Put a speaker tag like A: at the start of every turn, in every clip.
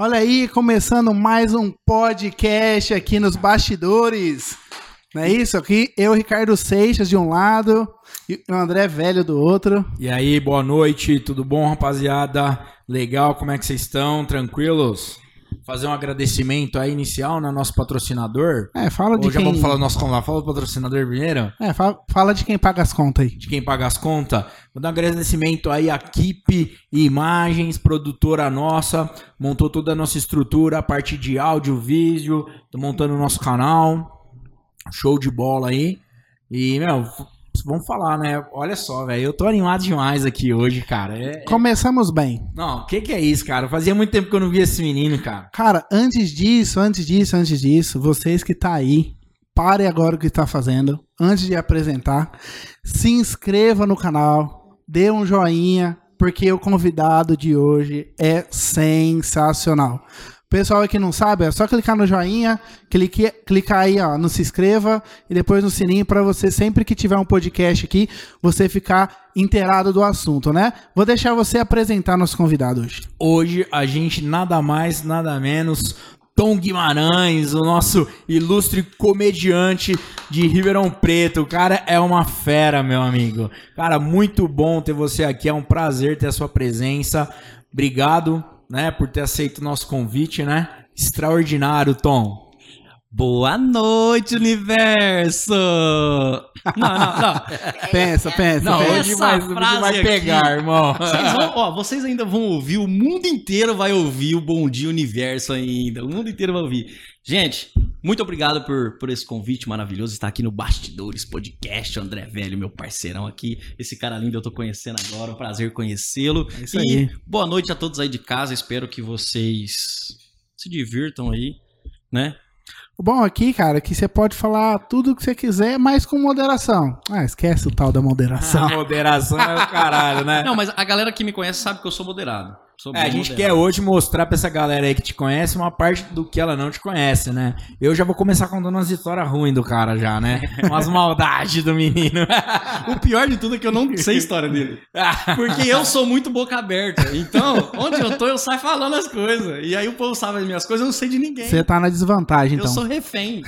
A: Olha aí, começando mais um podcast aqui nos bastidores. Não é isso? Aqui eu, Ricardo Seixas, de um lado, e o André Velho do outro.
B: E aí, boa noite, tudo bom, rapaziada? Legal, como é que vocês estão? Tranquilos? Fazer um agradecimento aí inicial no nosso patrocinador.
A: É, fala de
B: Ou já
A: quem...
B: vamos falar do nosso convidado? Fala do patrocinador primeiro?
A: É, fa- fala, de quem paga as contas aí.
B: de quem paga as contas. Vou dar um agradecimento aí à equipe, imagens, produtora nossa, montou toda a nossa estrutura, a parte de áudio, vídeo, tô montando o nosso canal. Show de bola aí. E, meu, f- vamos falar, né? Olha só, velho, eu tô animado demais aqui hoje, cara. É-
A: Começamos bem.
B: Não, o que que é isso, cara? Fazia muito tempo que eu não via esse menino, cara.
A: Cara, antes disso, antes disso, antes disso, vocês que tá aí, pare agora o que tá fazendo, antes de apresentar, se inscreva no canal, dê um joinha, porque o convidado de hoje é sensacional. Pessoal aí que não sabe, é só clicar no joinha, clique, clicar aí, ó, no se inscreva e depois no sininho pra você sempre que tiver um podcast aqui, você ficar inteirado do assunto, né? Vou deixar você apresentar nosso convidado hoje.
B: Hoje a gente nada mais, nada menos. Tom Guimarães, o nosso ilustre comediante de Ribeirão Preto. O cara é uma fera, meu amigo. Cara, muito bom ter você aqui. É um prazer ter a sua presença. Obrigado, né, por ter aceito o nosso convite, né? Extraordinário, Tom.
C: Boa noite, universo! Não, não, não.
A: Pensa, pensa.
B: Não,
A: pensa.
B: hoje vai,
C: Essa
B: hoje
C: frase
B: vai
C: aqui.
B: pegar, irmão.
C: Vocês, vão- ó, vocês ainda vão ouvir, o mundo inteiro vai ouvir o Bom Dia Universo ainda. O mundo inteiro vai ouvir. Gente, muito obrigado por, por esse convite maravilhoso. Estar aqui no Bastidores Podcast, André Velho, meu parceirão aqui. Esse cara lindo eu tô conhecendo agora. É um prazer conhecê-lo.
A: É isso
C: e
A: aí.
C: boa noite a todos aí de casa. Espero que vocês se divirtam aí, né?
A: O bom aqui, cara, é que você pode falar tudo o que você quiser, mas com moderação. Ah, esquece o tal da moderação.
B: Essa moderação é o caralho, né?
C: Não, mas a galera que me conhece sabe que eu sou moderado. Sou
B: É,
C: bem
B: a gente
C: moderado.
B: quer hoje mostrar pra essa galera aí que te conhece uma parte do que ela não te conhece, né? Eu já vou começar contando umas histórias ruins do cara já, né? Umas maldades do menino.
C: O pior de tudo é que eu não sei a história dele. Porque eu sou muito boca aberta. Então, onde eu tô, eu saio falando as coisas. E aí o povo sabe as minhas coisas, eu não sei de ninguém.
A: Você tá na desvantagem,
C: Eu
A: então.
C: sou refém.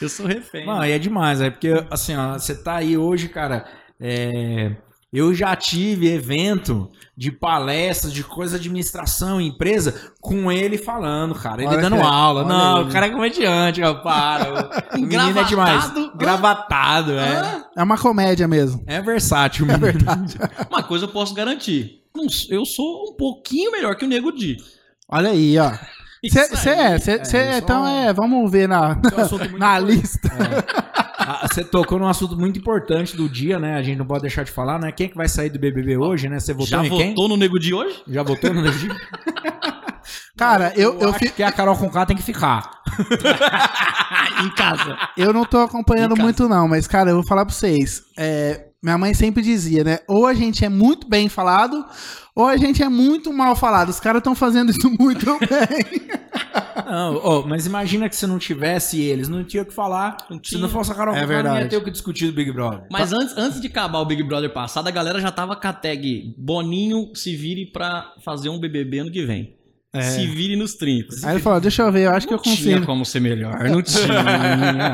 C: eu sou refém.
B: Não, e é demais, é porque, assim, ó, você tá aí hoje, cara. é, Eu já tive evento de palestras, de coisa de administração, empresa, com ele falando, cara. Ele
A: Olha
B: dando
C: é,
A: que-
B: aula.
A: olha
B: Não,
A: aí.
B: o cara é comediante, ó, para. O menino é demais.
C: Engravatado? Hã?
B: Gravatado, é.
C: Ah,
A: É uma comédia mesmo.
B: É versátil, menino.
C: uma coisa eu posso garantir. Não s- Eu sou um pouquinho melhor que o Nego Di.
A: Olha aí, ó.
C: Isso
A: Você
C: aí.
A: é, cê, cê-
B: é,
A: então
B: só-
A: é, vamos ver na,
B: É um assunto muito
A: na lista.
B: Ah, Você tocou num assunto muito importante do dia, né? A gente não pode deixar de falar, né? Quem é que vai sair do
A: Ah,
B: BBB hoje, né? Você votou
C: Já
B: em quem?
C: votou no Nego Di hoje?
B: Já votou no Legítimo?
A: Cara, eu, eu,
B: acho
A: fi-
B: que a Carol Conká tem que ficar.
C: Ah, em casa.
A: eu não tô acompanhando
C: Fica.
A: muito, não, mas, cara, eu vou falar pra vocês. É, minha mãe sempre dizia, né? Ou a gente é muito bem falado, ou a gente é muito mal falado. Os caras estão fazendo isso muito bem.
B: Não, ô, mas imagina que se não tivesse eles, não tinha o que falar.
C: Não
B: Se
C: tinha.
B: não fosse a Carol
A: É
B: Conká, não
A: verdade.
B: ia ter o que discutir do Big Brother.
C: Mas antes, antes de acabar o Big Brother passado, a galera já tava com a tag Boninho se vire pra fazer um BBB ano que vem. Se vire nos 30.
A: Aí ele falou, deixa eu ver, eu acho que eu consigo.
C: como ser melhor, não tinha.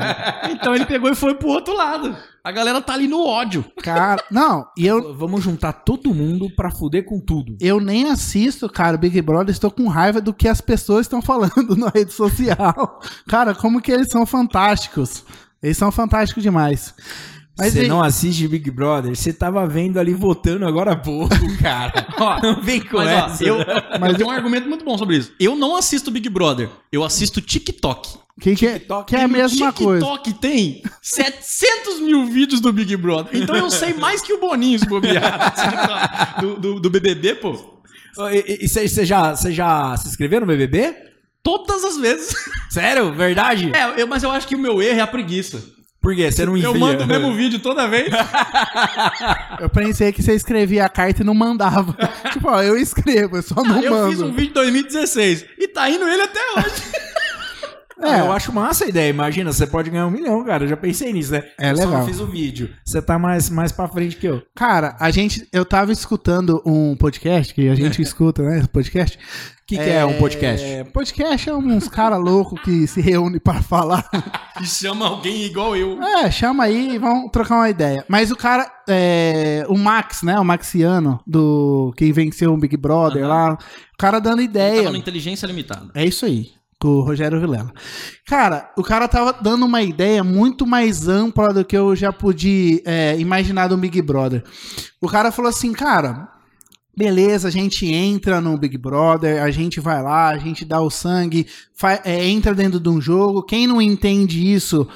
C: então ele pegou e foi pro outro lado. A galera tá ali no ódio.
A: Cara, não, e eu,
B: Vamos juntar todo mundo pra fuder com tudo.
A: eu nem assisto, cara, Big Brother, estou com raiva do que as pessoas estão falando na rede social. Cara, como que eles são fantásticos. Eles são fantásticos demais. Mas
B: Você
A: e-
B: não assiste Big Brother, você tava vendo ali votando agora há pouco, cara.
C: Ó,
B: não vem com
C: Mas
B: essa.
C: ó, eu,
A: Mas
C: eu tenho um argumento muito bom sobre isso. Eu não assisto Big Brother, eu assisto TikTok.
A: que, que, que é a
B: um
C: E no
A: mesma coisa.
C: TikTok tem 700 mil vídeos do Big Brother. Então eu sei mais que o Boninho se bobear. do, do- do BBB, pô.
B: Ô, E e- e você você já, você já se inscreveu no BBB?
C: Todas as vezes.
B: Sério? Verdade?
C: É, eu- mas eu acho que o meu erro é a preguiça.
B: Por quê? Você não envia?
C: Eu mando o mesmo vídeo toda vez.
A: Eu pensei que você escrevia a carta e não mandava. tipo, ó, eu escrevo, eu só não,
B: um-
C: eu
A: mando.
C: fiz um vídeo em 2016 e tá indo ele até hoje.
A: É.
B: Ah, eu acho massa a ideia. Imagina, você pode ganhar um milhão, cara. Eu já pensei nisso, né?
A: É
B: eu Só
A: legal.
B: não fiz o vídeo. Você tá mais, mais pra frente que eu.
A: Cara, a gente. Eu tava escutando um podcast, que a gente escuta, né? esse Podcast.
B: O É. que, que é... um podcast?
A: Podcast é uns caras loucos que se reúnem pra falar.
C: E chama alguém igual eu.
A: É, chama aí e vamos trocar uma ideia. Mas o cara, é, o Max, né? O Maxiano, do que venceu o Big Brother
C: Aham.
A: lá. O cara dando ideia.
C: Tava no inteligência limitada.
A: É isso aí, com o Rogério Vilela. Cara, o cara tava dando uma ideia muito mais ampla do que eu já pude é, imaginar do Big Brother. O cara falou assim, cara. Beleza, a gente entra no Big Brother, a gente vai lá, a gente dá o sangue, fa- é, entra dentro de um jogo. Quem não entende isso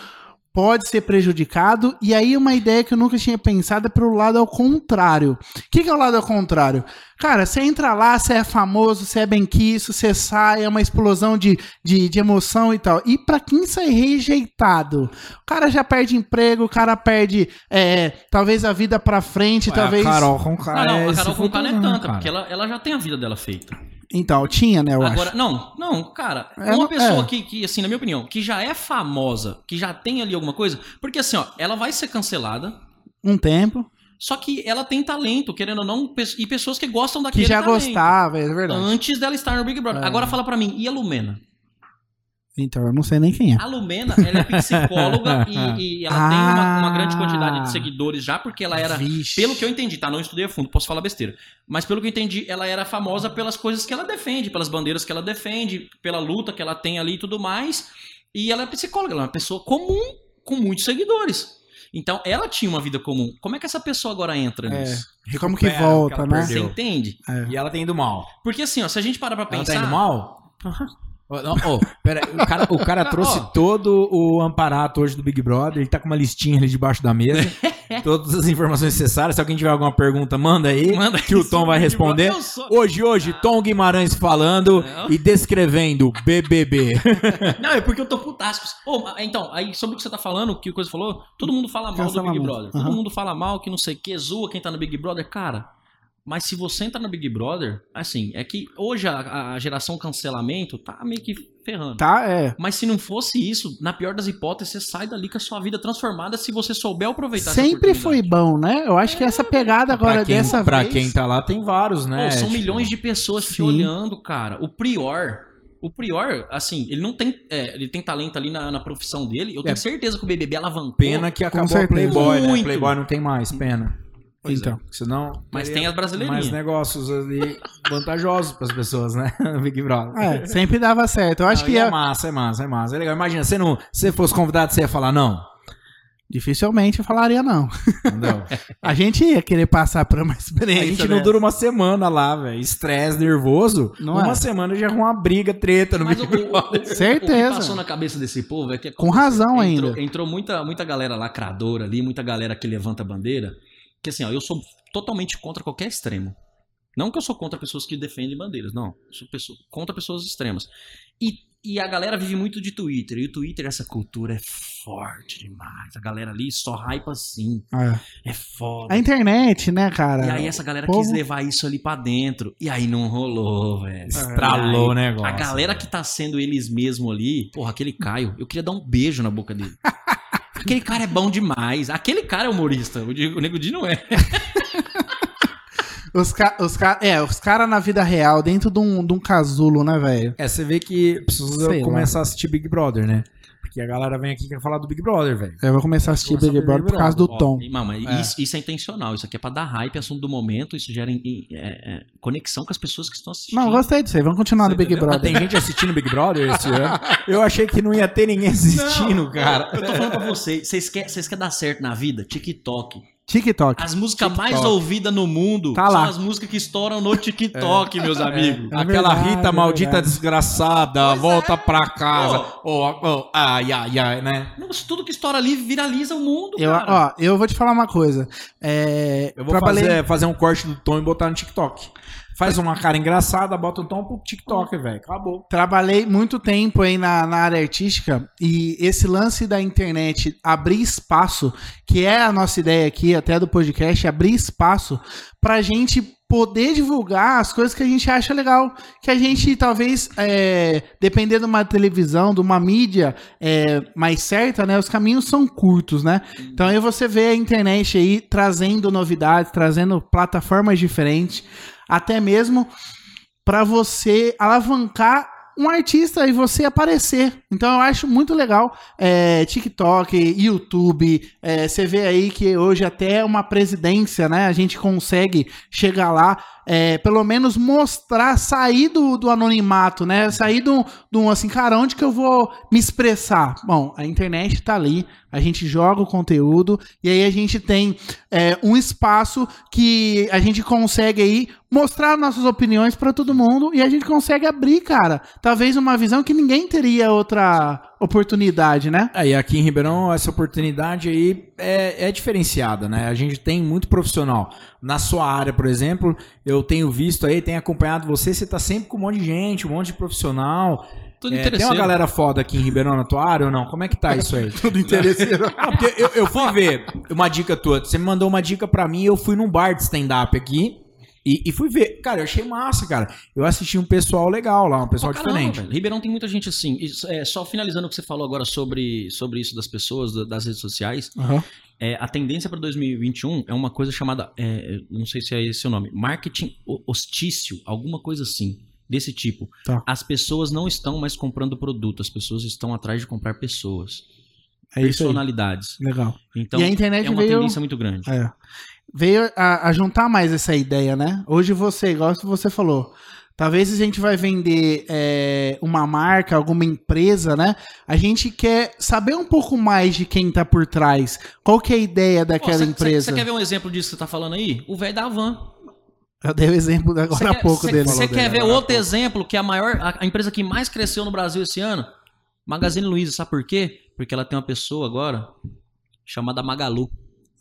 A: pode ser prejudicado. E aí, uma ideia que eu nunca tinha pensado é pro lado ao contrário. O que, que é o lado ao contrário? Cara, você entra lá, você é famoso, você é bem quisto, você sai, é uma explosão de, de, de emoção e tal. E pra quem sai rejeitado? O cara já perde emprego, o cara perde, é, talvez, a vida pra frente,
B: Ué,
A: talvez.
B: A Carol Conká
C: Ah, não,
B: é
C: a
B: se
C: Carol Conká não é
B: fudendo,
C: tanta,
B: cara.
C: porque ela, ela já tem a vida dela feita.
A: Então, tinha, né, eu
C: Agora,
A: acho.
C: não, não, cara,
A: É,
C: uma
A: não-
C: pessoa
A: é.
C: que, que, assim, na minha opinião, que já é famosa, que já tem ali alguma coisa, porque assim, ó, ela vai ser cancelada,
A: Um tempo,
C: só que ela tem talento, querendo ou não, pe- e pessoas que gostam
A: que
C: daquele
A: já
C: talento.
A: gostava, é
B: Ah.
A: verdade.
C: Antes dela estar no Big Brother.
A: É.
C: Agora fala pra mim, e a Lumena?
A: Então, eu não sei nem quem
B: Ah,
A: é.
C: A Lumena, ela é psicóloga e, e ela tem uma, uma grande quantidade
A: Ah.
C: de seguidores já, porque ela era.
A: Vixe.
C: Pelo que eu entendi, tá? Não estudei a fundo, posso falar besteira. Mas pelo que eu entendi, ela era famosa pelas coisas que ela defende, pelas bandeiras que ela defende, pela luta que ela tem ali e tudo mais. E ela é psicóloga, ela é uma pessoa comum, com muitos seguidores. Então, ela tinha uma vida comum. Como é que essa pessoa agora entra
A: É,
C: nisso?
A: como que
B: Recupera o que
A: volta,
B: ela
A: né?
C: Você
B: Entendeu?
C: entende?
A: É.
B: E ela tem indo mal.
C: Porque assim, ó, se a gente parar pra
B: Ela tá
C: pensar.
B: indo mal? Ô, não, ô, pera, aí, o cara, o cara
C: Tá,
B: trouxe
C: ó.
B: todo o amparato hoje do Big Brother, ele tá com uma listinha ali debaixo da mesa, todas as informações necessárias, se alguém tiver alguma pergunta, manda aí,
C: Manda
B: que o Tom vai responder.
C: Eu sou-
B: Hoje, hoje, Tom Guimarães falando
C: Não.
B: e descrevendo BBB.
C: Não, é porque eu tô putasco. Ô, mas- então, aí sobre o que você tá falando, o que o Coisa falou, todo mundo fala mal
A: Cancela
C: do Big
A: muito.
C: Brother.
A: Aham.
C: Todo mundo fala mal, que não sei o que, zoa quem tá no Big Brother. Cara, mas se você entra no Big Brother, assim, é que hoje a, a geração cancelamento tá meio que ferrando.
A: Tá, é.
C: Mas se não fosse isso, na pior das hipóteses, você sai dali com a sua vida transformada se você souber aproveitar essa
A: Sempre
C: oportunidade.
A: foi bom, né? Eu acho que essa pegada agora
B: pra quem,
A: dessa
B: pra
A: vez.
B: quem tá lá, tem vários,
C: Pô,
B: né?
C: são
B: Tipo,
C: milhões de pessoas te
A: É, sim.
C: olhando, cara. O Prior. O Prior, assim, ele não tem. é, ele tem talento ali na, na profissão dele. Eu tenho
B: É.
C: certeza que o BBB alavancou.
B: Pena que acabou a
A: certeza. Hum.
B: Playboy, né?
C: Muito.
B: Playboy não tem mais, pena.
C: Pois é.
B: então, senão...
C: Mas
B: teria
C: né? tem as brasileirinhas.
B: mais negócios ali vantajosos pras pessoas, né? Big Brother.
A: É, sempre dava certo. Eu acho
B: Não,
A: que
B: e é...
A: é-
B: massa, é massa, é massa. É legal. Imagina, você não, se você fosse convidado, você ia falar não.
A: dificilmente eu falaria não.
B: Entendeu?
A: A gente ia querer passar por uma experiência. né?
B: A gente não
C: né?
A: dessa.
B: dura uma semana lá, velho. Estresse, nervoso.
A: Não
B: uma
A: é.
B: semana já com uma briga, treta no
C: Mas o,
B: Big
C: o- o-
B: Brother.
C: o
A: Certeza.
C: que passou na cabeça desse povo é que.
A: Com razão
C: entrou,
A: ainda.
C: Entrou muita, muita galera lacradora ali, muita galera que levanta a bandeira. Que assim, ó, eu sou totalmente contra qualquer extremo. Não que eu sou contra pessoas que defendem bandeiras, não. Eu Sou pessoa- contra pessoas extremas. E, e a galera vive muito de Twitter. E o Twitter, essa cultura é forte demais. A galera ali só hype assim.
A: É.
C: É foda.
A: A internet, né, cara?
C: E aí é- essa galera
A: povo-
C: quis levar isso ali pra dentro. E aí não rolou, velho.
B: Estralou o
C: E aí,
B: negócio.
C: A galera que tá sendo eles mesmo ali, porra, aquele Caio, eu queria dar um beijo na boca dele. Aquele cara é bom demais. Aquele cara é humorista. O, Di- o Nego Di não é.
A: Os, ca... os, ca... é, os caras na vida real, dentro de um, de um casulo, né, velho?
B: É, você vê que precisa
A: Sei lá.
B: começar a assistir Big Brother, né? Porque a galera vem aqui e quer falar do Big Brother, velho.
A: Eu vou começar a assistir
B: Nossa,
A: Big Brother por causa do
C: Ó,
A: Tom.
C: Não, mas
B: É.
C: Isso, isso é intencional. Isso aqui é pra dar hype, assunto do momento. Isso gera em- em- é, é, conexão com as pessoas que estão assistindo.
A: Não, gostei disso aí. Vamos continuar no
B: Você
A: Big
B: entendeu? Mas
A: Brother.
B: Ah, Tem gente assistindo Big Brother esse ano. Eu achei que não ia ter ninguém assistindo, cara.
C: Eu tô falando pra vocês. Vocês querem vocês querem dar certo na vida? TikTok.
A: TikTok.
C: As músicas mais ouvidas no mundo
A: Tá
C: são
A: lá.
C: as músicas que estouram no TikTok, meus amigos.
A: É
B: Aquela
A: verdade,
B: Rita
A: é
B: maldita
A: verdade.
B: desgraçada,
C: Pois
B: volta
C: é.
B: pra casa. Oh, oh, ai, ai, ai, né?
C: Nossa, tudo que estoura ali viraliza o mundo,
A: Eu,
C: Ah, cara.
A: ó, eu vou te falar uma coisa. É,
B: Eu vou fazer, fazer um corte do tom e botar no TikTok. Faz uma cara engraçada, bota o tom pro
A: Hum.
B: TikTok, velho. Acabou.
A: Trabalhei muito tempo aí na, na área artística e esse lance da internet abrir espaço, que é a nossa ideia aqui, até do podcast, é abrir espaço pra gente poder divulgar as coisas que a gente acha legal. Que a gente talvez, é, dependendo de uma televisão, de uma mídia é, mais certa, né? Os caminhos são curtos, né? Então aí você vê a internet aí trazendo novidades, trazendo plataformas diferentes, até mesmo para você alavancar um artista e você aparecer. Então eu acho muito legal é, TikTok, YouTube. é, você vê aí que hoje até é uma presidência, né? A gente consegue chegar lá, é, pelo menos mostrar, sair do, do anonimato, né? Sair do, do assim, cara, onde que eu vou me expressar? Bom, a internet tá ali, a gente joga o conteúdo e aí a gente tem é, um espaço que a gente consegue aí mostrar nossas opiniões para todo mundo e a gente consegue abrir, cara, talvez uma visão que ninguém teria outra oportunidade, né?
B: Aí É, aqui em Ribeirão essa oportunidade aí é, é diferenciada, né? A gente tem muito profissional na sua área, por exemplo, eu tenho visto aí, tenho acompanhado você, você tá sempre com um monte de gente, um monte de profissional.
C: Tudo
B: É, tem
C: interessante.
B: uma galera foda aqui em Ribeirão na tua área ou não? Como é que tá isso aí?
A: Tudo interesseiro.
B: Ah, porque eu, eu fui ver uma dica tua. Você me mandou uma dica pra mim, eu fui num bar de stand-up aqui e, e fui ver. Cara, eu achei massa, cara. Eu assisti um pessoal legal lá, um pessoal
C: Pra caramba,
B: diferente.
C: velho. Ribeirão tem muita gente assim. Isso, é, só finalizando o que você falou agora sobre, sobre isso das pessoas, da- das redes sociais. É, a tendência para 2021 é uma coisa chamada, é, não sei se é esse o nome, marketing ho- hostício, alguma coisa assim, desse tipo.
A: Tá.
C: As pessoas não estão mais comprando produto, as pessoas estão atrás de comprar pessoas,
A: É isso aí.
C: personalidades.
A: Legal.
C: Então,
A: e a internet
C: é uma
A: veio...
C: tendência muito grande.
A: É. Veio a, a juntar mais essa ideia, né? Hoje você, igual você falou, talvez a gente vai vender é, uma marca, alguma empresa, né? A gente quer saber um pouco mais de quem tá por trás. Qual que é a ideia
C: Pô,
A: daquela
C: cê- cê-
A: empresa?
C: Você quer ver um exemplo disso que você tá falando aí? O velho da van.
A: Eu dei o exemplo
C: Cê
A: agora há
C: quer-
A: pouco
C: cê-
A: dele.
C: Você
A: Falou
C: quer
A: dele
C: ver
A: agora há
C: outro
A: pouco.
C: exemplo que é a maior, a, a empresa que mais cresceu no Brasil esse ano? Magazine Luiza, sabe por quê? Porque ela tem uma pessoa agora chamada Magalu.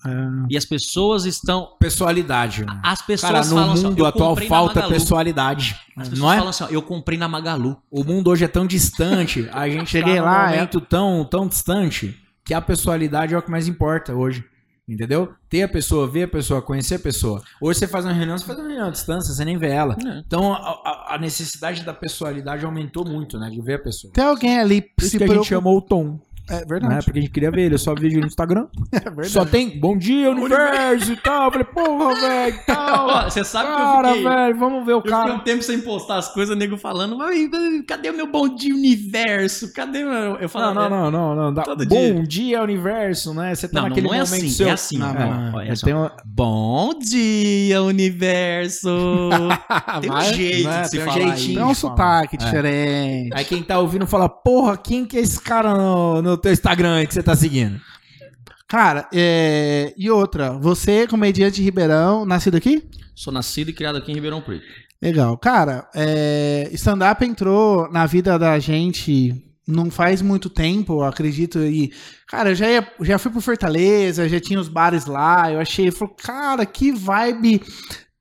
A: Ah,
C: E as pessoas estão.
B: Personalidade. Pessoalidade. né? mano.
C: As pessoas
B: Cara, no
C: falam assim, ó,
B: mundo
C: "Eu
B: atual
C: comprei na
B: falta
C: Magalu."
B: pessoalidade.
C: As pessoas
B: Não é?
C: falam assim, ó, eu comprei na Magalu.
B: O mundo hoje é tão distante, a gente
A: Cheguei
B: tá num
A: lá, é.
B: momento tão, tão distante que a pessoalidade é o que mais importa hoje. Entendeu? Ter a pessoa, ver a pessoa, conhecer a pessoa. Hoje você faz uma reunião, você faz uma reunião à distância, você nem vê ela.
C: É.
B: Então a, a- a necessidade da pessoalidade aumentou muito, né? De ver a pessoa.
A: Tem alguém ali
B: Por isso que a gente chamou o Tom,
A: É
B: né?
A: verdade.
B: Porque a gente queria ver ele. Eu só vi ele no Instagram.
A: É verdade.
B: Só tem bom dia, universo e tal. Eu falei, porra, velho, e tal.
C: Ó, Você sabe
B: Cara,
C: que eu fiquei.
B: velho, vamos ver o
C: Eu
B: cara.
C: fiquei um tempo sem postar as coisas, nego falando, "Ai, ai, cadê o meu bom dia universo? Cadê o meu. Eu
B: Não,
C: falo,
B: não,
C: "É,
B: não, não, não. Dá-
C: Todo
B: Bom dia. universo, né? Você tá
C: Não, não,
B: naquele
C: não é
B: momento
C: assim,
B: seu.
C: é assim.
A: Não,
B: É,
C: não, é
B: eu
C: só-
B: tenho-
C: Bom dia, universo! Tem um
B: Vai,
C: jeito
B: né?
C: de se
B: Tem um
C: falar
B: jeitinho.
A: Tem
C: isso.
A: um
B: Fala.
A: sotaque
B: É.
A: diferente.
B: Aí quem tá ouvindo fala, porra, quem que é esse cara no, no teu Instagram aí que você tá seguindo?
A: Cara, é, e outra, você, é comediante de Ribeirão, nascido aqui?
C: Sou nascido e criado aqui em Ribeirão Preto.
A: Legal. Cara, é, stand-up entrou na vida da gente não faz muito tempo, eu acredito. E, cara, eu já, ia- já fui pro Fortaleza, já tinha os bares lá. Eu achei, eu falei, cara, que vibe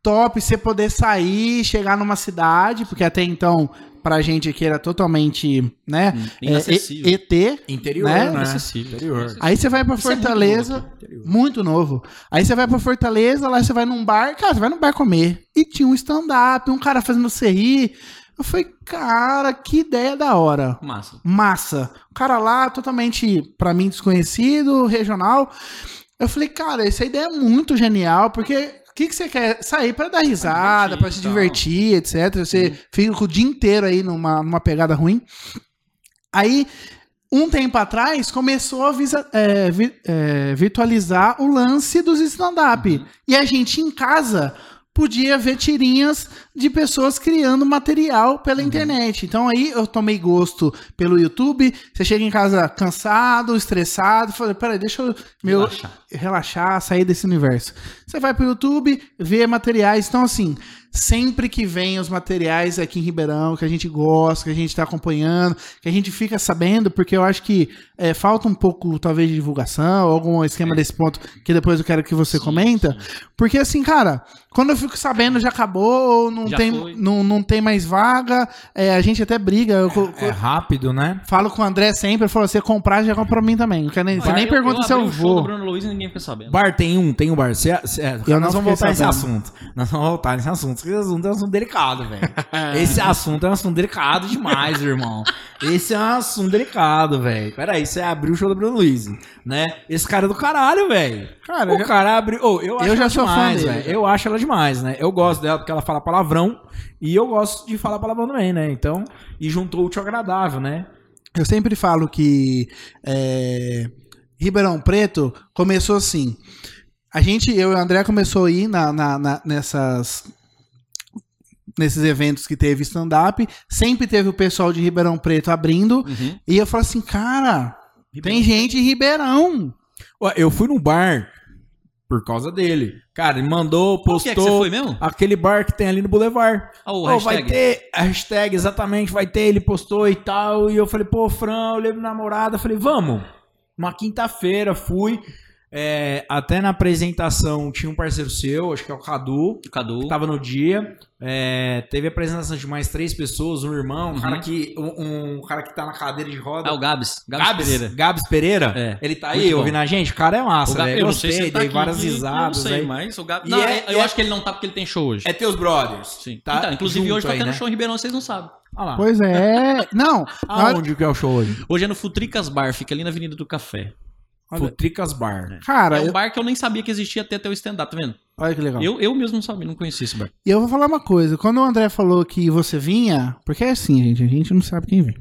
A: top você poder sair, chegar numa cidade, porque até então, pra gente aqui era totalmente, né? é,
C: Inacessível.
A: E- ET.
B: Interior,
A: Né?
B: né?
C: Inacessível.
B: Interior.
A: Aí você vai pra
C: Isso é muito
A: Fortaleza.
C: louco.
B: Interior.
A: Muito novo. Aí você vai pra Fortaleza, lá você vai num bar, cara, você vai num bar comer. E tinha um stand-up, um cara fazendo você rir. Eu falei, cara, que ideia da hora.
C: Massa.
A: Massa. O cara lá, totalmente, pra mim, desconhecido, regional. Eu falei, cara, essa ideia é muito genial, porque o que, que você quer? Sair pra dar risada,
C: divertir,
A: pra se
C: então.
A: divertir, Uhum. etc. Você fica o dia inteiro aí numa, numa pegada ruim. Aí, um tempo atrás, começou a visa- é, vi- é, virtualizar o lance dos stand-up. E a gente em casa podia ver tirinhas de pessoas criando material pela internet. Então aí eu tomei gosto pelo YouTube. Você chega em casa cansado, estressado, fala, peraí, deixa eu meu,
C: Relaxar.
A: relaxar, sair desse universo. Você vai pro YouTube, vê materiais. Então, assim, sempre que vem os materiais aqui em Ribeirão, que a gente gosta, que a gente tá acompanhando, que a gente fica sabendo, porque eu acho que é, falta um pouco, talvez,
C: É.
A: de divulgação, algum esquema desse ponto, que depois eu quero que você comenta. Porque, assim, cara, Quando eu fico sabendo já acabou, ou não,
C: Já
A: tem,
C: foi.
A: não, não tem mais vaga, é, a gente até briga. Eu co- co-
B: É rápido, né?
A: falo com o André sempre, ele falou, você comprar, já compra pra mim também. Não quero nem, você nem pergunta se eu
C: abri o show do
A: vou.
C: Bruno Luiz e ninguém fica sabendo.
B: Bar tem um, tem um bar. Se, se,
A: Eu não
B: nós vamos
A: fiquei
B: voltar nesse
A: sabendo.
B: assunto. Nós vamos voltar nesse assunto. porque Esse assunto é um assunto delicado, velho. Esse assunto é um assunto delicado demais, irmão. Esse é um assunto delicado, velho. Peraí, você abriu o show do Bruno Luiz, né? Esse cara é do caralho, velho.
A: Cara,
B: o
A: eu já-
B: cara abriu. Ô, eu acho
A: Eu já
B: ela
A: sou fã
B: demais,
A: dele,
B: velho.
A: já.
B: Eu acho ela demais, né? Eu gosto dela porque ela fala palavrão e eu gosto de falar palavrão também, né? Então, e juntou o útil ao agradável, né?
A: Eu sempre falo que é, Ribeirão Preto começou assim. A gente, eu e o André começou a ir na, na- na- nessas nesses eventos que teve stand-up, sempre teve o pessoal de Ribeirão Preto abrindo,
C: Uhum.
A: e eu falo assim, cara, tem gente em Ribeirão.
B: Ué, Eu fui no bar por causa dele. Cara, ele mandou,
C: Qual que
B: postou.
C: é que você foi mesmo?
B: Aquele bar que tem ali no Boulevard.
C: Olha o
B: Pô, vai
C: hashtag.
B: ter a hashtag, exatamente, vai ter, ele postou e tal. E eu falei, pô, Fran, eu lembro namorada. Falei, vamos. Uma quinta-feira, fui. é, até na apresentação tinha um parceiro seu, acho que é o Cadu,
C: Cadu.
B: que tava no dia. É, teve a apresentação de mais três pessoas, um irmão, um
C: Uhum.
B: cara que. Um, um cara que tá na cadeira de roda.
C: Ah, o Gabs. Gabs,
B: Gabs
C: Pereira.
B: Gabs Pereira?
C: É.
B: Ele tá
C: Muito
B: aí
C: bom.
B: ouvindo a gente? O cara é massa,
C: O Ga-
B: velho.
C: eu não sei
B: Gostei,
C: se ele tá
B: dei
C: aqui,
B: várias
C: eu
B: risadas
C: Não sei,
B: aí.
C: mas o Gabs...
B: E
C: Não,
B: é-
C: eu
B: é-
C: acho que ele não tá porque ele tem show hoje.
B: É teus brothers.
C: Sim.
B: Tá
C: Então, inclusive
B: junto
C: hoje tá
B: aí,
C: tendo
B: né?
C: show em Ribeirão, vocês não sabem.
B: Olha lá.
A: Pois é. Não, na hora-
B: Aonde que é o show hoje?
C: Hoje é no Futricas Bar, fica ali na Avenida do Café.
A: Olha.
B: Futricas Bar.
A: cara,
C: é um
A: eu-
C: bar que eu nem sabia que existia até até o stand-up, tá vendo?
A: olha que legal.
C: Eu, eu mesmo não sabia, não conhecia esse bar.
A: E eu vou falar uma coisa. Quando o André falou que você vinha, porque é assim, gente, a gente não sabe quem vem.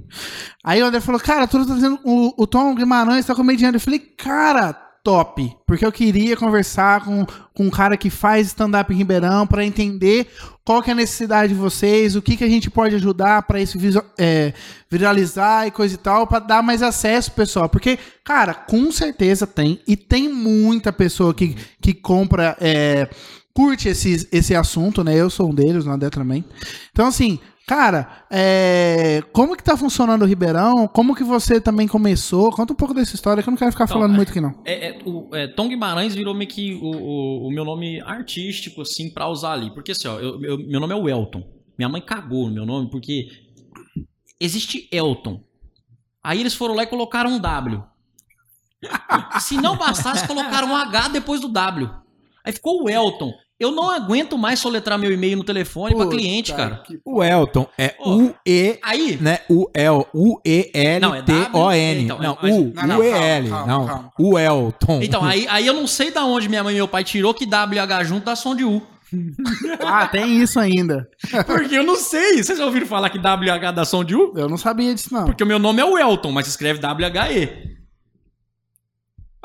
A: Aí o André falou, cara, tu tá dizendo o, o Tom Guimarães tá comediando. Eu falei, cara, top. Porque eu queria conversar com, com um cara que faz stand-up em Ribeirão pra entender qual que é a necessidade de vocês, o que, que a gente pode ajudar pra isso visu- é, viralizar e coisa e tal, pra dar mais acesso, pro pessoal. Porque, cara, com certeza tem. E tem muita pessoa que, que compra. é, curte esse, esse assunto, né? Eu sou um deles, o André também. Então, assim, cara, é, como que tá funcionando o Ribeirão? Como que você também começou? Conta um pouco dessa história, que eu não quero ficar
C: Então,
A: falando
C: é-
A: muito aqui, não.
C: É, é, o, é, Tom Guimarães virou meio que o, o- o meu nome artístico, assim, pra usar ali. Porque assim, ó, eu- eu- meu nome é o Elton. Minha mãe cagou no meu nome, porque existe Elton. Aí eles foram lá e colocaram um W. Se não bastasse, colocaram um H depois do W. Aí ficou o Elton. Eu não aguento mais soletrar meu e-mail no telefone pra
A: Puta
C: cliente, cara.
B: O Elton é
C: Ô.
B: U-E,
C: Aí,
B: né? U-L,
C: Não, é W,
B: U-E-L-T-O-N.
C: então,
B: Não,
C: mas-
B: U,
A: Não, não,
B: U-E-L.
A: calma, calma,
B: Não,
A: calma.
B: o Elton.
C: então, aí, aí eu não sei da onde minha mãe e meu pai tirou que W e H junto dá som de U.
A: Ah, tem isso ainda.
C: Porque eu não sei. Vocês já ouviram falar que WH dá som de U?
A: Eu não sabia disso, não.
C: Porque o meu nome é o Elton, mas escreve WHE.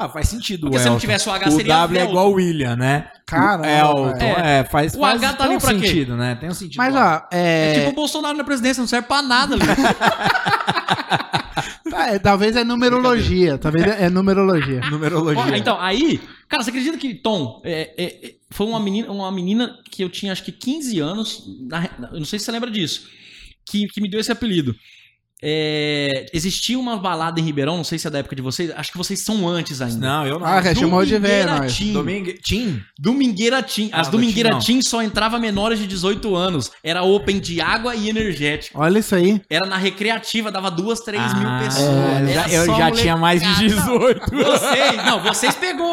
B: Ah, faz sentido
C: Porque
B: o
C: se não
B: Elton.
C: tivesse o H,
B: O
C: seria
B: W é
C: Velton.
B: igual o William, né?
A: Caramba,
B: O Elton,
A: velho.
B: é, faz,
C: O
B: faz
C: H tá ali
B: tem um
C: pra quê?
B: sentido, né? Tem um sentido.
A: Mas,
B: lá.
A: ó,
C: É
A: é,
C: tipo o Bolsonaro na presidência, não serve pra nada, velho.
A: tá, é, talvez é numerologia. Talvez é, é numerologia.
B: numerologia.
C: Ó, Então, aí, cara, você acredita que Tom é, é, é, foi uma menina, uma menina que eu tinha acho que 15 anos, na re- na- eu não sei se você lembra disso, que, que me deu esse apelido. É, existia uma balada em Ribeirão, não sei se é da época de vocês, acho que vocês são antes ainda.
B: Não, é, eu não.
A: Ah, cara, chamou de velho,
C: Domingueira
A: nós.
C: Team.
B: Domingo. Tim?
C: Domingueira Team. As
B: Ah,
C: Domingueira
B: não.
C: Team só entrava menores de 18 anos. Era open de água e energético.
A: Olha isso aí.
C: Era na recreativa, dava duas, três mil
B: Ah,
C: pessoas.
B: é,
C: Era
B: já- eu
C: só
B: já
C: molecada.
B: tinha mais de 18.
C: Vocês, não, vocês pegou.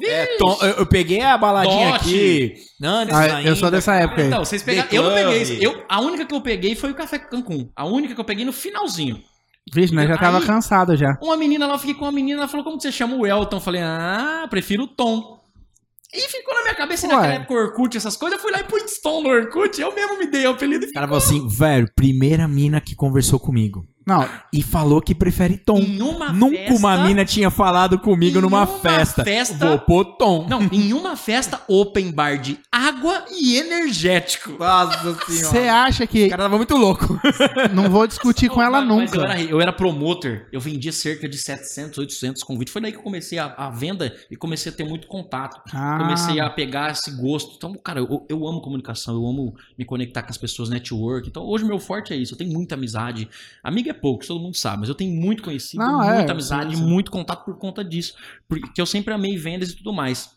C: Então,
B: É, Tom, eu, eu peguei a baladinha
C: Dote.
B: aqui. Antes
A: Ah, eu
B: tá
A: sou dessa época aí.
C: Então, vocês pegaram.
B: The
C: Eu não
B: Club.
C: peguei isso. Eu, a única que eu peguei foi o Café Cancún. A única que eu peguei no finalzinho.
A: Vixe, nós já tava
C: Aí-
A: cansado já.
C: Uma menina lá, eu fiquei com uma menina, ela falou: Como que você chama o Elton? Eu falei: Ah, prefiro o Tom. E ficou na minha cabeça, e
A: Ué.
C: naquela época, Orkut, essas coisas. Eu fui lá e pus Tom no Orkut. Eu mesmo me dei o apelido.
B: O cara falou assim, velho, primeira mina que conversou comigo.
A: Não,
B: E falou que prefere Tom.
C: Em uma
B: Nunca
C: festa-
B: uma mina tinha falado comigo
C: Em
B: numa
C: uma
B: festa.
C: festa-
B: Vou pôr Tom.
C: Não, em uma festa open bar de água e energético.
B: Nossa
A: você acha que.
B: O cara tava muito louco.
A: Não vou discutir com ela
C: Mas Eu
A: nunca.
C: era, eu era promotor, eu vendia cerca de 700, 800 convites. Foi daí que eu comecei a, a venda e comecei a ter muito contato.
A: Ah.
C: Comecei a pegar esse gosto. Então, cara, eu, eu amo comunicação, eu amo me conectar com as pessoas, network. Então, hoje meu forte é isso. Eu tenho muita amizade. Amigo é pouco, isso todo mundo sabe, mas eu tenho muito conhecido,
A: Não, é,
C: muita
A: sim,
C: amizade,
A: sim.
C: muito contato por conta disso. Porque eu sempre amei vendas e tudo mais.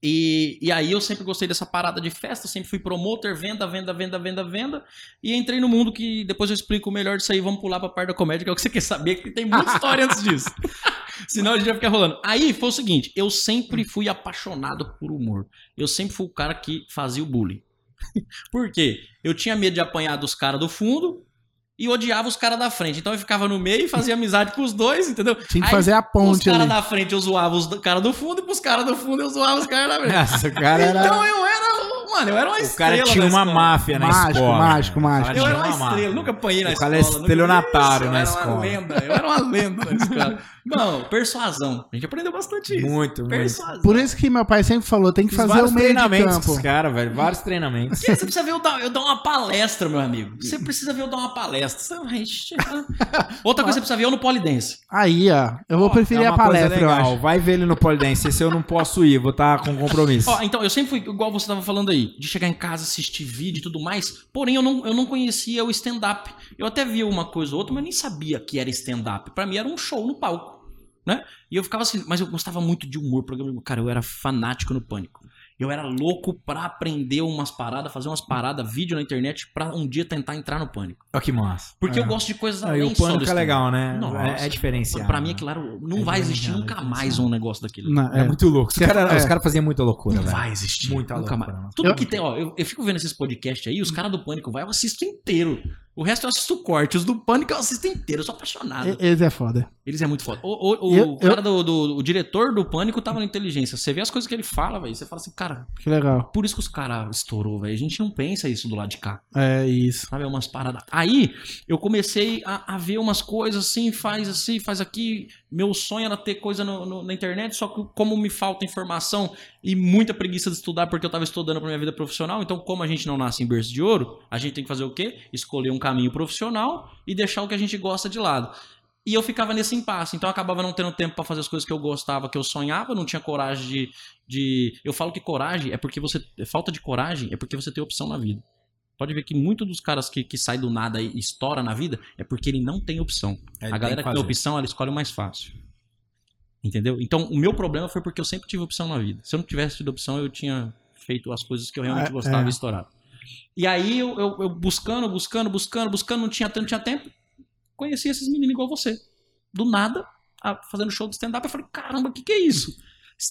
C: E, e aí eu sempre gostei dessa parada de festa, sempre fui promotor, venda, venda, venda, venda, venda. E entrei no mundo que depois eu explico melhor disso aí. Vamos pular pra parte da comédia, que é o que você quer saber, que tem muita história antes disso. Senão a gente vai ficar rolando. Aí foi o seguinte: eu sempre fui apaixonado por humor. Eu sempre fui o cara que fazia o bullying. por quê? Eu tinha medo de apanhar dos caras do fundo e odiava os caras da frente. Então eu ficava no meio e fazia amizade com os dois, entendeu?
A: Tinha que
C: Aí,
A: fazer a
C: Os
A: ponte
C: caras
A: ali.
C: da frente eu zoava os caras do fundo e pros caras do fundo eu zoava os caras da frente.
B: Nossa, o cara era.
C: Então eu era. Mano, eu era uma
B: o
C: estrela.
B: cara tinha
C: da
B: uma
C: escola.
B: máfia na
A: Mágico,
B: escola.
A: mágico,
B: cara.
A: mágico.
B: O cara
C: Eu
B: tinha
C: era uma
B: máfia.
C: estrela, nunca apanhei na
B: O
C: escola.
B: cara é
C: nunca-
B: estelionatário
C: Isso,
B: na
C: Eu era
B: escola.
C: uma lenda, eu era uma lenda na escola. Não, persuasão. A gente aprendeu bastante isso.
B: Muito, muito.
C: Persuasão.
A: Por isso que meu pai sempre falou, tem que
B: Fiz
A: fazer
B: vários
A: o meio de
B: treinamentos
A: campo.
B: com os caras, velho. Vários treinamentos.
C: Porque você precisa ver eu dar, eu dar uma palestra, meu amigo. Você precisa ver eu dar uma palestra. Você vai encher- né? Outra coisa que você precisa ver é eu no polidense.
A: Aí, ó, eu vou
B: Ó,
A: preferir
B: é
A: a
B: uma coisa
A: palestra, eu
B: legal.
A: acho.
B: Vai ver ele no Polidense. Esse eu não posso ir, vou estar com compromisso.
C: Ó, então, eu sempre fui igual você tava falando aí, de chegar em casa, assistir vídeo e tudo mais. Porém, eu não, eu não conhecia o stand-up. Eu até via uma coisa ou outra, mas eu nem sabia que era stand-up. Pra mim era um show no palco, né? E eu ficava assim, mas eu gostava muito de humor, programa. Cara, eu era fanático no pânico. Eu era louco pra aprender umas paradas, fazer umas paradas, vídeo na internet, pra um dia tentar entrar no pânico.
B: Ó, que massa.
C: Porque
B: É.
C: eu gosto de coisas
B: Aí
C: além
B: o
C: só do
B: pânico é
C: stand-up.
B: legal, né?
C: Nossa.
B: É, é diferenciado.
C: Pra mim,
B: né?
C: aquilo era- não
B: É
C: vai existir
B: diferenciado,
C: nunca
B: é
C: mais um negócio daquele.
A: Não,
B: É
A: é.
B: muito louco. Os caras
A: É.
B: os caras faziam muita loucura,
C: Não
B: velho.
C: vai existir.
B: Muita
C: nunca
B: loucura,
C: mais.
B: né?
C: Tudo
A: Eu-
C: que tem, ó, eu, eu fico vendo esses podcasts aí, os caras do Pânico vai, eu assisto inteiro. O resto eu assisto corte. Os do Pânico eu assisto inteiro, eu sou apaixonado.
A: E- Eles é foda.
C: Eles é muito foda. O, o- o
A: Eu-
C: cara do, do- o diretor do Pânico tava na inteligência. Você vê as coisas que ele fala, velho, você fala assim, cara,
A: Que legal.
C: por isso que os caras estourou, velho. A gente não pensa isso do lado de cá,
A: É isso.
C: sabe? É umas paradas. Aí eu comecei a, a ver umas coisas assim, faz assim, faz aqui. Meu sonho era ter coisa no- no- na internet, só que como me falta informação e muita preguiça de estudar, porque eu tava estudando pra minha vida profissional, então como a gente não nasce em berço de ouro, a gente tem que fazer o quê? Escolher um caminho profissional e deixar o que a gente gosta de lado. E eu ficava nesse impasse, então eu acabava não tendo tempo pra fazer as coisas que eu gostava, que eu sonhava, não tinha coragem de, de... Eu falo que coragem é porque você... Falta de coragem é porque você tem opção na vida. Pode ver que muito dos caras que, que sai do nada e estoura na vida é porque ele não tem opção.
B: É,
C: A galera que tem
B: fazer.
C: opção, ela escolhe o mais fácil. Entendeu? Então, o meu problema foi porque eu sempre tive opção na vida. Se eu não tivesse tido opção, eu tinha feito as coisas que eu realmente
A: É,
C: gostava
A: é.
C: e estourado. E aí, eu, eu- eu buscando, buscando, buscando, buscando, não tinha, não tinha tempo. Conheci esses meninos igual você. Do nada, a- fazendo show de stand-up, eu falei, caramba, o que, que é isso?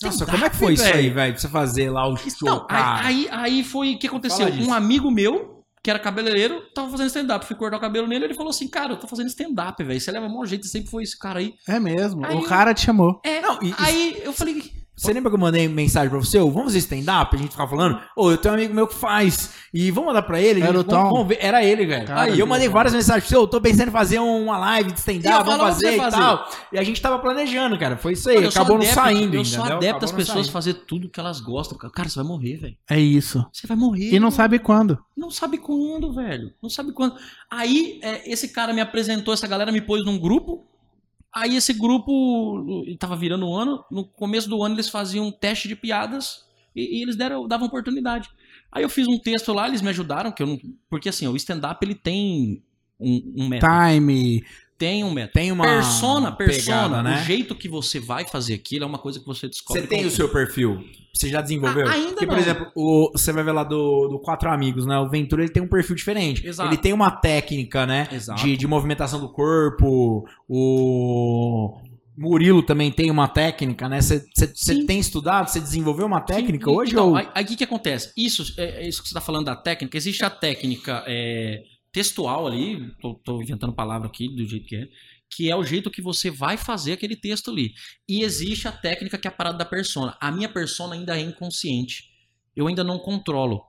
B: Nossa,
C: Stand-up,
B: como é que foi isso aí,
C: velho?
B: velho? Pra você fazer lá o
C: Não,
B: show, cara.
C: aí, aí, aí foi o que aconteceu.
B: ah. Fala disso.
C: Um amigo meu, que era cabeleireiro, tava fazendo stand-up. Fui cortar o cabelo nele, ele falou assim, cara, eu tô fazendo stand-up, velho. Você leva mó jeito, sempre foi esse cara aí.
A: É mesmo.
C: Aí-
A: O cara te chamou.
C: É,
B: Não, e-
C: aí eu falei,
B: Você lembra que eu mandei mensagem pra você? ô, Vamos fazer stand-up? A gente ficava falando. Ô, eu tenho um amigo meu que faz. E vamos mandar pra ele?
A: Era
B: gente,
A: o
B: vamos-
A: Tom?
B: vamos ver. Era ele, velho.
A: Cara,
B: aí eu
A: que
B: mandei
A: legal.
B: várias mensagens pra você. Eu tô pensando em fazer uma live de
C: E eu
B: stand-up. Vamos
C: falava pra
B: fazer
C: você
B: e
C: fazer.
B: tal. E a gente tava planejando, cara. Foi isso aí.
C: Mano, eu sou
B: Acabou não
C: adepto-
B: saindo.
C: Eu sou
B: entendeu?
C: adepto
B: Acabou
C: das
B: não
C: pessoas
B: saindo.
C: fazer tudo que elas gostam. Cara, você vai morrer, velho.
A: É isso.
C: Você vai morrer.
A: E não
C: mano.
A: sabe quando.
C: Não sabe quando, velho. Não sabe quando. Aí, é, esse cara me apresentou, essa galera me pôs num grupo. Aí, esse grupo eh, tava virando um ano. No começo do ano, eles faziam um teste de piadas e, e eles deram, davam oportunidade. Aí, eu fiz um texto lá, eles me ajudaram. que eu não, Porque, assim, o stand-up ele tem um,
B: É.
C: um método.
A: Time.
C: Tem um método.
B: Tem Tá. uma.
C: persona, persona.
B: pegada,
C: O
B: né?
C: jeito que você vai fazer aquilo é uma coisa que você descobre.
B: Você tem
C: com
B: o seu perfil? Você já desenvolveu?
C: A- ainda
B: Porque, por
C: não.
B: exemplo, o- você vai ver lá do, do Quatro Amigos, né? O Ventura, ele tem um perfil diferente.
C: Exato.
B: Ele tem uma técnica, né?
C: Exato.
B: De, de movimentação do corpo. O Murilo também tem uma técnica, né? Você você- você
C: Sim.
B: tem estudado? Você desenvolveu uma técnica
C: Sim,
B: hoje?
C: então,
B: ou...
C: aí- aí o que, que acontece? Isso, é, é isso que você está falando da técnica, existe a técnica é, textual ali, tô, tô inventando palavra aqui do jeito que é, que é o jeito que você vai fazer aquele texto ali. E existe a técnica que é a parada da persona. A minha persona ainda é inconsciente. Eu ainda não controlo.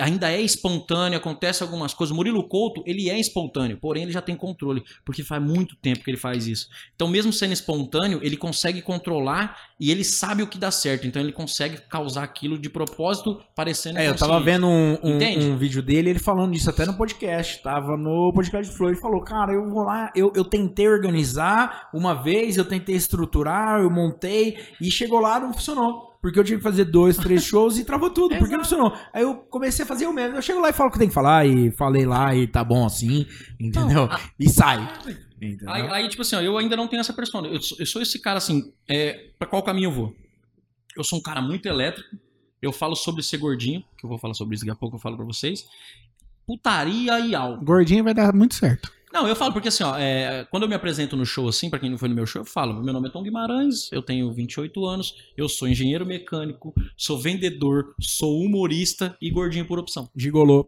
C: Ainda é espontâneo, acontece algumas coisas. Murilo Couto, ele é espontâneo, porém ele já tem controle, porque faz muito tempo que ele faz isso. Então, mesmo sendo espontâneo, ele consegue controlar e ele sabe o que dá certo, então ele consegue causar aquilo de propósito, parecendo.
B: É, eu tava
C: inconsciente.
B: vendo um, um-
C: Entende?
B: um vídeo dele, ele falando disso até no podcast. Tava no podcast do Flow, ele falou, cara, eu vou lá, eu, eu tentei organizar uma vez, eu tentei estruturar, eu montei, e chegou lá, não funcionou. Porque eu tive que fazer dois, três shows e travou tudo, porque não funcionou. Aí eu comecei a fazer o mesmo. Eu chego lá e falo o que tem que falar, e falei lá, e tá bom assim, entendeu?
C: Então,
B: E sai.
C: ah,
B: Entendeu?
C: Aí, aí, tipo assim, ó, eu ainda não tenho essa persona. Eu sou, eu sou esse cara assim, é, pra qual caminho eu vou? Eu sou um cara muito elétrico. Eu falo sobre ser gordinho, que eu vou falar sobre isso daqui a pouco, eu falo pra vocês. Putaria e álcool.
A: Gordinho vai dar muito certo.
C: Não, eu falo porque assim, ó, é, quando eu me apresento no show assim, pra quem não foi no meu show, eu falo, meu nome é Tom Guimarães, eu tenho 28 anos, eu sou engenheiro mecânico, sou vendedor, sou humorista e gordinho por opção.
B: Gigolô.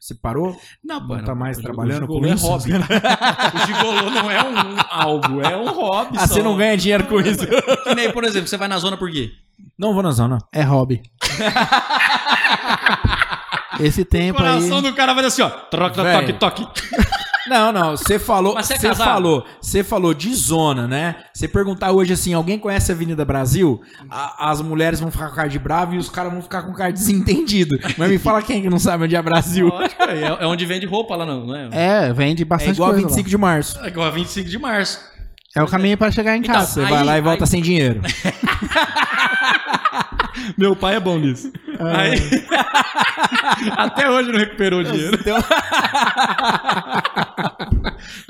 B: Você parou?
C: Não,
B: Não tá mais
C: o-
B: trabalhando
C: o
B: com
C: gigolô
B: isso? Ah,
C: é hobby. o gigolô não é um algo, é um hobby.
B: Ah, você não ganha dinheiro com isso.
C: Que nem, por exemplo, você vai na zona por quê?
B: Não vou na zona.
A: É hobby. Esse
C: O
A: tempo aí.
C: coração do cara vai assim, ó, troca,
B: Véi.
C: toque, toque.
B: Não, não, você falou,
C: Mas você é
B: você
C: casado?
B: falou, você falou de zona, né? Você perguntar hoje assim, alguém conhece a Avenida Brasil? A- as mulheres vão ficar com cara de bravo e os caras vão ficar com cara de desentendido. Mas me fala quem é que não sabe onde é Brasil.
C: Lógico, é, é onde vende roupa lá, não, não é?
A: É, vende
B: É
A: bastante
B: igual a
A: coisa.
B: 25 de março.
C: É igual a 25 de março.
A: lá. É o caminho pra chegar em
C: Então,
A: casa.
B: Você
C: Aí-
B: vai lá e volta
C: aí-
B: sem dinheiro.
C: Meu pai é bom nisso. É. Aí- Até hoje não recuperou
A: É.
C: o dinheiro.
B: Então...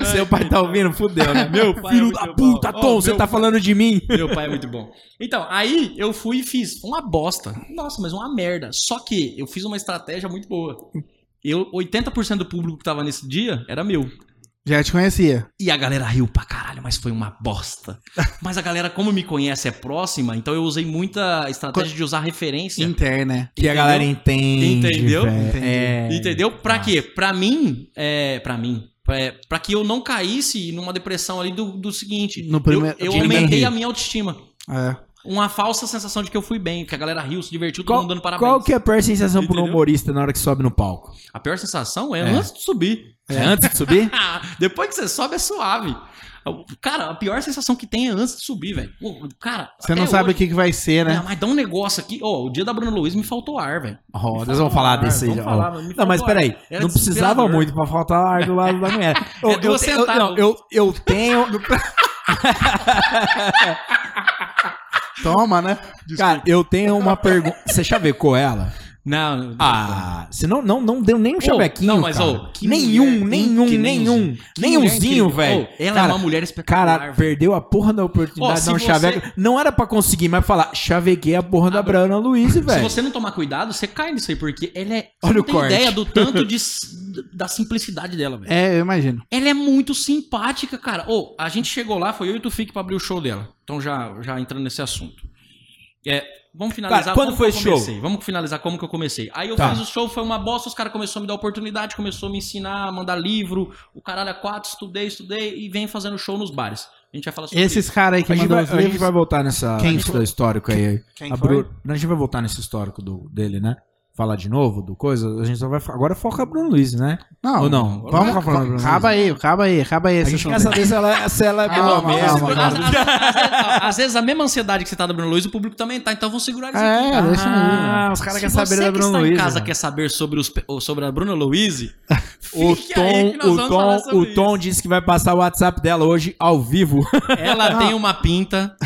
B: Seu pai tá ouvindo? Fudeu, né?
C: Meu pai é
B: Filho
C: muito
B: da
C: bom.
B: puta,
C: Ó,
B: Tom,
C: meu
B: você tá falando de mim?
C: Meu pai é muito bom. Então, aí eu fui e fiz uma bosta. Nossa, mas uma merda. Só que eu fiz uma estratégia muito boa. Eu, 80% do público que tava nesse dia era meu.
A: Já te conhecia.
C: E a galera riu pra caralho, mas foi uma bosta. Mas a galera, como me conhece, é próxima, então eu usei muita estratégia de usar referência.
A: Interna, né?
B: Que é a galera entende.
C: Entendeu?
B: velho.
A: Entendi.
B: É.
C: Entendeu? Pra quê? Pra mim, é. Pra mim. É, pra que eu não caísse numa depressão ali do, do seguinte.
A: No primeiro-
C: eu eu
A: de
B: ninguém
C: aumentei
B: rir.
C: a minha autoestima.
A: É.
C: Uma falsa sensação de que eu fui bem, que a galera riu, se divertiu, todo
B: Qual,
C: mundo dando parabéns.
B: qual que é a pior sensação pro
C: Entendeu?
B: humorista na hora que sobe no palco?
C: A pior sensação é,
B: É.
C: antes de subir.
B: É antes de subir?
C: Ah, Depois que você sobe é suave. Cara, a pior sensação que tem é antes de subir, velho. Pô, Cara,
A: Você não
C: até
A: sabe
C: hoje-
A: o que, que vai
B: é,
A: ser, né?
C: Ah, mas dá um negócio aqui. Ó, o dia da Bruna Luiz me faltou ar, velho.
B: Ó, nós vamos falar desse.
C: Vamos
B: ó.
C: falar, mas me é,
B: não, mas
C: faltou
B: peraí,
C: ar. Era
B: não precisava
C: desesperador.
B: muito pra faltar ar do lado da mulher.
C: É duas
B: te- eu,
C: centavos.
B: não, eu, eu tenho.
A: Toma, né?
B: cara, eu tenho uma pergunta. Você chavecou ela?
C: Não, não.
B: Ah, você não, não, não deu nem um chavequinho.
C: não, mas,
B: cara.
C: ô, que
B: nenhum,
C: mulher,
B: nenhum,
C: que
B: nenhum.
C: que mulher
B: Nenhumzinho,
C: incrível.
B: velho.
C: Ô, ela
B: Cara,
C: é uma mulher espetacular.
B: Cara,
C: velho.
B: perdeu a porra da oportunidade
C: Ó,
B: de
C: se
B: dar um
C: você-
B: chaveco. Não era pra conseguir, mas falar, chavequei a porra da
C: Ah,
B: Brana Luiz,
C: Se
B: velho.
C: você não tomar cuidado, você cai nisso aí, porque ela é.
B: Olha
C: você não
B: o corte.
C: ideia do tanto de, da simplicidade dela, velho.
A: É, eu imagino.
C: Ela é muito simpática, cara. Ô, a gente chegou lá, foi eu e o Tufik pra abrir o show dela. Então já, já entrando nesse assunto. É, vamos finalizar.
B: Cara, quando
C: como
B: foi
C: que eu
B: esse show?
C: comecei. Vamos finalizar como que eu comecei. Aí eu
B: Tá.
C: fiz o show, foi uma bosta, os caras começaram a me dar oportunidade, começou a me ensinar, a mandar livro, o caralho é quatro, estudei, estudei e vem fazendo show nos bares. A gente vai falar sobre
A: Esses caras aí que
B: A gente,
A: mandam
B: vai,
A: os
B: a gente
A: livros.
B: vai voltar nessa
A: Quem
B: nesse
A: foi?
B: histórico aí.
A: Quem
B: a,
A: foi?
B: Bru- a gente vai voltar nesse histórico do, dele, né? Falar de novo do coisa. A gente só vai. fa- Agora foca Bruno Luiz, né?
A: Não,
B: Ou não?
A: Vamos
B: Vamos falar Bruno Luiz.
A: Acaba aí, acaba aí, acaba aí.
B: A
A: esse
B: gente
A: assunto
B: quer
A: aí.
B: saber se ela, se ela é
A: Calma,
B: boa mesmo.
A: calma,
C: Às,
A: calma.
B: cara.
C: às- às vezes, às vezes a mesma ansiedade que você tá da Bruno Luiz, o público também tá, então vamos segurar isso aqui.
A: É, deixa
B: Ah,
A: aí.
B: os caras
C: Se
B: querem saber
C: você
B: da
C: que
B: Bruno
C: está
B: Luiz.
C: em casa
B: né?
C: quer saber sobre, os, pe- ou sobre a Bruna Louise,
B: O
C: fique aí que nós
B: Tom, o
C: vamos falar
B: Tom,
C: sobre
B: o Tom disse que vai passar o WhatsApp dela hoje ao vivo.
C: Ela tem uma pinta,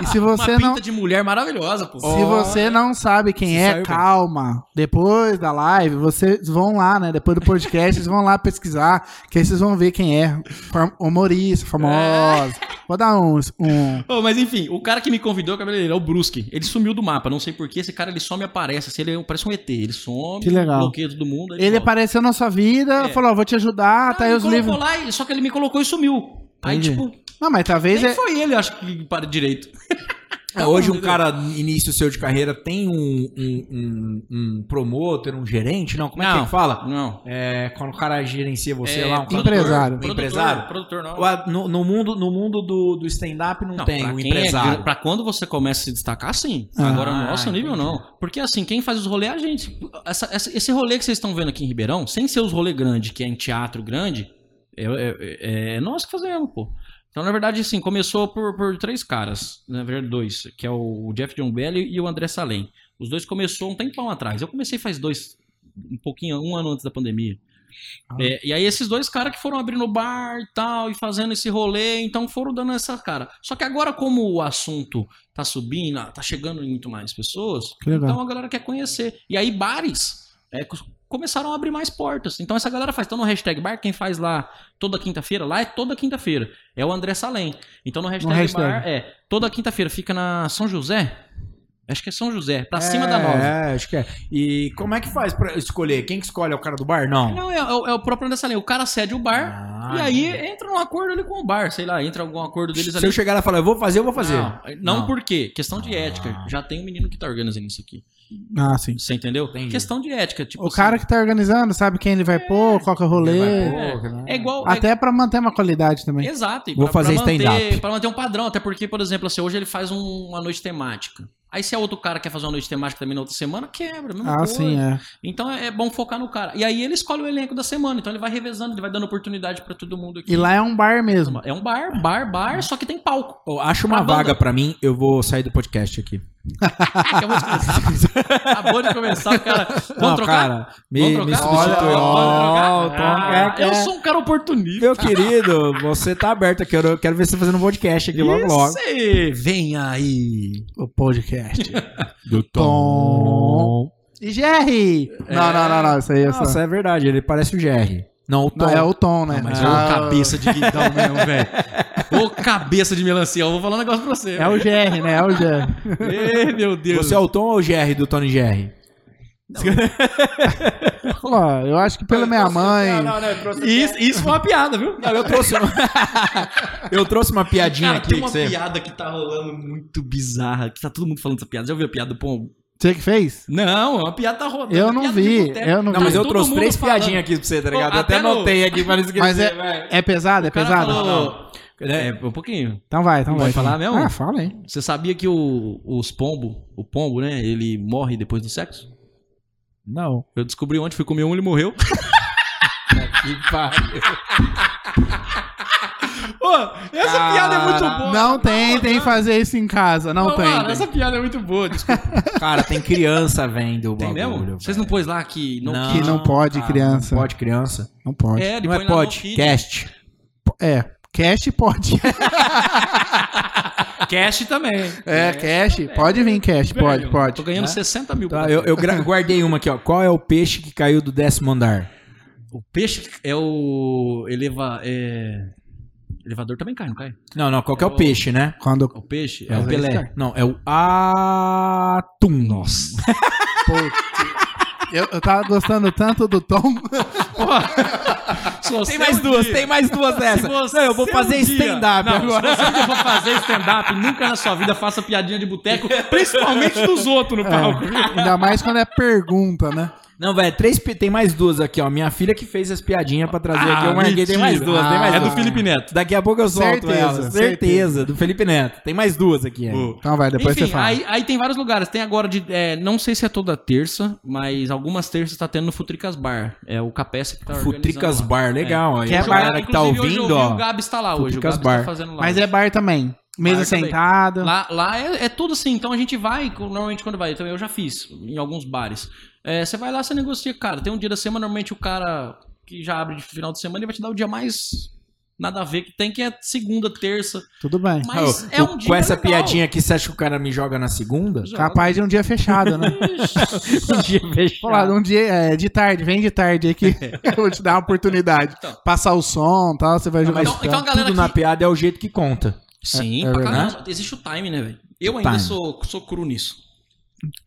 A: E se
C: Ah, uma
A: você
C: pinta
A: não.
C: de mulher maravilhosa, pô.
A: Se você não sabe quem
B: Você
A: é,
B: saiu bem.
A: calma. Depois da live, vocês vão lá, né? Depois do podcast, vocês vão lá pesquisar, que aí vocês vão ver quem é. Fam- Humorista, famosa. Vou dar uns. Um...
C: Ô, Oh, mas enfim, o cara que me convidou, cabeleireiro, é o Brusque. Ele sumiu do mapa, não sei porquê. Esse cara, ele só me aparece. Assim, ele é- parece um ET. Ele some,
A: Que legal.
C: bloqueia todo mundo.
A: Ele
C: volta.
A: apareceu na sua vida,
C: É.
A: falou: ó, vou te ajudar, tá aí
C: ele
A: os
C: colocou
A: livros.
C: lá, e- só que ele me colocou e sumiu. Aí,
A: Entendi.
C: tipo,
A: Não, mas talvez
C: nem
A: é.
C: foi ele, acho que para direito. Tá
B: É, hoje um cara início seu de carreira tem um, um, um, um promoter, um gerente, não? Como é que
C: Não.
B: ele fala?
C: Não.
B: É, quando o cara gerencia você
C: É,
B: lá, um
C: produtor,
A: empresário.
C: produtor,
B: Empresário?
C: Produtor, não.
B: Ué, No, no mundo, no mundo do, do stand-up não,
C: Não,
B: tem
A: um
C: pra
B: o
C: quem é
B: empresário.
C: gran- pra quando você começa a se destacar, sim.
A: Ah,
C: Agora, no nosso nível,
B: entendi.
C: não. Porque, assim, quem faz os rolês é a gente. Essa- essa- esse rolê que vocês estão vendo aqui em Ribeirão, sem ser os rolês grandes, que é em teatro grande, é, é- é nós que fazemos, pô. Então, na verdade, assim, começou por, por três caras. Na verdade, dois. Que é o Jeff John Belli e o André Salem. Os dois começou um tempão atrás. Eu comecei faz dois, um pouquinho, um ano antes da pandemia. É, e aí esses dois caras que foram abrindo bar e tal, e fazendo esse rolê, então foram dando essa cara. Só que agora, como o assunto tá subindo, ah, tá chegando em muito mais pessoas,
A: Que legal.
C: então a galera quer conhecer. E aí, bares, é, co- começaram a abrir mais portas. Então essa galera faz. Então no hashtag bar, quem faz lá toda quinta-feira, lá é toda quinta-feira. É o André Salem. Então no hashtag,
A: hashtag.
C: bar é toda quinta-feira. Fica na São José? Acho que é São José, pra cima da nova.
B: É, acho que é. E como é que faz pra escolher? Quem que escolhe? É o cara do bar? Não.
C: Não, é, é o- é o próprio André Salem. O cara cede o bar
B: Ah,
C: É. e aí entra num acordo ali com o bar. Sei lá, entra algum acordo deles
B: Se
C: ali.
B: eu chegar lá e falar, eu vou fazer, eu vou fazer.
C: Não, não,
B: Não.
C: por quê? Questão de
B: Ah.
C: ética. Já tem um menino que tá organizando isso aqui.
A: Ah, sim.
C: Você entendeu?
B: Entendi.
C: Questão de ética. Tipo,
A: O cara que tá organizando sabe quem ele vai pôr, qual que é o
B: Vai
A: rolê.
B: pôr. Pô, né?" cara.
C: é igual. é-
A: Até pra manter uma qualidade Ah, tá, também.
C: Exato. e
B: Vou
C: pra- pra
B: fazer
C: manter-
B: stand-up.
C: Pra manter um padrão, até porque, por exemplo, assim, hoje ele faz um- uma noite temática. Aí se é outro cara que quer fazer uma noite temática também na outra semana, quebra, a mesma
A: Ah,
C: coisa.
A: sim, é.
C: Então é é bom focar no cara. E aí ele escolhe o elenco da semana, então ele vai revezando, ele vai dando oportunidade pra todo mundo aqui.
A: E lá é um bar mesmo.
C: É um bar, bar, bar, só que tem palco.
B: Pô, acha uma
C: A banda-
B: vaga pra mim, eu vou sair do podcast aqui.
C: Acabou de começar. Acabou de começar, o cara. Vamos
B: Não,
C: trocar?
B: cara, me,
C: Vamos
B: me
C: trocar?
B: substitui.
C: Olha,
B: Ó,
C: vamos
B: Tom,
C: trocar?
B: é,
C: Ah, Eu
B: é.
C: sou um cara oportunista.
B: Meu querido, você tá aberto aqui. Eu quero ver você fazendo um podcast aqui logo, logo.
C: Você vem aí.
A: O podcast.
B: Do
A: Tom. E Jerry? Não, não, não, não. Isso aí é só.
B: Nossa, é verdade, ele parece o GR. Não, o Tom.
A: Não, é o tom, né?
C: Mas
A: Ah,
C: ô cabeça de guidão mesmo, velho. Ô cabeça de melancia. Eu vou falar um negócio pra você.
A: É o GR, né? É o GR.
C: Ei, meu Deus.
B: Você é o Tom ou o GR do Tony GR?
A: Ó, eu acho que pela minha mãe.
B: não, eu trouxe.
C: Isso, isso foi uma piada, viu?
B: Não, eu trouxe uma... eu trouxe uma piadinha
C: Cara,
B: aqui.
C: tem uma
B: que você-
C: piada que tá rolando muito bizarra. Que tá todo mundo falando dessa piada. Já ouviu a piada do pombo?
A: Você que fez?
C: Não, é uma piada tá rolando.
A: Eu
C: é
A: não
C: piada de
A: vi.
C: boteco.
A: Eu não,
B: Não,
A: vi.
B: mas eu
C: Todo
B: trouxe
C: mundo
B: três
C: falando.
B: piadinhas aqui pra você, tá ligado?
C: Pô,
B: Eu até
C: até no-
B: anotei aqui pra não esquecer,
A: Mas
B: velho.
A: É pesado? É
C: O cara
A: pesado?
C: falou- É, um pouquinho.
A: Então vai, então
C: Pode
A: vai.
C: falar mesmo?
A: Ah, fala aí.
C: Você sabia que o, os pombo, o pombo, né? Ele morre depois do sexo?
B: Não.
C: Eu descobri ontem, fui comer um, ele morreu.
B: Que pariu.
C: Pô, essa piada é muito boa.
A: Não tentem fazer isso em casa. Não
C: mano,
A: tentem.
C: essa piada é muito boa. Desculpa.
B: Cara, tem criança vendo o
C: Tem
B: bagulho.
C: mesmo? Vocês
B: velho.
C: não pôs lá que não,
A: Que não pode, criança.
B: Não pode criança.
A: Não pode.
C: É, ele
B: não
C: põe
B: é
C: lá no
B: pode,
C: feed.
B: cast.
A: É. Cash pode.
C: Cast também.
A: É, cash. Pode vir cash. Pode,
C: Velho,
A: pode.
C: Tô ganhando
A: É.
C: 60 mil.
B: Tá, eu, eu gra- guardei uma aqui, ó. Qual é o peixe que caiu do décimo andar?
C: O peixe é o. Eleva, é... Elevador também cai, não cai?
B: Não, não, qual que é o
C: Eu-
B: peixe, né?
A: Quando.
C: O peixe
B: É
C: é
B: o
C: o Pelé.
B: Pelé. Não, é o atum. Nossa.
A: Eu, eu tava gostando tanto do Tom.
B: É.
C: Se
B: Tem
C: você
B: mais
C: um
B: duas,
C: dia-
B: tem mais duas dessa.
C: você
B: Não, eu vou
C: um
B: fazer
C: dia-
B: stand-up
C: Não,
B: agora.
C: Se você é um for fazer stand-up, nunca na sua vida faça piadinha de boteco, principalmente dos outros
B: É.
C: no palco.
A: Ainda mais quando é pergunta, né?
B: Não, velho, três, pi- tem mais duas aqui, ó. Minha filha que fez as piadinhas pra trazer aqui. Eu
C: Ah,
B: marquei, tem mais
C: mentira.
B: duas, tem mais
C: É do
B: duas.
C: Felipe Neto.
B: Daqui a pouco eu solto
A: Certeza,
B: ela. Certeza,
A: certeza.
B: do Felipe Neto. Tem mais duas aqui. ainda.
C: Boa.
A: Então vai, depois
C: Enfim,
A: você fala.
C: Aí, aí tem vários lugares. Tem agora de. é, não sei se é toda terça, mas algumas terças tá tendo no Futricas Bar. É o Capessa que tá
B: Futricas
C: organizando lá.
B: Bar, legal. Aí
A: Que é
B: a
A: bar-
B: galera que tá
C: Inclusive, hoje eu
B: ouvindo,
C: ouvi O
B: ó.
C: Gabs tá lá hoje. O
B: Futricas
C: Gabs
B: Bar.
C: tá fazendo lá.
A: Mas
C: hoje.
A: é bar também. Mesa
C: Bar também.
A: sentada.
C: Lá, lá é, é tudo assim, então a gente vai, co- normalmente quando vai, então eu já fiz em alguns bares. É, você vai lá, você negocia, cara. Tem um dia da semana, normalmente o cara que já abre de final de semana, ele vai te dar o dia mais nada a ver que tem, que é segunda, terça.
A: Tudo bem.
C: Mas
B: Ô,
C: é
B: o-
C: um dia.
B: com essa
C: legal.
B: piadinha aqui, você acha que o cara me joga na segunda?
C: Joga.
A: Capaz de um dia fechado, né?
B: Um dia
A: Vou lá,
B: fechado.
A: um dia é, de tarde, vem de tarde aqui. eu vou te dar uma oportunidade.
C: Então.
A: Passar o som e tal, você vai jogar.
B: Mas
C: Então- então a galera
B: tudo na
C: que-
B: piada é o jeito que conta.
C: Sim,
A: É- é
C: pra
A: verdade.
C: caramba. Existe o time, né, velho? Eu ainda
B: Time.
C: sou, sou cru nisso.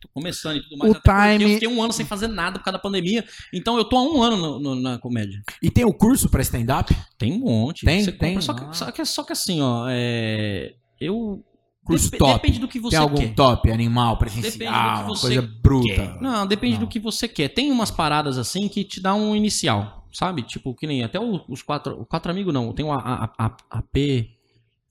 C: Tô começando e tudo mais.
A: O
C: até porque
A: time-
C: Eu fiquei um ano sem fazer nada por causa da pandemia. Então eu tô há um ano no- no- na comédia.
B: E tem o curso pra stand-up?
C: Tem um monte.
B: Tem,
C: Você
B: tem.
C: compra, Só
B: Ah.
C: que, só, que, só que assim, ó. É... Eu.
B: Curso
C: Dep-
B: top.
C: Depende do que você
B: tem algum
C: quer.
B: top animal
C: Depende do
B: presencial,
C: que
B: uma
C: você
B: coisa bruta.
C: quer. Não, depende
B: Não.
C: do que você quer. Tem umas paradas assim que te dá um inicial, sabe? Tipo, que nem até o- os quatro, o quatro amigos não. Tem o a, a, a, AP,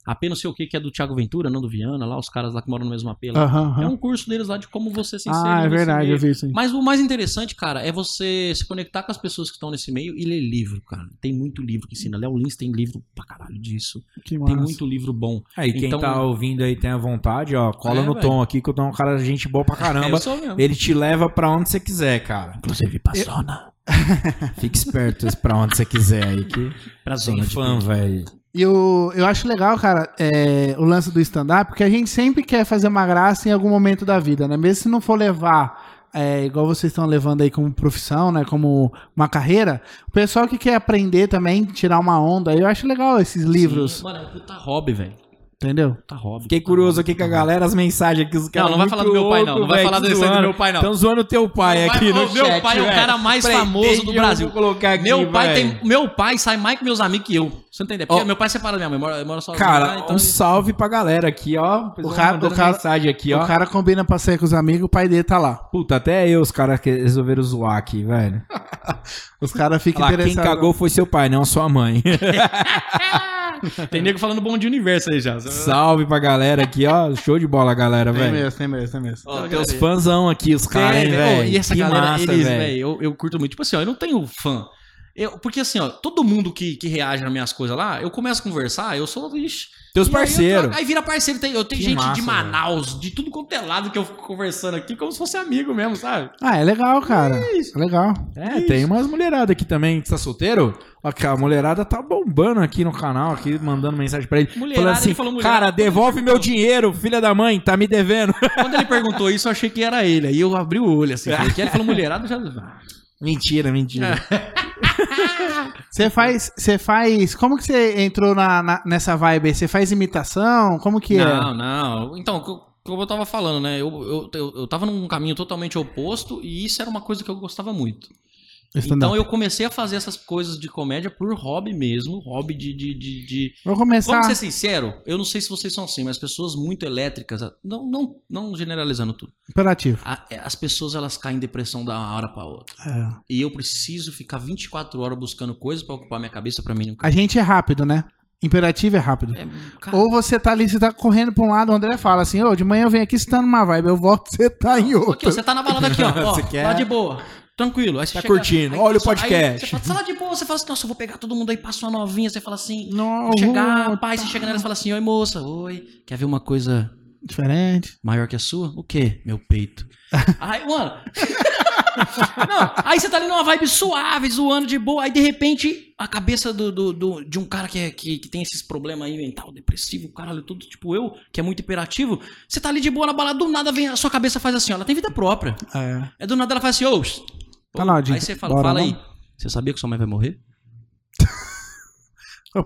C: AP não sei o que, que é do Thiago Ventura, não do Viana, lá os caras lá que moram no mesmo AP. Lá.
A: Aham, aham.
C: É um curso deles lá de como você se inserir
A: Ah, é
C: nesse
A: verdade, eu
C: meio.
A: vi isso aí.
C: Mas o mais interessante, cara, é você se conectar com as pessoas que estão nesse meio e ler livro, cara. Tem muito livro que ensina. Léo Lins tem livro pra caralho disso.
A: Que
C: Tem
A: massa.
C: muito livro bom.
B: Aí, quem
C: Então-
B: tá ouvindo aí tem a vontade, ó, cola
C: É,
B: no
C: velho.
B: tom aqui que o tom é um cara de gente boa pra caramba.
C: Eu sou É, mesmo.
B: Ele te leva pra onde você quiser, cara.
C: Inclusive, Passona.
B: Fique esperto pra onde você quiser aí que
C: Pra
B: tem
C: zona de
B: fã, velho.
A: E eu, eu acho legal, cara, é, o lance do stand-up, porque a gente sempre quer fazer uma graça em algum momento da vida, né? Mesmo se não for levar é, igual vocês estão levando aí como profissão, né? Como uma carreira, o pessoal que quer aprender também, tirar uma onda, eu acho legal esses livros,
C: Sim, Mano, é um puta hobby, velho.
A: entendeu?
C: Puta hobby.
B: Fiquei curioso aqui com a galera, as mensagens aqui, os caras.
C: não vai
B: muito
C: falar do meu pai, não. Não
B: louco,
C: vai
B: velho,
C: falar
B: te
C: desse aí do
B: zoando.
C: meu pai, não.
B: Estão zoando teu pai
C: Meu
B: aqui
C: pai-
B: no
C: Ô, meu
B: chat,
C: pai é o
B: velho.
C: cara mais famoso do
B: Pretende, eu
C: Brasil.
B: vou colocar aqui,
C: Meu pai,
B: velho.
C: tem, meu pai sai mais com meus amigos que eu. Você não entende? Porque
B: Ó.
C: meu pai separa da minha mãe, mora, mora sozinho. lá,
B: Cara,
C: então
B: um
C: ele-
B: salve pra galera aqui, ó. O
C: é,
A: cara-
B: cara,
A: o cara-
B: mensagem aqui, ó.
A: o cara combina pra sair com os amigos, o pai dele tá lá.
B: Puta, até eu, os caras que resolveram zoar aqui, velho.
A: Os caras ficam
B: Olha lá, quem
A: interessados.
B: cagou foi seu pai, não sua mãe.
C: Tem nego falando bom de universo aí já.
B: salve pra galera aqui, ó. Show de bola, galera,
A: Tem
B: velho.
A: mesmo, tem mesmo, tem mesmo.
C: Ó,
B: Tem os fãzão aqui, os caras, hein,
C: Tem,
B: velho.
C: oh, E essa
B: Que
C: galera,
B: massa,
C: eles, velho, eu, eu curto muito. Tipo assim, ó, eu não tenho fã. Eu, porque assim, ó, todo mundo que, que reage nas minhas coisas lá, eu começo a conversar, eu sou. Ixi,
B: Teus
C: e aí eu
B: parceiros.
C: troco- Aí, vira parceiro. Tem, eu tenho
B: Que
C: gente
B: massa,
C: de
B: velho.
C: Manaus, de tudo quanto é lado que eu fico conversando aqui, como se fosse amigo mesmo, sabe?
A: Ah, é legal, cara. É legal.
B: É, tem umas mulherada aqui também que tá solteiro. Ó, que a mulherada tá bombando aqui no canal, aqui mandando mensagem pra ele.
C: Mulherada,
B: falando assim,
C: ele falou mulherada.
B: cara, devolve meu dinheiro, filha da mãe, tá me devendo.
C: Quando ele perguntou isso, eu achei que era ele. Aí eu abri o olho, assim. Falei, que ele falou mulherada, eu já.
B: mentira, mentira.
C: É.
A: Você faz, você faz. Como que você entrou na, na- nessa vibe? aí? Você faz imitação? Como que é?
C: Não, não. Então, co- como eu tava falando, né? Eu, eu, eu, eu tava num caminho totalmente oposto e isso era uma coisa que eu gostava muito. Então
A: Stand-up.
C: eu comecei a fazer essas coisas de comédia por hobby mesmo, hobby de. de, de, de-
A: Vou começar.
C: Vamos ser sincero, eu não sei se vocês são assim, mas pessoas muito elétricas, não, não, não generalizando tudo.
A: Imperativo.
C: a- é, as pessoas elas caem em depressão da uma hora pra outra.
A: É.
C: E eu preciso ficar 24 horas buscando coisas pra ocupar minha cabeça pra mim não.
A: A gente é rápido, né? Imperativo é rápido.
C: É, cara,
A: Ou você tá ali, você tá correndo pra um lado, o André fala assim, ô, de manhã eu venho aqui, você tá numa vibe, eu volto, você tá em
C: Aqui, ó,
A: outra.
C: você tá na balada aqui, ó. ó
B: Você
C: tá
B: quer?
C: de boa. Tranquilo. Aí você
B: Tá
C: chega-
B: curtindo,
C: aí
B: olha o
C: passa- aí
B: podcast.
C: Você fala, tá lá de boa, você fala assim, nossa, eu vou pegar todo mundo aí, passa uma novinha, você fala assim.
B: Tá
A: Não,
C: vou chegar,
A: vou-
C: pai, você chega nela e fala assim, oi moça, oi. Quer ver uma coisa
A: Diferente.
C: Maior que a sua? O quê? Meu peito. Aí, mano. Não, aí você tá ali numa vibe suave, zoando de boa. Aí, de repente, a cabeça do, do- do- de um cara que, é- que, que tem esses problemas aí mental, depressivo, caralho, tudo tipo eu, que é muito imperativo. Você tá ali de boa na balada, do nada vem a sua cabeça faz assim, ó, ela tem vida própria.
A: É.
C: É do nada ela faz assim, ô. pss,
A: Tá lá,
C: aí
A: gente,
C: você fala,
A: bora,
C: fala
B: né?
C: aí.
A: vamos?
C: Você sabia que sua mãe vai morrer?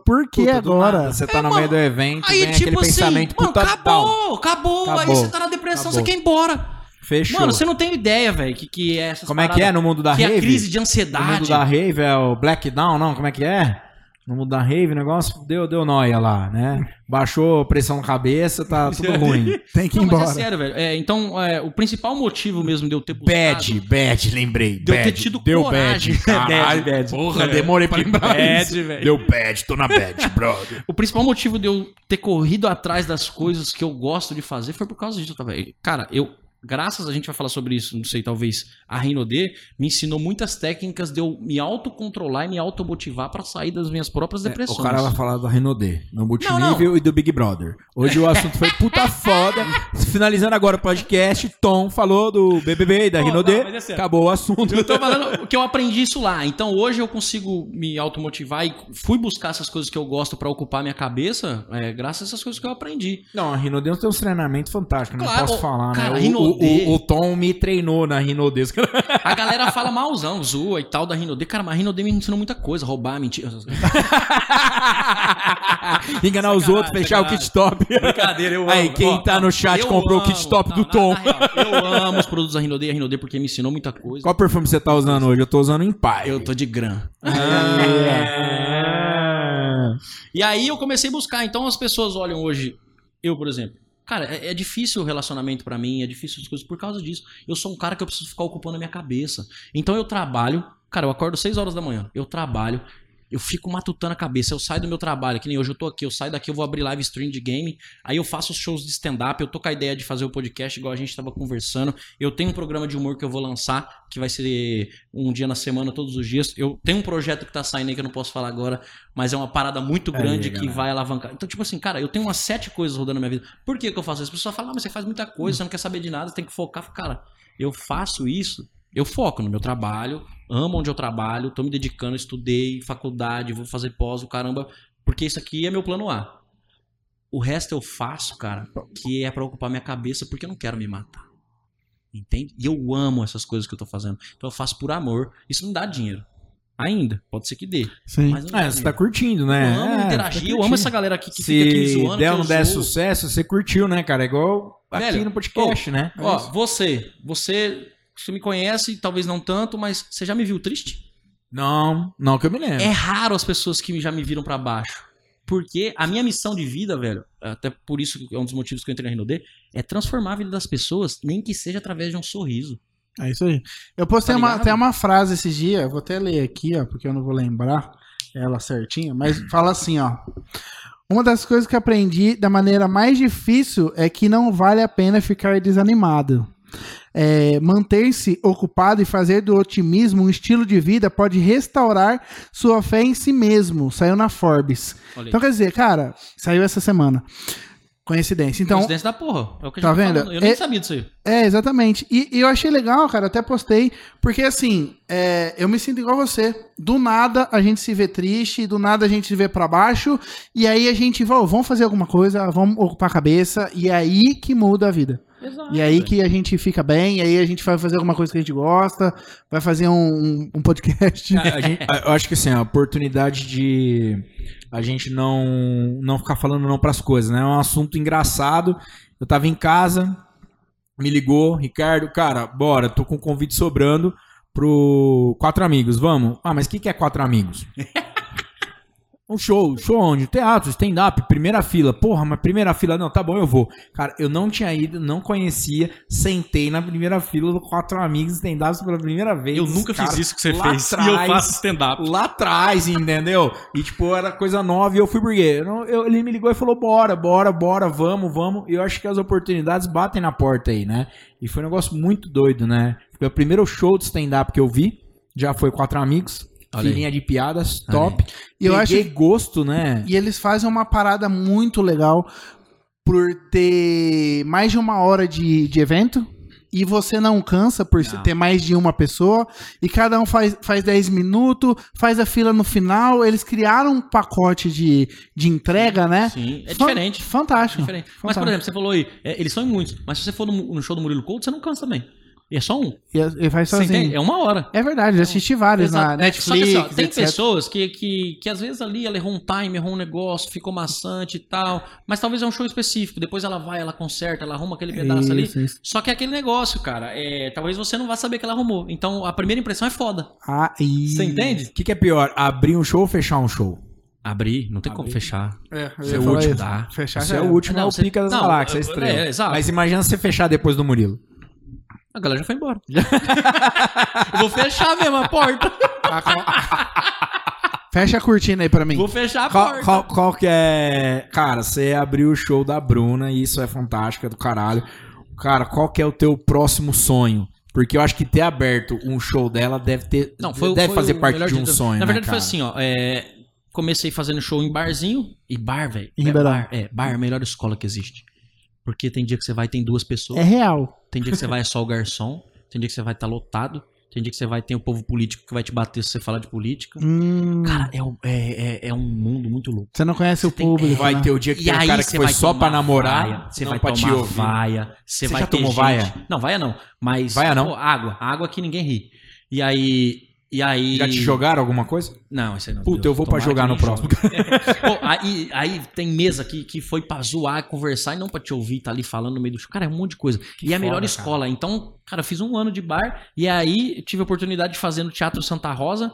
A: Por que
B: É.
A: é
B: Puta, do
A: agora?
B: nada, Você tá no meio do evento,
C: É, Aí,
B: vem
C: tipo
B: aquele
C: assim,
B: pensamento,
C: mano,
B: puta down.
C: acabou, acabou, Aí
B: Acabou.
C: você tá na depressão,
B: Acabou.
C: você quer ir embora.
B: Fechou.
C: Mano, você não tem ideia, velho, que, que é essas
B: Como é que é no mundo da
C: que é
B: rave?
C: a crise de
B: no mundo
C: ansiedade.
B: da rave, é o black down, não, como é que é? No mundo da rave, o negócio deu, deu nóia lá, né? Baixou pressão na cabeça, tá tudo ruim.
A: Tem que ir
C: Não, mas é
A: embora.
C: sério, velho. É, então, é, o principal motivo mesmo de eu ter
B: Bad, bad, lembrei.
C: Deu ter
B: bad,
C: tido
B: deu
C: coragem.
B: Bad. Caralho,
C: Bad, bad.
B: Porra, demorei pra lembrar.
C: Bad,
B: disso.
C: velho.
B: Deu bad, tô na bad, brother.
C: O principal motivo de eu ter corrido atrás das coisas que eu gosto de fazer foi por causa disso, tá, velho? Cara, eu. Graças a gente vai falar sobre isso, não sei, talvez a Rinodê me ensinou muitas técnicas de eu me autocontrolar e me automotivar pra sair das minhas próprias depressões.
B: É, O cara vai falar da Renaudet, no multinível
C: Não,
B: e do Big Brother. Hoje o assunto foi puta foda. Finalizando agora o podcast, Tom falou do BBB e da
C: Pô, não,
B: Renaudet.
C: mas é sério.
B: Acabou o assunto.
C: Eu tô falando que eu aprendi isso lá. Então hoje eu consigo me automotivar e fui buscar essas coisas que eu gosto pra ocupar minha cabeça, é, graças a essas coisas que eu aprendi.
B: Não, a Rinodeu tem um uns treinamentos fantásticos, não
C: Claro,
B: posso
C: o-
B: falar,
C: cara,
B: né? O-
C: Rinodeu-
B: O, o- o Tom me treinou na Rinodeu.
C: A galera fala malzão, zoa e tal da Rinode. Cara, mas a Rinode me ensinou muita coisa, roubar, mentir.
B: Enganar os
C: Sacanagem,
B: outros, fechar o
C: sacanagem.
B: kit top.
C: Brincadeira, eu
B: Aí,
C: amo.
B: quem
C: Ó,
B: tá no chat
C: eu
B: comprou o
C: amo.
B: kit top
C: Não,
B: do
C: na-
B: Tom.
C: na real, eu amo os produtos da Rinode e a Rinode porque me ensinou muita coisa.
B: Qual perfume você tá usando hoje? Eu tô usando em pai.
C: Eu tô de grã. é.
A: É.
C: E aí eu comecei a buscar. Então as pessoas olham hoje, eu, por exemplo. Cara, é, é difícil o relacionamento pra mim, é difícil as coisas por causa disso. Eu sou um cara que eu preciso ficar ocupando a minha cabeça. Então eu trabalho, cara, eu acordo 6 horas da manhã, eu trabalho, eu fico matutando a cabeça, eu saio do meu trabalho, que nem hoje eu tô aqui, eu saio daqui, eu vou abrir live stream de game, aí eu faço os shows de stand-up, eu tô com a ideia de fazer o podcast, igual a gente tava conversando. Eu tenho um programa de humor que eu vou lançar, que vai ser um dia na semana, todos os dias. Eu tenho um projeto que tá saindo aí que eu não posso falar agora, mas é uma parada muito
B: Aí,
C: grande que
B: galera.
C: vai alavancar. Então, tipo assim, cara, eu tenho umas sete coisas rodando na minha vida. Por que, que eu faço isso? As pessoas falam, ah, mas você faz muita coisa, você não quer saber de nada, você tem que focar. Cara, eu faço isso, eu foco no meu trabalho, amo onde eu trabalho, tô me dedicando, estudei, faculdade, vou fazer pós, o caramba, porque isso aqui é meu plano A. O resto eu faço, cara, que é pra ocupar minha cabeça, porque eu não quero me matar. Entende? E eu amo essas coisas que eu tô fazendo. Então eu faço por amor. Isso não dá dinheiro. Ainda. Pode ser que dê.
A: Sim.
C: Mas não dá
B: É, você tá
C: dinheiro.
B: curtindo, né?
C: Eu amo
B: É,
C: interagir.
B: tá
C: eu amo
B: curtindo.
C: essa galera aqui
B: Se
C: que fica aqui me
B: der um
C: zoando. que
B: ou não
C: eu
B: der
C: zoo.
B: sucesso, você curtiu, né, cara? É Igual aqui
C: Velho,
B: no podcast, né?
C: Ó, você. Você. Você me conhece, talvez não tanto, mas você já me viu triste?
B: Não, não que eu me lembro.
C: É raro as pessoas que já me viram pra baixo. Porque a minha missão de vida, velho, até por isso que é um dos motivos que eu entrei na Renaudet, é transformar a vida das pessoas, nem que seja através de um sorriso.
A: É isso aí. Eu postei
C: Tá
A: uma,
C: ligado?
A: até uma frase esses dias, eu vou até ler aqui, ó, porque eu não vou lembrar ela certinha, mas fala assim, ó. Uma das coisas que aprendi da maneira mais difícil é que não vale a pena ficar desanimado. É, Manter-se ocupado e fazer do otimismo um estilo de vida pode restaurar sua fé em si mesmo. Saiu na Forbes.
C: Olha aí.
A: Então quer dizer, cara, saiu essa semana. Coincidência. Então,
C: Coincidência da porra. É o que a
A: Tá
C: gente tá
A: vendo?
C: falando. Eu nem
A: É-
C: sabia disso aí.
A: é, exatamente. E, e eu achei legal, cara, até postei, porque assim, é, eu me sinto igual você. Do nada a gente se vê triste, do nada a gente se vê pra baixo, e aí a gente, "Vô, vamos fazer alguma coisa, vamos ocupar a cabeça, e é aí que muda a vida.
C: Exato.
A: E é aí que a gente fica bem, e aí a gente vai fazer alguma coisa que a gente gosta, vai fazer um, um podcast.
B: A- a gente- a- eu acho que assim, a oportunidade de a gente não não ficar falando não pras coisas, né? É um assunto engraçado. Eu tava em casa, me ligou, Ricardo, cara, bora, tô com um convite sobrando pro Quatro Amigos, vamos. Ah, mas o que, que é Quatro Amigos? Um show, show onde? Teatro, stand-up, primeira fila. Porra, mas primeira fila, não, tá bom, eu vou. Cara, eu não tinha ido, não conhecia, sentei na primeira fila do Quatro Amigos, stand-up pela primeira vez.
C: Eu nunca
B: Cara,
C: fiz isso que você
B: lá
C: fez. E eu
B: atrás-
C: faço stand-up.
B: lá atrás, entendeu? E tipo, era coisa nova e eu fui porque eu não- eu- ele me ligou e falou: bora, bora, bora, vamos, vamos. E eu acho que as oportunidades batem na porta aí, né? E foi um negócio muito doido, né? Foi o primeiro show de stand-up que eu vi. Já foi quatro amigos.
C: Olha aí.
B: Filhinha de piadas,
C: Olha
B: top.
A: E eu acho
B: Peguei gosto, né?
A: E eles fazem uma parada muito legal por ter mais de uma hora de, de evento. E você não cansa por se-
C: Não.
A: ter mais de uma pessoa. E cada um faz, faz 10 minutos, faz a fila no final. Eles criaram um pacote de, de entrega, né?
C: Sim, é
A: Fan-
C: diferente. É
A: Fantástico.
C: diferente. Mas, por exemplo, você falou aí, é, eles são em muitos, mas se você for no, no show do Murilo Couto, você não cansa também. E é só um.
A: E ele faz
C: Você entende?
A: sozinho.
C: É uma hora.
A: É verdade, eu assisti vários na
C: Exato. Só que
A: Netflix.
C: assim, ó, tem
A: etc.
C: pessoas que, que, que às vezes ali ela errou um time, errou um negócio, ficou maçante e tal. Mas talvez é um show específico. Depois ela vai, ela conserta, ela arruma aquele pedaço ali.
A: Isso, isso.
C: Só que é aquele negócio, cara. É, talvez você não vá saber que ela arrumou. Então a primeira impressão é foda.
A: Ah, e...
C: Você
B: O
C: entende?
B: que, que é pior, abrir um show ou fechar um show?
C: Abrir, não tem
B: como
C: como fechar.
A: É, eu
C: Isso
A: ia
C: é
A: falar
C: útil,
A: isso.
C: tá?
A: Fechar
B: Isso
A: já
B: é o
A: era.
B: último,
C: Não,
B: é o
C: você-
B: pica das
C: não,
B: galáxias, é
C: é,
B: estrela.
C: é, exato.
B: Mas imagina você fechar depois do Murilo.
C: A galera já foi embora. Eu Vou fechar mesmo a porta.
A: Fecha a cortina aí pra mim.
C: Vou fechar a
B: Qual,
C: porta.
B: qual- qual que é. Cara, você abriu o show da Bruna e isso é fantástico, é do caralho. Cara, qual que é o teu próximo sonho? Porque eu acho que ter aberto um show dela deve ter.
C: Não, foi,
B: deve
C: foi
B: fazer
C: o
B: parte
C: melhor
B: de um
C: tudo.
B: sonho. né,
C: Na verdade, foi
B: cara?
C: assim, ó. é, comecei fazendo show em barzinho. E bar, velho.
A: Em
C: é
A: Ribeirão.
C: bar, é, bar é a melhor escola que existe. Porque tem dia que você vai e tem duas pessoas.
A: É real.
C: Tem dia que você vai é só o garçom. Tem dia que você vai estar lotado. Tem dia que você vai tem o povo político que vai te bater se você falar de política.
A: Hum,
C: Cara, é, um- é- é- é um mundo muito louco.
A: você não conhece o
C: tem-
A: público.
B: Vai
A: né?
B: ter o dia que
C: E
B: tem um
C: aí
B: cara que
C: você
B: foi
C: vai
B: só pra
C: tomar
B: namorar,
C: vaia, você
B: não
C: vai
B: pra te
C: tomar
B: ouvir.
C: vaia,
B: Você
C: você, vai
B: já
C: ter
B: tomou
C: gente-
B: vaia?
C: Não, vaia não, mas
B: Vaia não?
C: Pô, água, água que ninguém ri. E aí e aí
B: Já te jogaram alguma coisa?
C: Não, isso aí não.
B: Puta,
C: Deus,
B: eu vou pra
C: tomara
B: jogar
C: que
B: no
C: ninguém
B: próximo.
C: jogue. Pô, aí, aí tem mesa que, que foi pra zoar, conversar e não pra te ouvir, tá ali falando no meio do show. Cara, é um monte de coisa. e é a
B: foda,
C: melhor
B: cara.
C: escola. Então, cara, eu fiz um ano de bar e aí eu tive a oportunidade de fazer no Teatro Santa Rosa.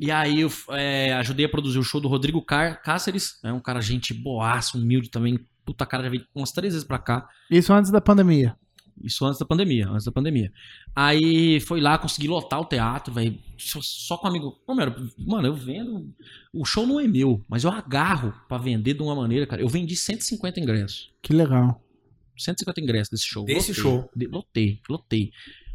C: E aí eu é, ajudei a produzir o show do Rodrigo Car Cáceres. É um cara, gente boaço, humilde também. Puta cara, já veio umas três vezes pra cá.
A: Isso antes da pandemia.
C: Isso antes da pandemia, antes da pandemia. Aí foi lá, consegui lotar o teatro, velho. Só, só com um amigo. Ô, meu, mano, eu vendo. O show não é meu, mas eu agarro pra vender de uma maneira, cara. Eu vendi 150 ingressos.
A: Que legal.
C: 150 ingressos desse show.
B: Desse
C: Lotei.
B: show.
C: De- lotei, lotei.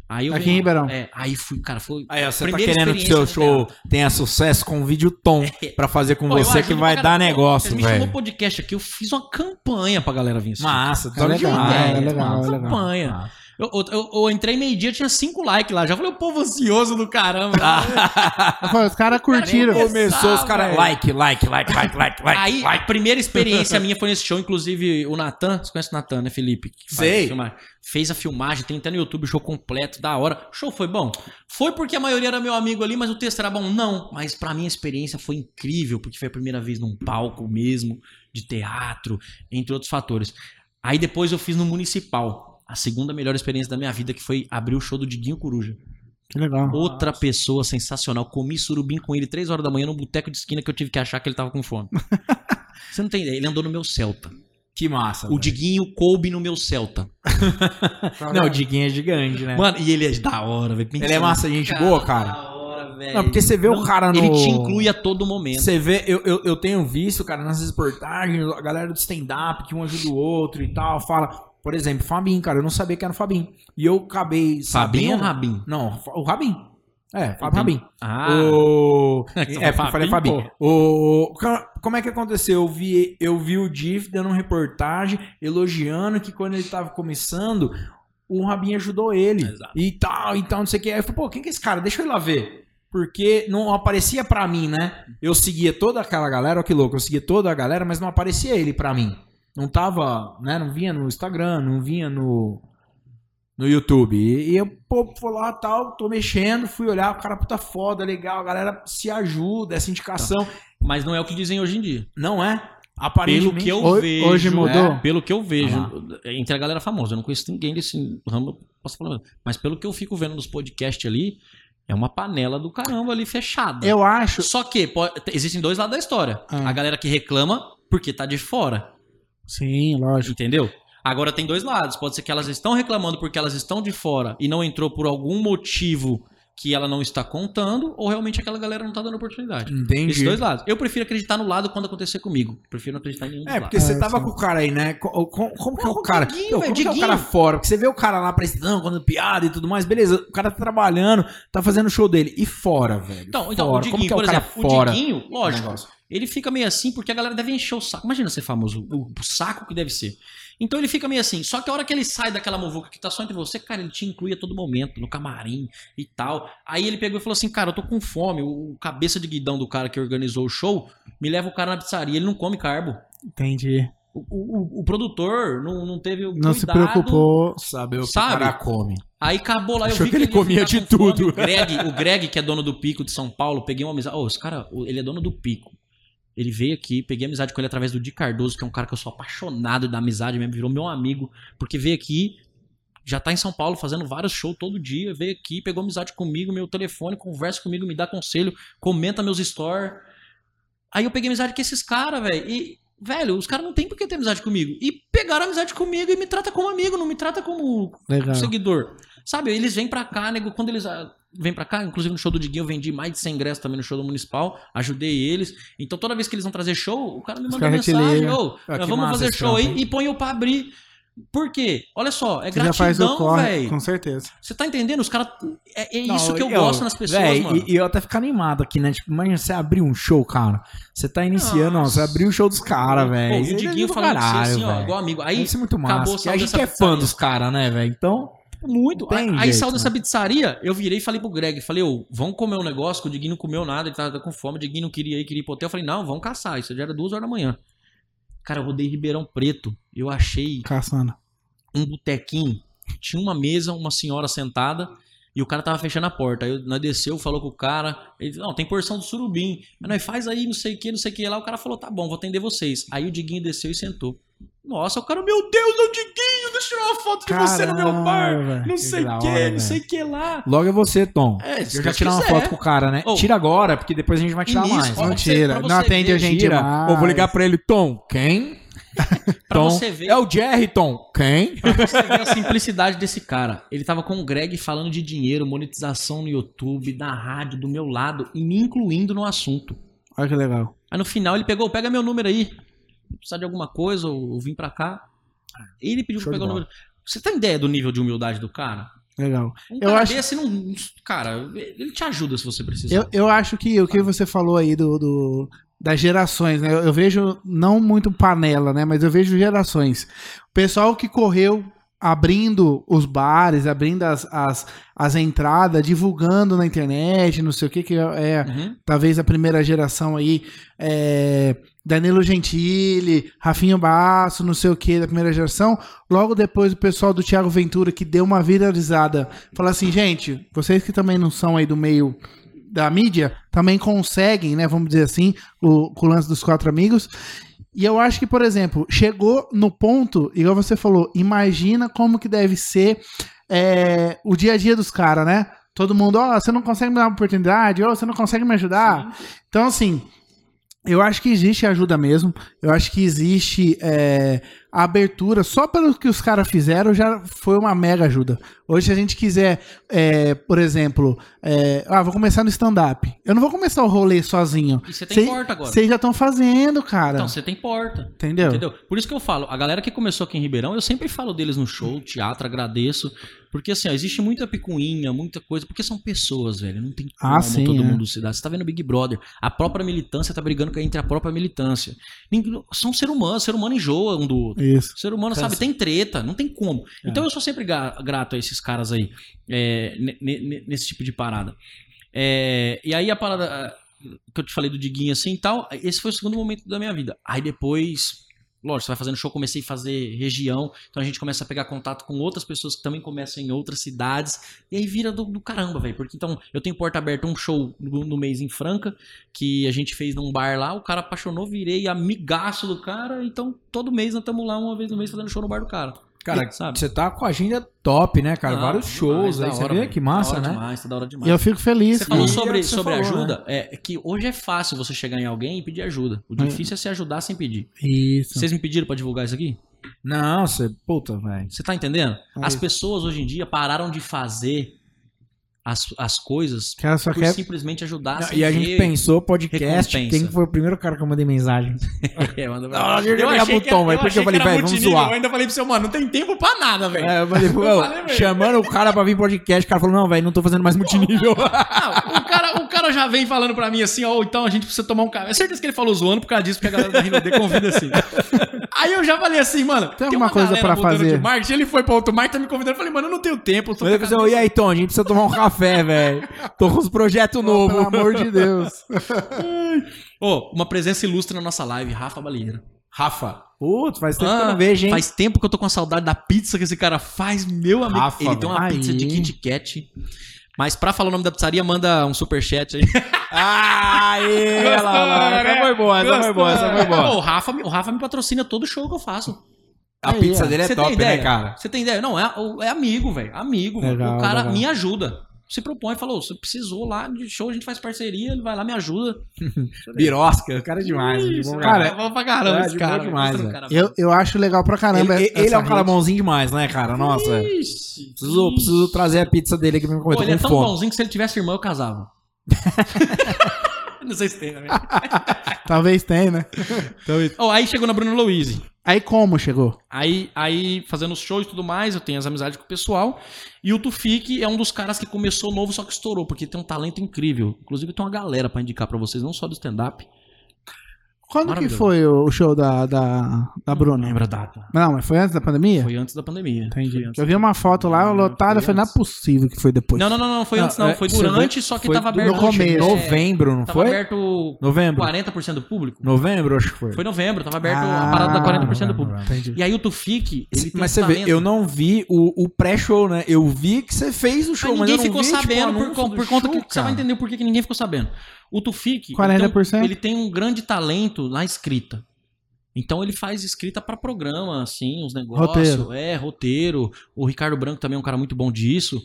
C: Aí eu
A: Aqui em Ribeirão.
C: É, aí fui, cara, foi.
B: Aí, ó, você
C: Primeira
B: tá querendo que
C: experiência
B: seu
C: no
B: show tenha sucesso com o vídeo tom pra fazer com
C: Pô, eu
B: você que
C: ajudo
B: vai
C: pra
B: dar
C: caralho. Pô,
B: negócio,
C: Você me chamou
B: velho.
C: podcast aqui, eu fiz uma campanha pra galera vir assistir.
B: Massa, tá
A: É legal,
B: demais,
A: é legal,
B: massa,
A: é legal.
C: campanha.
B: massa.
C: Eu, eu- eu- eu entrei meio-dia, tinha cinco likes lá. Já falei, o povo ansioso do caramba.
A: Eu falei, os caras curtiram.
B: Começou os caras.
C: velho.
B: Like, like, like, like, like, like.
C: Aí, a primeira experiência minha foi nesse show, inclusive o Natan, você conhece o Natan, né, Felipe? Que faz
B: Sei.
C: filmagem. Fez a filmagem, tem até no YouTube o show completo, da hora. O show foi bom? Foi porque a maioria era meu amigo ali, mas o texto era bom? Não. Mas pra mim a experiência foi incrível, porque foi a primeira vez num palco mesmo, de teatro, entre outros fatores. Aí depois eu fiz no Municipal, a segunda melhor experiência da minha vida, que foi abrir o show do Diguinho Coruja.
A: Que legal.
C: Outra pessoa sensacional. Comi surubim com ele três horas da manhã num boteco de esquina que eu tive que achar que ele tava com fome. Você não tem ideia, ele andou no meu Celta.
B: Que massa.
C: O Diguinho coube no meu Celta.
A: Tá
B: Não, o
A: vendo?
B: Diguinho é gigante, né?
C: Mano, e ele é da hora, velho.
B: Ele é massa, gente boa, cara.
C: Da hora, velho.
B: É, Não, porque você vê o cara no.
C: Ele te inclui a todo momento.
B: Você vê, eu, eu, eu tenho visto, cara, nas reportagens, a galera do stand-up, que um ajuda o outro e tal, fala. Por exemplo, Fabinho, cara, eu não sabia que era o Fabinho. E eu acabei
C: Fabinho ou
B: sabendo.
C: Rabin?
B: Não, o Rabin. É, Fábio
C: Entendi.
B: Rabin.
C: Ah,
B: O...
C: Você
B: É,
C: falou
B: porque eu falei
C: Fabinho,
B: Fabinho. O... cara, Como é que aconteceu? Eu vi, eu vi o Diff dando uma reportagem elogiando que quando ele tava começando, o Rabinho ajudou ele.
C: Exato.
B: E tal, e tal, não sei o que. Aí eu falei, pô, quem que é esse cara? Deixa eu ir lá ver. Porque não aparecia pra mim, né? Eu seguia toda aquela galera, olha que louco, eu seguia toda a galera, mas não aparecia ele pra mim. Não tava, né? Não vinha no Instagram, não vinha no no YouTube. E, e eu, pô, fui lá tal, tô mexendo, fui olhar, o cara puta foda, legal, a galera se ajuda, essa indicação.
C: mas não é o que dizem hoje em dia.
B: Não é?
C: Pelo que eu
A: Ho-
C: vejo.
A: hoje mudou?
C: é, pelo que eu vejo.
B: Ah
C: entre a galera famosa. Eu não conheço ninguém desse ramo, posso falar. Mas pelo que eu fico vendo nos podcasts ali, é uma panela do caramba ali fechada.
A: Eu acho.
C: Só que pode- existem dois lados da história.
A: Ah.
C: A galera que reclama porque tá de fora.
A: Sim, lógico.
C: Entendeu? Agora tem dois lados. Pode ser que elas estão reclamando porque elas estão de fora e não entrou por algum motivo que ela não está contando, ou realmente aquela galera não tá dando oportunidade. Esses
B: Entendi.
C: dois lados. Eu prefiro acreditar no lado quando acontecer comigo. Prefiro não acreditar em nenhum
B: É,
C: dos
B: porque
A: É,
B: você tava
A: sim.
B: com o cara aí, né? Co- co- Como, que é
C: Não,
B: o cara?
C: Diguinho,
B: Não,
C: velho,
B: como que é o
C: Diguinho.
B: cara fora? Porque você vê o cara lá prestando, contando piada e tudo mais, beleza. O cara tá trabalhando, tá fazendo o show dele. E fora, velho.
C: Então, então
B: Fora.
C: o
B: como
C: Diguinho,
B: que é o
C: por
B: cara
C: exemplo,
B: fora?
C: o Diguinho,
B: do
C: lógico,
B: negócio?
C: ele fica meio assim porque a galera deve encher o saco. Imagina ser famoso, o, o saco que deve ser. Então ele fica meio assim, só que a hora que ele sai daquela muvuca que tá só entre você, cara, ele te inclui a todo momento, no camarim e tal. Aí ele pegou e falou assim, cara, eu tô com fome, o, o cabeça de guidão do cara que organizou o show, me leva o cara na pizzaria, ele não come carbo.
A: Entendi.
C: O, o- o- o produtor não, não teve o
A: Não se
C: cuidado.
A: preocupou.
B: Sabe o que
C: Sabe?
B: o cara come.
C: Aí acabou lá, eu
B: Achou
C: vi
B: que ele
C: ia
B: comia
C: ficar
B: de
C: com fome.
B: tudo.
C: O Greg, o Greg, que é dono do Pico de São Paulo, peguei uma amizade. Ô, esse cara, o- ele é dono do Pico. Ele veio aqui, peguei amizade com ele através do Di Cardoso, que é um cara que eu sou apaixonado da amizade mesmo, virou meu amigo, porque veio aqui, já tá em São Paulo fazendo vários shows todo dia, veio aqui, pegou amizade comigo, meu telefone, conversa comigo, me dá conselho, comenta meus stories. Aí eu peguei amizade com esses caras, velho, e, velho, os caras não tem por que ter amizade comigo. E pegaram amizade comigo e me trata como amigo, não me trata como
A: Legal.
C: é seguidor. Sabe, eles vêm pra cá, nego, quando eles ah, vêm pra cá, inclusive no show do Diguinho eu vendi mais de 100 ingressos também no show do Municipal, ajudei eles. Então toda vez que eles vão trazer show, o cara me
A: Os
C: manda
A: caras te
C: mensagem,
A: ligam.
C: ô,
B: Ah,
C: nós
B: que
C: vamos
B: massa
C: fazer
B: esse
C: show
B: trampo,
C: aí e põe eu pra abrir. Por quê? Olha só, é
A: Você já faz o
C: gratidão,
A: corre,
C: velho.
A: com certeza.
C: Você tá entendendo? Os caras. É, é
B: Não,
C: isso que eu, gosto nas pessoas,
B: véi,
C: mano.
B: E, e eu até fico animado aqui, né? Tipo, imagina você abrir um show, cara. Você tá iniciando, ó, você abriu o show dos caras, velho.
C: Pô,
B: Isso é
C: e o Diguinho
B: do
C: falou
B: caralho,
C: assim, ó,
B: velho.
C: igual amigo. Aí,
B: Deve ser muito massa.
C: acabou o
B: E a
C: saldo
B: gente
C: dessa
B: é fã
C: pizzaria.
B: dos caras, né, velho? Então,
C: Muito.
B: Tem
C: aí
B: jeito,
C: saiu dessa
B: né?
C: pizzaria, eu virei e falei pro Greg, falei, ô, vamos comer um negócio, que o Diguinho não comeu nada, ele tava com fome, o Diguinho não queria ir, queria ir pro hotel. Eu falei, não, vamos caçar. Isso já era duas horas da manhã. Cara, eu rodei Ribeirão Preto, eu achei
A: Caçando.
C: um botequinho, tinha uma mesa, uma senhora sentada, e o cara tava fechando a porta. Aí eu- nós desceu, falou com o cara, ele disse, não, tem porção do surubim, mas nós faz aí, não sei o que, não sei o que lá. O cara falou, tá bom, vou atender vocês. Aí o Diguinho desceu e sentou. Nossa, o cara, meu Deus, é o Diguinho, deixa eu tirar uma foto de você no meu bar.
A: Caralho, velho.
C: Não
B: Que
C: sei
B: da
C: o que,
B: hora,
C: não sei o que lá.
B: logo é você, Tom.
C: É, se
B: eu já
C: Deus
B: tirar uma
C: quiser.
B: foto com o cara, né?
C: Ô.
B: Tira agora, porque depois a gente vai tirar
C: Início,
B: mais.
C: ó.
A: Não
C: Pra você-
A: tira.
C: pra você
A: Não atende
C: ver,
A: a gente
B: Tira.
A: mais.
B: Ou vou ligar pra ele, Tom, quem?
C: Pra
B: Tom.
C: você ver.
B: É o Jerry, Tom, quem?
C: Pra você ver a simplicidade desse cara. Ele tava com o Greg falando de dinheiro, monetização no YouTube, da rádio, do meu lado, e me incluindo no assunto.
A: Olha que legal.
C: Aí no final ele pegou, pega meu número aí. Precisa de alguma coisa, ou, ou vim pra cá. Ele pediu
B: Show
C: pra pegar o
B: de
C: número. Você tem ideia do nível de humildade do cara?
A: Legal.
C: Um
A: Eu
C: cara
A: acho-
C: desse não. Cara, ele te ajuda se você precisar.
A: Eu, eu acho que o que você falou aí do, do- das gerações, né? Eu, eu vejo não muito panela, né? Mas eu vejo gerações. O pessoal que correu abrindo os bares, abrindo as, as, as entradas, divulgando na internet, não sei o que, que é
C: Uhum.
A: talvez a primeira geração aí, é, Danilo Gentili, Rafinho Basso, não sei o que, da primeira geração. Logo depois o pessoal do Thiago Ventura, que deu uma viralizada, falou assim, gente, vocês que também não são aí do meio da mídia, também conseguem, né, vamos dizer assim, o, com o lance dos quatro amigos. E eu acho que, por exemplo, chegou no ponto, igual você falou, imagina como que deve ser é, o dia a dia dos caras, né? Todo mundo, ó, você não consegue me dar uma oportunidade, ou você não consegue me ajudar. Então, assim, eu acho que existe ajuda mesmo. Eu acho que existe é, a abertura. Só pelo que os caras fizeram já foi uma mega ajuda. Hoje, se a gente quiser, é, por exemplo, é, ah, vou começar no stand-up. Eu não vou começar o rolê sozinho.
C: E você tem
A: Cê-
C: porta agora.
A: Vocês já estão fazendo, cara.
C: Então, você tem porta.
A: entendeu?
C: Entendeu? Por isso que eu falo, a galera que começou aqui em Ribeirão, eu sempre falo deles no show, teatro, agradeço. Porque assim, ó, existe muita picuinha, muita coisa, porque são pessoas, velho. Não tem como
A: Ah, sim,
C: todo
A: é.
C: mundo se dar. Você tá vendo o Big Brother. A própria militância tá brigando com- entre a própria militância. Ninguém- São ser humanos, ser humano enjoa um do outro.
A: Isso.
C: O ser humano,
B: Cansa.
C: sabe, tem treta, não tem como.
B: É.
C: Então eu sou sempre ga- grato a esses caras aí, é, ne- ne- nesse tipo de parada. É, e aí a parada ah, que eu te falei do Diguinho assim e tal, esse foi o segundo momento da minha vida. Aí depois, lógico, você vai fazendo show, comecei a fazer região, então a gente começa a pegar contato com outras pessoas que também começam em outras cidades, e aí vira do, do caramba, velho. Porque então eu tenho porta aberta, um show no, no mês em Franca, que a gente fez num bar lá, o cara apaixonou, virei amigaço do cara, então todo mês nós estamos lá uma vez no mês fazendo show no bar do cara.
B: Cara,
C: sabe?
B: Você tá com a agenda top, né, cara?
C: Não,
B: Vários
C: demais,
B: shows
C: da
B: aí. Você
C: hora,
B: vê
C: velho.
B: que massa,
C: Da hora
B: né?
C: Demais, tá da hora demais.
A: E eu fico feliz.
C: Você falou
A: E-
C: sobre,
B: é o que você
C: sobre
B: falou, né?
C: ajuda, é que hoje é fácil você chegar em alguém e pedir ajuda.
B: Hum.
C: O
A: É.
C: difícil é se ajudar sem pedir.
A: Isso.
C: Vocês me pediram pra divulgar isso aqui?
B: Não, você. Puta, velho.
C: Você tá entendendo? As
A: isso.
C: pessoas hoje em dia pararam de fazer as, as coisas
A: O cara só
C: por
A: quer.
C: simplesmente ajudar
B: é- Não,
C: sem
B: E a gente
C: ter-
B: pensou podcast.
C: recompensa.
B: Quem foi o primeiro cara que eu mandei mensagem?
C: É, manda pra-
B: Ah, eu ia botar um, velho, porque eu
C: achei que
B: falei,
C: era
B: velho, vamos
C: multinível,
B: zoar.
C: ainda falei pro seu, mano, não tem tempo pra nada, velho.
B: É, eu falei, pô,
C: falei, velho.
B: chamando o cara pra vir podcast, o cara falou, não, velho, não tô fazendo mais multinível.
C: Não, Ah, o, cara, o cara já vem falando pra mim assim, ó, então a gente precisa tomar um café. É certeza que ele falou zoando por causa disso, porque a galera da Rino D convida assim. Aí eu já falei assim, mano, tem,
A: alguma coisa
C: galera
A: pra
C: voltando
A: fazer?
C: De marketing, ele foi pra outro marketing, tá me convidando. Eu falei, mano, eu não tenho tempo. Eu tô
B: Mas eu falei, assim, e aí, Tom, a gente precisa tomar um café, velho. Tô com uns projetos novos.
A: Pelo amor de Deus.
C: Ô, uma presença ilustre na nossa live, Rafa Balieira. Rafa.
B: Putz, faz tempo que eu
C: Ah,
B: não vejo, hein?
C: Faz tempo que eu tô com a saudade da pizza que esse cara faz, meu amigo.
B: Rafa,
C: ele tem uma
B: velho.
C: pizza de
B: Aí.
C: Kit Kat. Mas pra falar o nome da pizzaria, manda um superchat aí.
B: Aê,
C: Gostou,
B: lá, lá.
C: né?
B: Essa foi boa, essa foi boa, essa foi boa.
C: Ô, o, Rafa, me- o Rafa me patrocina todo show que eu faço.
B: A
A: Aí,
B: pizza
A: ó.
B: dele é
C: Você tem
B: top, né,
C: ideia?
B: cara?
C: Você tem ideia? Não, é, é amigo, velho. Amigo.
B: É,
C: mano.
A: Legal,
C: o cara
A: legal.
C: me ajuda. Se propõe, falou, você precisou lá de show, a gente faz parceria, ele vai lá, me ajuda.
B: Birosca, o cara é demais.
C: Ih,
B: de
C: esse
B: bom
C: cara,
B: cara.
C: vamos pra caramba
B: É,
C: esse
B: de
C: cara.
B: boa demais,
C: mostrando
B: velho.
C: cara
A: Eu, eu acho legal pra caramba.
B: ele, ele- ele
A: essa
B: é um cara
A: rede.
B: bonzinho demais, né, cara? Nossa.
C: Ixi,
B: Preciso,
C: ixi.
B: preciso trazer a pizza dele aqui pra me comer.
C: Pô,
B: Tô
C: ele é
B: com
C: tão
B: fome.
C: bonzinho que se ele tivesse irmã, eu casava. Não sei se tem, né? velho?
A: Talvez tenha, né?
C: Ó, aí chegou na Bruna Louise.
A: Aí como chegou?
C: Aí, aí, fazendo os shows e tudo mais, eu tenho as amizades com o pessoal. E o Tufik é um dos caras que começou novo, só que estourou, porque tem um talento incrível. Inclusive, tem uma galera pra indicar pra vocês, não só do stand-up.
A: Quando que
C: Maravilhoso.
A: foi o show da, da, da Bruna?
C: Lembra a data?
A: Não, mas foi antes da pandemia?
C: Foi antes da pandemia. Foi
A: Entendi.
C: antes.
A: Eu vi uma foto lá
C: Não,
A: lotada,
C: foi
A: foi, não é
C: antes.
A: possível que foi depois.
C: Não, não, não, não foi
B: Não,
C: antes, não.
B: é,
C: Foi
B: você
C: durante, só que
B: Foi
C: tava
B: do-
C: aberto.
A: no começo.
C: é,
B: Novembro, não
C: Tava
B: foi?
C: aberto
B: Novembro.
C: 40% do público.
B: Novembro, acho que foi.
C: Foi novembro, tava aberto
A: Ah,
C: a parada da 40% do público.
B: novembro.
A: Entendi.
C: E aí o Tufik, ele tem
B: Mas
C: um
B: você vê,
C: talento.
B: eu não vi o, o pré-show, né? Eu vi que você fez o
C: Mas
B: show, mas,
C: ninguém
B: eu não
C: ficou
B: vi,
C: sabendo
B: tipo, o
C: por,
B: anúncio
C: con-
B: do
C: por conta
B: show,
C: que você vai
B: cara.
C: entender por que que ninguém ficou sabendo. O Tufik, ele
A: 40%?
C: tem um- ele tem um grande talento na escrita. Então ele faz escrita pra programa, assim, uns negócios,
A: Roteiro.
C: é, roteiro. O Ricardo Branco também é um cara muito bom disso.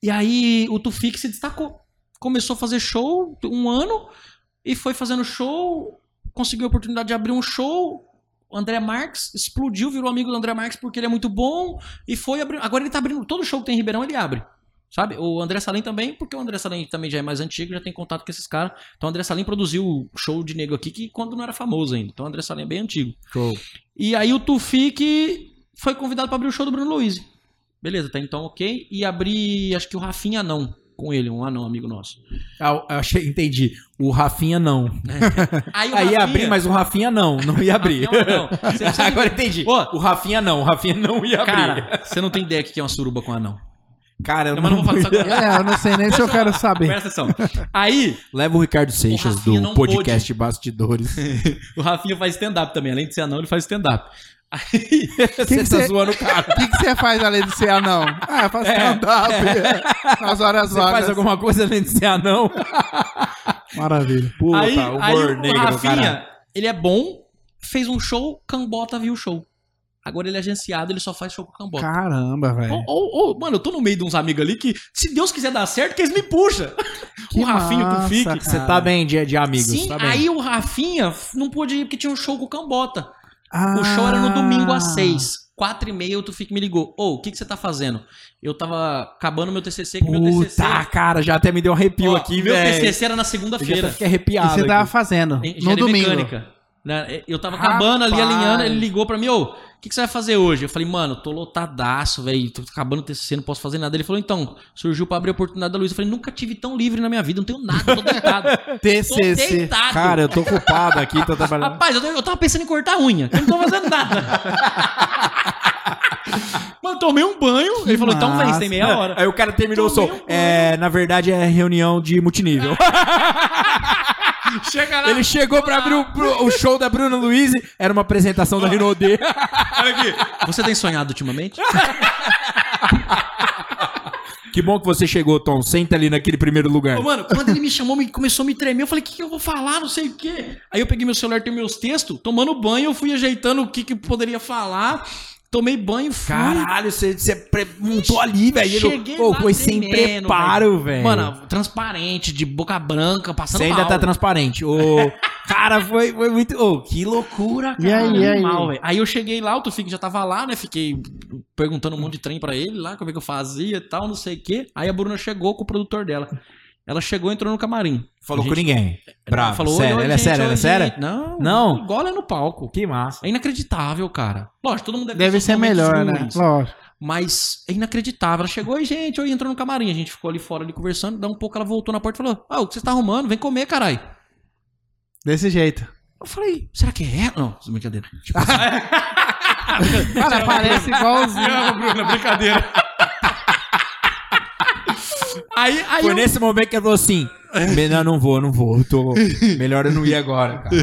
C: E aí o Tufik se destacou. Começou a fazer show um ano e foi fazendo show, conseguiu a oportunidade de abrir um show. O André Marques explodiu, virou amigo do André Marques porque ele é muito bom e foi abrindo. Agora ele tá abrindo todo show que tem em Ribeirão, ele abre. Sabe? O André Salim também, porque o André Salim também já é mais antigo, já tem contato com esses caras. Então o André Salim produziu o show de nego aqui que quando não era famoso ainda. Então o André Salim é bem antigo.
B: Show.
C: E aí o Tufik foi convidado pra abrir o show do Bruno Luiz. Beleza, tá então ok. E abrir, acho que o Rafinha não. com ele, um anão amigo nosso.
B: Ah, eu achei, entendi. O Rafinha não.
C: Aí,
B: Aí ia abrir, mas o Rafinha não. Não ia abrir.
C: Não, não. é Você- você-
B: Agora entendi.
C: um Ô.
B: o Rafinha não. O Rafinha não ia abrir.
C: Cara, você não tem ideia do que é uma suruba com anão.
B: Cara, eu
C: Não, mas não vou falar isso agora.
A: É, eu não sei nem se eu quero saber.
C: Presta atenção. Aí,
B: Leva o Ricardo Seixas
C: Rafinha
B: do
C: não
B: podcast Bastidores.
C: o Rafinha faz stand-up também. Além de ser anão, ele faz stand-up. Aí,
A: que
B: Você tá
A: você-
B: zoando o cara.
A: O que, que você faz além de ser anão? Ah, eu faço
C: É,
A: stand-up. Nas horas
B: Você faz
A: vagas.
B: alguma coisa além de ser anão?
A: Maravilha.
B: Puta,
C: aí,
B: humor
C: aí o
B: negro,
C: Rafinha,
B: caralho.
C: ele é bom, fez um show, Cambota viu o show. Agora ele é agenciado, ele só faz show com Cambota.
A: Caramba, velho.
C: Ô, ô, ô, mano, eu tô no meio de uns amigos ali que, se Deus quiser dar certo, que eles me puxam.
A: Que
C: o Rafinha pro
A: massa,
C: FIC.
A: cara.
B: Você tá bem de, de amigos,
C: Sim,
B: tá bem.
C: aí o Rafinha não pôde ir porque tinha um show com o Cambota.
A: Ah.
C: O show era no domingo às seis. Quatro e meia, o Tufik me ligou. Ô, o que, que você tá fazendo? Eu tava acabando meu TCC, que meu TCC...
B: Puta, cara, já até me deu um arrepio
C: Ó,
B: aqui,
C: meu
B: velho.
C: TCC era na
B: Eu já até
C: segunda-feira.
B: fiquei
A: E
B: arrepiado.
A: você tá
B: aqui.
A: tava fazendo? No
C: Engenharia
A: domingo.
C: mecânica. né? Eu tava acabando ali,
A: Rapaz.
C: alinhando, ele ligou pra mim, ô, o que, que você vai fazer hoje? Eu falei, mano, tô lotadaço, velho, tô acabando o TCC, não posso fazer nada. Ele falou, então, surgiu pra abrir a oportunidade da Luísa. Eu falei, nunca tive tão livre na minha vida, não tenho nada, tô deitado. tô
A: TCC.
C: deitado.
B: Cara, eu tô ocupado aqui, tô trabalhando.
C: Rapaz, eu, eu tava pensando em cortar a unha, eu não tô fazendo nada. mano, tomei um banho, ele falou, então vem, você tem meia hora.
B: Aí o cara terminou o som.
C: Tomei um
B: É, na verdade, é reunião de multinível.
C: Chega lá,
B: Ele chegou pra abrir o, pro- o show da Bruna Luiz, era uma apresentação da Renaudê.
C: Você tem sonhado ultimamente?
B: Que bom que você chegou, Tom. Senta ali naquele primeiro lugar.
C: Ô, mano, quando ele me chamou, me, começou a me tremer, eu falei, o que, que eu vou falar, não sei o quê. Aí eu peguei meu celular, tenho meus textos, tomando banho, eu fui ajeitando o que, que eu poderia falar, tomei banho, fui.
B: Caralho, você, você pre- montou ali, velho.
C: Cheguei
B: Ele- Pô,
C: lá
B: foi sem
C: tremendo,
B: preparo, velho.
C: Mano, transparente, de boca branca, passando
B: você ainda
C: mal.
B: tá transparente. Ô, cara, foi, foi muito. Ô, que loucura,
A: E
B: cara.
A: aí, e aí?
C: Mal, velho. aí eu cheguei lá, o Tufik já tava lá, né? Fiquei perguntando um monte de trem pra ele lá, como é que eu fazia e tal, não sei o quê. Aí a Bruna chegou com o produtor dela. Ela chegou entrou no camarim.
B: Falou
C: Gente,
B: com ninguém. Bravo.
C: Ela falou,
B: sério,
C: "Oi, oi,
B: ela é
C: gente,
B: séria,
C: oi,
B: ela é séria?
C: gente." Não,
B: Não.
C: igual ela é no palco.
B: Que massa.
C: É inacreditável, cara. Lógico, todo mundo deve,
A: Deve
C: ter
A: ser
C: seus momentos
A: melhor, né?
C: ruins,
A: Lógico.
C: Mas é inacreditável. Ela chegou e, gente, eu entrou no camarim. A gente ficou ali fora, ali conversando. Dá um pouco, ela voltou na porta e falou: Ah, o que você tá arrumando? Vem comer, caralho.
A: Desse jeito.
C: Eu falei: Será que é ela? Não, isso é brincadeira. Tipo,
A: Cara, parece igualzinho.
C: Bruna, brincadeira. aí, aí.
B: Foi
C: eu-
B: nesse momento que ela falou assim: Não, não vou, não vou. eu Tô... Melhor eu não ir agora, cara.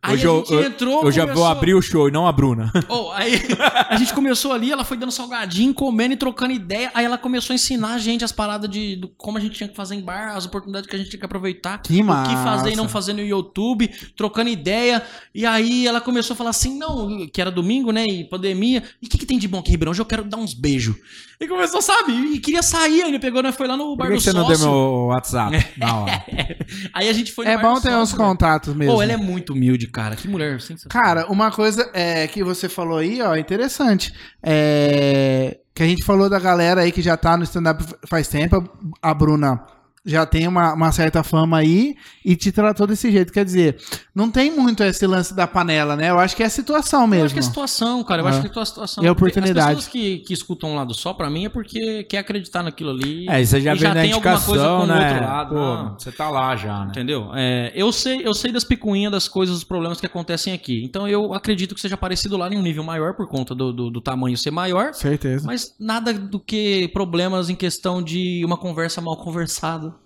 C: Aí
B: Hoje
C: a
B: eu,
C: gente
B: eu,
C: entrou,
B: eu já vou
C: começou-
B: abrir o show e não a Bruna.
C: Oh, aí a gente começou ali, ela foi dando salgadinho, comendo e trocando ideia. Aí ela começou a ensinar a gente as paradas de do- como a gente tinha que fazer em bar, as oportunidades que a gente tinha que aproveitar,
A: Que
C: o que
A: massa.
C: fazer e não fazer no YouTube, trocando ideia. E aí ela começou a falar assim: não, que era domingo, né? E pandemia. E o que, que tem de bom aqui, em Ribeirão? Hoje eu quero dar uns beijos. E começou, sabe? E queria sair, aí ele pegou, né? Foi lá no
B: Por
C: bar
B: que,
C: do
B: que você não deu
C: sócio.
B: meu WhatsApp
C: É.
B: na hora?
C: Aí a gente foi no
A: É
C: bar
A: bom
C: do
A: ter
C: sócio,
A: uns
C: velho.
A: contatos mesmo.
C: Pô, ela é muito humilde, cara. Que mulher sensacional.
A: Cara, uma coisa é, que você falou aí, ó, interessante. É, que a gente falou da galera aí que já tá no stand-up faz tempo. A Bruna já tem uma, uma certa fama aí e te tratou desse jeito. Quer dizer, não tem muito esse lance da panela, né? Eu acho que é a situação
C: Eu
A: mesmo.
C: acho que é situação, cara. Eu
A: É.
C: acho que é tua situação.
A: É oportunidade.
C: As pessoas que, que escutam um lado só, pra mim, é porque quer acreditar naquilo ali.
B: É, você já
C: E
B: vem na
C: tem alguma
B: indicação,
C: coisa com o
B: né?
C: outro lado,
B: Pô,
C: né?
B: você tá lá já, né?
C: Entendeu? É, eu, sei, eu sei das picuinhas, das coisas, dos problemas que acontecem aqui. Então eu acredito que seja parecido lá em um nível maior, por conta do, do, do tamanho ser maior.
A: Certeza.
C: Mas nada do que problemas em questão de uma conversa mal conversada.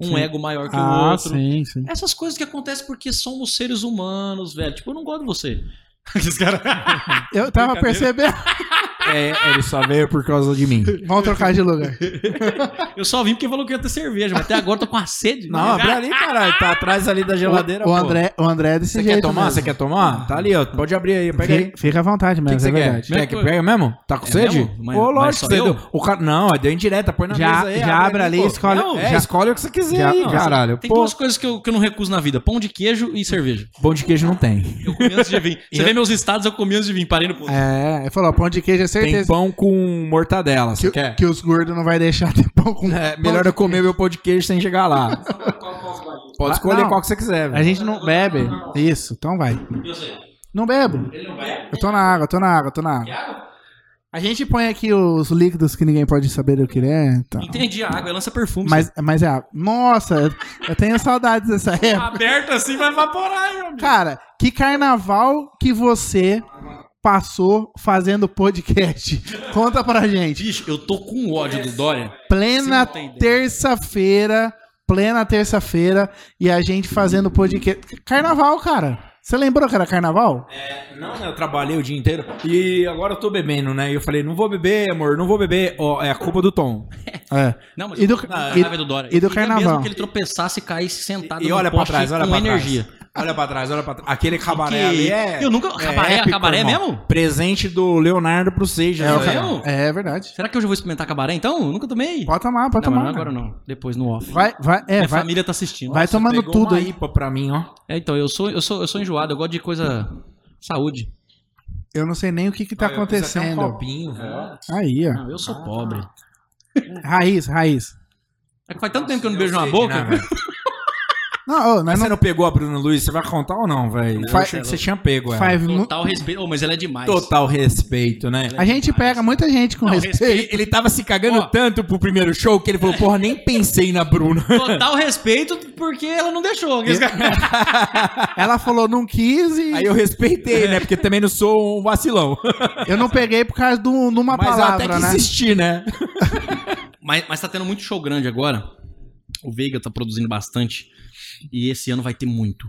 C: Um
A: Sim.
C: ego maior que o
A: Ah,
C: outro.
A: sim, sim.
C: Essas coisas que acontecem porque somos seres humanos, velho. Tipo, eu não gosto de você.
A: Eu tava percebendo.
B: É, ele só veio por causa de mim.
A: Vamos trocar de lugar.
C: Eu só vim porque falou que ia ter cerveja, mas até agora eu tô com uma sede.
B: Não, abre ali, caralho. Tá atrás ali da geladeira,
A: o, o
B: pô.
A: André, o André é desse
B: Você
A: jeito.
B: quer tomar?
A: mesmo.
B: Você quer tomar? Tá ali, ó. Pode abrir aí. Pega aí.
A: Fica, fica à vontade
B: O que,
A: mesmo,
B: que você
A: é
B: quer?
A: verdade.
B: Quer que pega mesmo? Tá com
C: É
B: sede?
C: mesmo? Mas-
B: Ô,
C: mas
B: lógico
C: só
B: que você
C: eu?
B: deu. O cara... Não, é, deu indireta. Põe na
A: Já-
B: mesa aí.
A: já abre ali,
B: pô.
A: escolhe-
B: Não, é,
A: já-
B: escolhe o que você quiser
A: já-
B: aí,
A: não,
B: caralho.
C: Tem
B: Pô,
C: duas coisas que eu, que eu não recuso na vida: pão de queijo e cerveja.
B: pão de queijo não tem.
C: Eu comi antes de vir. Você vê meus estados, eu comi antes de vir. Parei no ponto.
A: É, ele falou, pão de queijo é
B: Tem
A: certeza
B: pão com mortadela, você
A: que,
B: quer?
A: que os gordos não vai deixar ter pão com
B: É, melhor eu comer meu pão de queijo sem chegar lá.
A: é
B: Pode escolher
A: Ah, Não.
B: qual que você quiser.
A: A
B: velho.
A: gente não bebe. Isso, então vai.
C: Eu sei.
A: Não bebo.
C: Ele não vai.
A: Eu tô na água, tô na água, tô na água. A gente põe aqui os líquidos que ninguém pode saber o que é. Então.
C: Entendi a água, lança perfume.
A: Mas, mas é água. Nossa, eu- eu tenho saudades dessa época.
C: Aberto assim vai evaporar, meu amigo.
A: Cara, que carnaval que você passou fazendo podcast? Conta pra gente.
C: Bicho, eu tô com ódio do Dória.
A: Plena
C: Você não tem ideia.
A: terça-feira, plena terça-feira e a gente fazendo podcast. Carnaval, cara. Você lembrou que era carnaval?
B: Não, né, eu trabalhei o dia inteiro e agora eu tô bebendo, né? E eu falei, não vou beber, amor, não vou beber. Ó, é a culpa do Tom.
A: É.
C: Não, mas
A: E do-
C: eu tô com
A: e-
C: raiva do Dória.
A: e do
C: Eu queria
A: carnaval.
C: Mesmo que ele tropeçasse, caísse sentado
B: E
C: num
B: olha pra
C: Tá poste
B: trás, olha
C: com
B: pra
C: energia.
B: trás. Olha pra trás, olha pra trás. Aquele cabaré
C: Que-
B: ali é.
C: Eu nunca- cabaré é cabaré mesmo?
B: Presente do Leonardo pro Seja.
A: É,
C: o
A: o
B: né?
C: mesmo?
A: cara- é verdade.
C: Será que hoje eu vou experimentar cabaré então? Eu nunca tomei.
A: Pode tomar, pode
C: não, mas
A: tomar.
C: não agora não. Depois no off.
A: Vai, vai, é,
C: Minha
A: vai,
C: família tá assistindo.
A: vai tomando
B: Pegou
A: tudo
B: uma
A: aí.
B: IPA pra mim, ó.
C: É, então, eu sou, eu sou, eu sou enjoado, eu gosto de coisa. Saúde.
A: Eu não sei nem o que que tá
B: Eu fiz até Um
A: acontecendo.
B: copinho, velho.
A: Aí, ó.
C: É. Não, eu sou pobre.
A: Raiz, raiz.
C: É que faz tanto tempo que eu não beijo
B: Eu
C: na
B: sei,
C: boca.
B: né, velho?
A: Não, ô, nós
B: Mas você
A: não...
B: não pegou a Bruna Luiz? Você vai contar ou não, velho? Eu
A: Faz-
B: achei que você tinha pego ela.
A: Five mu-
C: Total respeito. Ô, mas ela é demais.
B: Total respeito, né?
A: A gente pega muita gente com
C: Não,
A: respeito.
B: Ele, ele tava se cagando
C: é Ó.
B: tanto pro primeiro show que ele falou, porra, nem pensei na Bruna.
C: Total respeito porque ela não deixou.
A: Ela falou não quis e
B: Aí eu respeitei, né? Porque também não sou um vacilão.
A: eu não peguei por causa de um- de uma
B: Mas eu até
A: palavra,
B: que
A: né?
B: insisti, né?
C: Mas, mas tá tendo muito show grande agora. O Veiga tá produzindo bastante. E esse ano vai ter muito.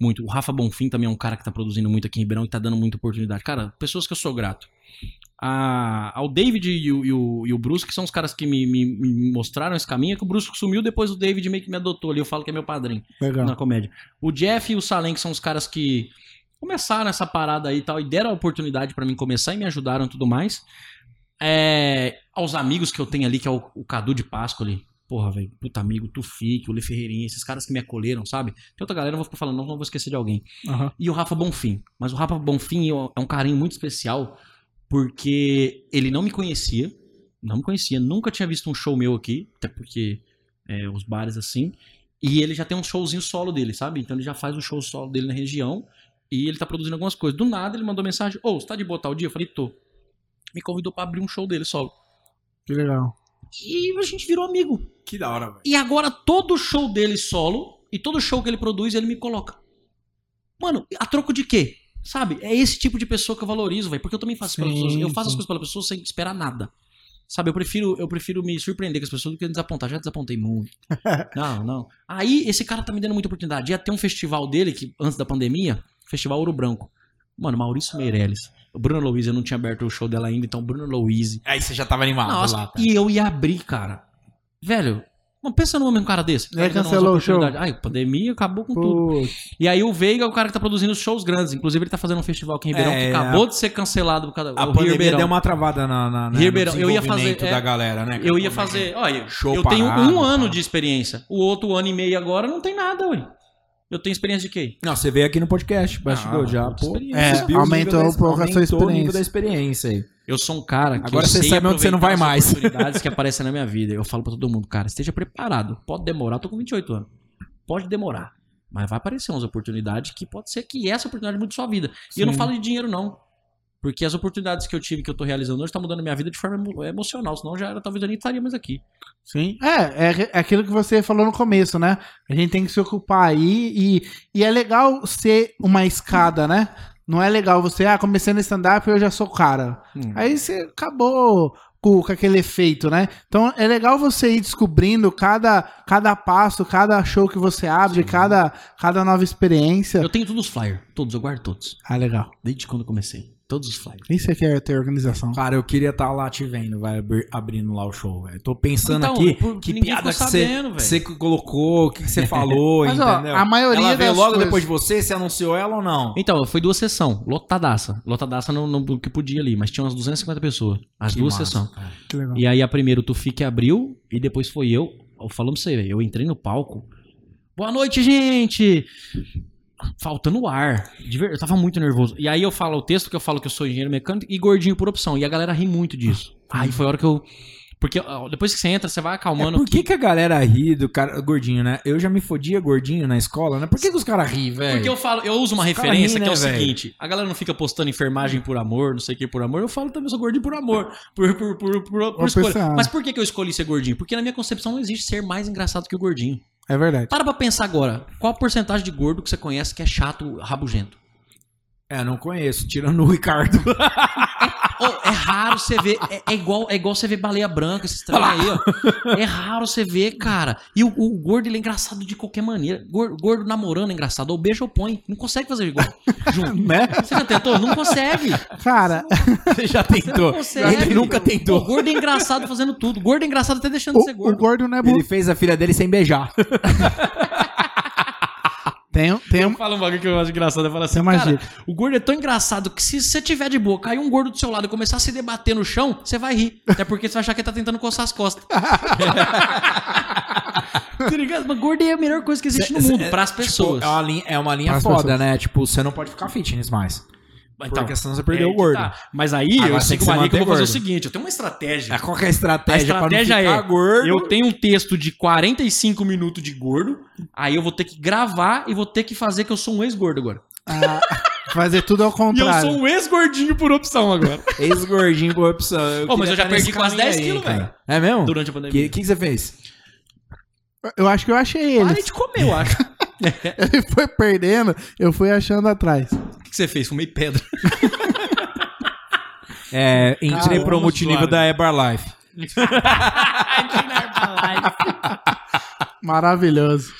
C: Muito. O Rafa Bonfim também é um cara que tá produzindo muito aqui em Ribeirão e tá dando muita oportunidade. Cara, pessoas que eu sou grato. A- ao David e o, e o- e o Bruce, que são os caras que me, me- me mostraram esse caminho, é que o Bruce sumiu, depois o David meio que me adotou ali. Eu falo que é meu padrinho na
A: Legal.
C: comédia. O Jeff e o Salem, que são os caras que começaram essa parada aí e tal, e deram a oportunidade pra mim começar e me ajudaram e tudo mais. É, aos amigos que eu tenho ali, que é o, o Cadu de Páscoa ali. Porra, velho, puta amigo, Tufik, o Lê Ferreirinha, esses caras que me acolheram, sabe? Tem outra galera, eu vou ficar falando, não, não vou esquecer de alguém.
A: Aham.
C: E o Rafa Bonfim. Mas o Rafa Bonfim eu- é um carinho muito especial, porque ele não me conhecia, não me conhecia, nunca tinha visto um show meu aqui, até porque é, os bares assim. E ele já tem um showzinho solo dele, sabe? Então ele já faz o show solo dele na região e ele tá produzindo algumas coisas. Do nada ele mandou mensagem: Ô, você tá de boa tal dia? Eu falei: tô. Me convidou pra abrir um show dele solo.
A: Que legal.
C: E a gente virou amigo.
B: Que da hora, velho.
C: E agora todo show dele solo e todo show que ele produz, ele me coloca. Mano, a troco de quê? Sabe? É esse tipo de pessoa que eu valorizo, velho. Porque eu também faço pelas
A: Sim,
C: pessoas. Eu faço as
A: sim.
C: coisas pelas pessoas sem esperar nada. Sabe, eu prefiro, eu prefiro me surpreender com as pessoas do que desapontar. Já desapontei muito. não, não. Aí, esse cara tá me dando muita oportunidade. Ia ter um festival dele, que antes da pandemia, Festival Ouro Branco. Mano, Maurício Meirelles. Bruna Louise, eu não tinha aberto o show dela ainda, então Bruna Louise.
B: Aí você já tava animado
C: Nossa,
B: lá. tá?
C: e eu ia abrir, cara. Velho, não pensa num homem um cara desse.
A: Ele
C: Tá dando
A: cancelou
C: umas
A: o show.
C: oportunidades. Ai, pandemia acabou com tudo.
A: Putz.
C: E aí o Veiga é o cara que tá produzindo os shows grandes. Inclusive, ele tá fazendo um festival aqui em Ribeirão
B: É,
C: que acabou de ser cancelado por causa
B: A
C: o
B: pandemia
C: Ribeirão.
B: deu uma travada na, na, na,
C: Ribeirão,
B: no
C: eu ia
B: desenvolvimento
C: fazer-
B: da
C: é,
B: galera, né?
C: Eu ia fazer. Olha,
B: Show
C: eu tenho
B: parado,
C: um ano
B: tá?
C: de experiência. O outro ano e meio agora não tem nada, ué. Eu tenho experiência de quê?
B: Não, você veio aqui no podcast, bastidor,
C: Ah,
B: já,
C: outra
B: pô.
C: experiência.
B: subiu o
A: aumentou
B: nível
A: um pouco a sua
B: aumentou o nível
A: experiência.
B: da experiência aí.
C: Eu sou um cara que
B: Agora
C: eu
B: você
C: sei
B: sabe onde você não vai
C: aproveitar as
B: mais.
C: oportunidades que aparecem na minha vida. Eu falo pra todo mundo, cara, esteja preparado. Pode demorar, eu tô com 28 anos. Pode demorar. Mas vai aparecer umas oportunidades que pode ser que essa oportunidade mude sua vida. E eu não
A: Sim.
C: falo de dinheiro, não. Porque as oportunidades que eu tive, que eu tô realizando hoje, tá mudando minha vida de forma emo- emocional. Senão já era, talvez eu nem estaria mais aqui.
A: Sim. É, é, re- é aquilo que você falou no começo, né? A gente tem que se ocupar aí e, e é legal ser uma escada, né? Não é legal você, ah, comecei no stand-up e eu já sou cara.
B: Hum.
A: Aí você acabou com, com aquele efeito, né? Então é legal você ir descobrindo cada, cada passo, cada show que você abre, cada, cada nova experiência.
C: Eu tenho todos os flyers. Todos, eu guardo todos.
A: Ah, legal.
C: Desde quando eu comecei. Todos os flyers.
A: Isso aqui é ter organização.
B: Cara, eu queria estar lá te vendo, vai abri- abrindo lá o show, velho. Tô pensando
C: Então,
B: aqui,
C: por-
B: que
C: ninguém
B: piada que
C: ficou
B: você,
C: sabendo,
B: que você colocou, o que que você falou,
A: Mas, ó,
B: entendeu?
A: a maioria
B: ela veio
A: das
B: logo
A: coisas-
B: depois de você, você anunciou ela ou não?
C: Então, foi duas sessões. Lotadaça. Lotadaça não, não que podia ali, mas tinha umas 250 pessoas. As
B: Que
C: duas
B: massa,
C: sessões.
B: cara.
A: Que legal.
C: E aí a primeira o Tufi que abriu e depois foi eu. Eu Falando pra você, velho, eu entrei no palco. Boa noite, gente! Faltando ar. De ver- Eu tava muito nervoso. E aí eu falo o texto que eu falo que eu sou engenheiro mecânico e gordinho por opção. E a galera ri muito disso. Aí foi a hora que eu. Porque ó, depois que você entra, você vai
B: Ah, É,
C: acalmando.
B: por que, que a galera ri do cara gordinho, né? Eu já me fodia gordinho na escola, né? Por que, que os caras riem, velho?
C: Porque eu falo, eu uso uma
B: É. Os cara
C: referência
B: ri,
C: que é
B: né,
C: o
B: velho?
C: seguinte: a galera não fica postando enfermagem por amor, não sei o que por amor. Eu falo também, eu sou gordinho por amor. Por, por, por, por, por
A: Ô,
C: escolha.
A: pessoal.
C: Mas por que, que eu escolhi ser gordinho? Porque na minha concepção não existe ser mais engraçado que o gordinho.
A: É verdade.
C: Para pra pensar agora. Qual a porcentagem de gordo que você conhece que é chato, rabugento?
B: É, não conheço, tirando o Ricardo.
C: Ô, é raro você ver. É, é igual, é igual você ver baleia branca, esse trem aí, ó. É raro você ver, cara. E o, o gordo, ele é engraçado de qualquer maneira. Gordo, gordo namorando é engraçado. Ou beija ou põe. Não consegue fazer igual. Junto.
A: Né?
C: Você já tentou? Não consegue.
A: Cara,
B: Você já tentou.
C: Não consegue.
B: Ele nunca
C: O
B: tentou.
C: gordo é engraçado fazendo tudo. Gordo é engraçado até deixando de ser
A: o, o
C: gordo.
A: gordo não é
B: Ele
A: bonito.
B: fez a filha dele sem beijar.
A: Tem, tem, um-
C: Fala um bagulho que eu acho engraçado. Fala assim,
A: Tem mais
C: cara,
A: jeito.
C: o gordo é tão engraçado que se você tiver de boa, cair um gordo do seu lado e começar a se debater no chão, você vai rir. Até porque você vai achar que ele tá tentando coçar as costas. tá ligado? Mas gordo é a melhor coisa que existe no mundo, pras
B: Tipo,
C: pessoas.
B: é uma linha, é uma linha
A: Pras
B: foda,
A: pessoas.
B: né? Tipo, você não pode ficar fitness mais.
C: Mas
B: Porque senão você
C: é
B: perdeu
C: aí
B: o
C: que
B: gordo.
C: tá. Mas aí
B: Agora
C: eu
B: tem
C: sigo
B: que se
C: uma linha que eu vou
B: manter
C: fazer o
B: gordo.
C: seguinte, eu tenho uma estratégia.
B: É, qual que é a
C: A
B: estratégia?
C: estratégia
B: pra não
C: é,
B: ficar gordo?
C: eu tenho um texto de 45 minutos de gordo, aí eu vou ter que gravar e vou ter que fazer que eu sou um ex-gordo agora.
A: ah, fazer tudo ao
C: E eu sou
A: contrário.
C: um ex-gordinho por opção agora.
B: Ex-gordinho por opção. Eu
C: Ô, mas
B: queria
C: eu já
B: estar
C: perdi
B: nesse
C: quase
B: caminho
C: 10
B: aí,
C: quilos,
B: cara.
C: velho.
B: É mesmo?
C: Durante a
B: O
C: pandemia.
B: que, que que você fez?
A: Eu acho que eu achei
C: Pare
A: ele.
C: de comer, eu acho. O
A: Ele foi perdendo, eu fui achando atrás.
C: que que você fez? Fumei pedra.
B: É, entrei
A: Caramba,
B: pro multinível
C: suave.
B: da Ebarlife.
A: Maravilhoso.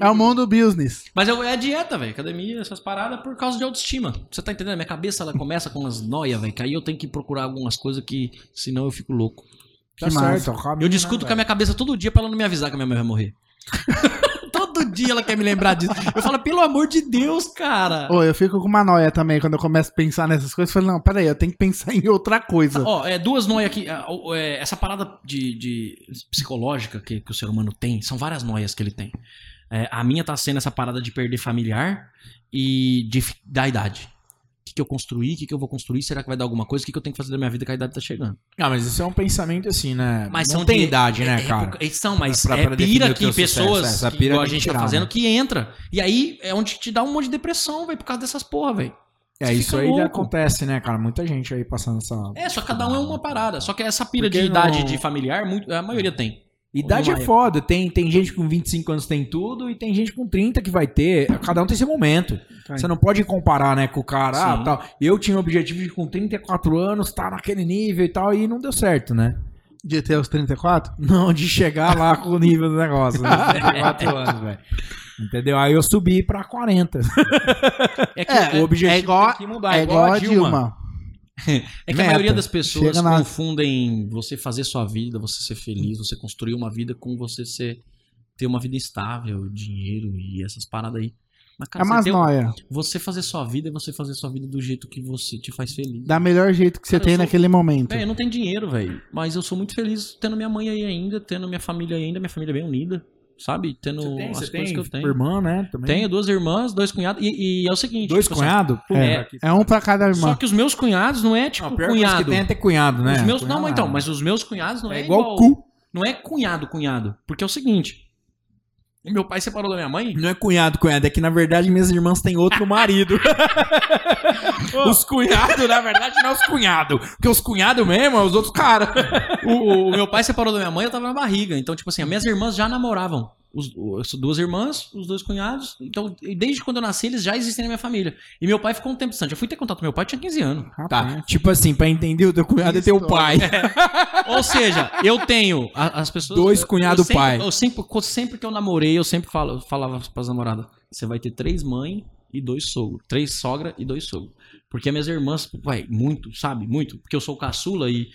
A: É o mundo business.
C: Mas eu- é dieta, velho. Academia, essas paradas, por causa de autoestima. Você tá entendendo? Minha cabeça, ela começa com umas noias, velho. Que aí eu tenho que procurar algumas coisas que, senão eu fico louco.
A: Que massa. é
C: Eu discuto com a minha cabeça todo dia pra ela não me avisar que a minha mãe vai morrer. todo dia ela quer me lembrar disso. Eu falo, pelo amor de Deus, cara.
A: Ô, eu fico com uma noia também quando eu começo a pensar nessas coisas. Eu falo, não, peraí, eu tenho que pensar em outra coisa.
C: Ó, é, duas noias aqui. ah, ó, é, essa parada de, de psicológica que, que o ser humano tem, são várias noias que ele tem. É, a minha tá sendo essa parada de perder familiar e de, fi- da idade. O que, que eu construí? O que, que eu vou construir? Será que vai dar alguma coisa? O que, que eu tenho que fazer da minha vida que a idade tá chegando?
B: Ah, mas isso é um pensamento assim, né?
C: Mas
B: não
C: são
B: tem
C: de-
B: idade, né,
C: É,
B: cara?
C: porque- são, mas
B: Pra- pra
C: é pira
B: definir o
C: que
B: teu
C: pessoas,
B: sucesso, é, essa
C: que,
B: pira
C: igual a
B: tem que
C: gente tá
B: tirar,
C: fazendo,
B: né?
C: que entra. E aí é onde te dá um monte de depressão, velho, por causa dessas porra, velho.
B: É,
C: Você
B: isso
C: fica
B: aí
C: louco.
B: acontece, né, cara? Muita gente aí passando essa.
C: É, só cada um é uma parada. Só que essa pira
B: Porque
C: de idade
B: não-
C: de familiar, muito- a maioria tem.
B: Idade
C: Uma
B: é foda. Tem, tem gente com 25 anos tem tudo e tem gente com 30 que vai ter. Cada um tem seu momento. Você não pode comparar, né, com o cara. Ah,
C: Tá Sim.
B: tal. Eu tinha o objetivo de com 34 anos estar naquele nível e tal e não deu certo, né?
A: De ter os 34?
B: Não, de chegar lá com o nível do negócio. Né?
C: É,
B: 34 anos, velho. Entendeu? Aí eu subi pra 40.
C: É que
A: É,
B: o objetivo
A: é igual,
B: tem que mudar,
A: é igual a Dilma.
C: É que
A: Meta.
C: a maioria das pessoas
A: Chega na-
C: confundem você fazer sua vida, você ser feliz, você construir uma vida com você ser, ter uma vida estável, dinheiro e essas paradas aí. Mas,
A: É
C: cara,
A: umas
C: você, um- ter-
A: noia.
C: você fazer sua vida é você fazer sua vida do jeito que você te faz feliz.
A: Da melhor jeito que você
C: Cara, eu
A: tem
C: sou-
A: naquele momento.
C: Véi, eu não tenho dinheiro, velho. Mas eu sou muito feliz tendo minha mãe aí ainda, tendo minha família aí ainda, minha família bem unida, sabe? Tendo as coisas que eu tenho.
B: Irmã, né? Também.
C: Tenho duas irmãs, dois cunhados. E, e é o seguinte:
B: Dois
C: tipo assim,
B: cunhados?
C: É.
A: É um pra cada
C: Só
A: irmã.
C: que os meus cunhados não é tipo
B: Não, a pior coisa
C: cunhado.
B: que tem é ter cunhado, né?
C: Os meus,
B: Cunhado
C: não,
B: é-
C: então, mas os meus cunhados não é,
B: é
C: igual.
B: igual cu.
C: Não é cunhado, cunhado. Porque é o seguinte: o meu pai separou da minha mãe.
B: Não é cunhado, cunhado. É que, na verdade, minhas irmãs têm outro marido. os cunhados, na verdade, não é os cunhados. Porque os cunhados mesmo é os outros caras.
C: O, o- o meu pai separou da minha mãe, eu tava na barriga. Então, tipo assim, as minhas irmãs já namoravam. Os, as duas irmãs, os dois cunhados. Então, desde quando eu nasci, eles já existem na minha família. E meu pai ficou um tempo distante. Eu fui ter contato com meu pai, eu tinha 15 anos.
B: Tá, tipo assim, pra entender, o teu cunhado é teu pai.
C: Ou seja, eu tenho a- as pessoas.
B: Dois
C: eu-
B: cunhado
C: eu sempre-
B: pai.
C: Eu sempre, co- sempre que eu namorei, eu sempre falo, eu falava pras namoradas: você vai ter três mães e dois sogros. Três sogra e dois sogros. Porque minhas irmãs, vai, muito, sabe? Muito. Porque eu sou caçula e,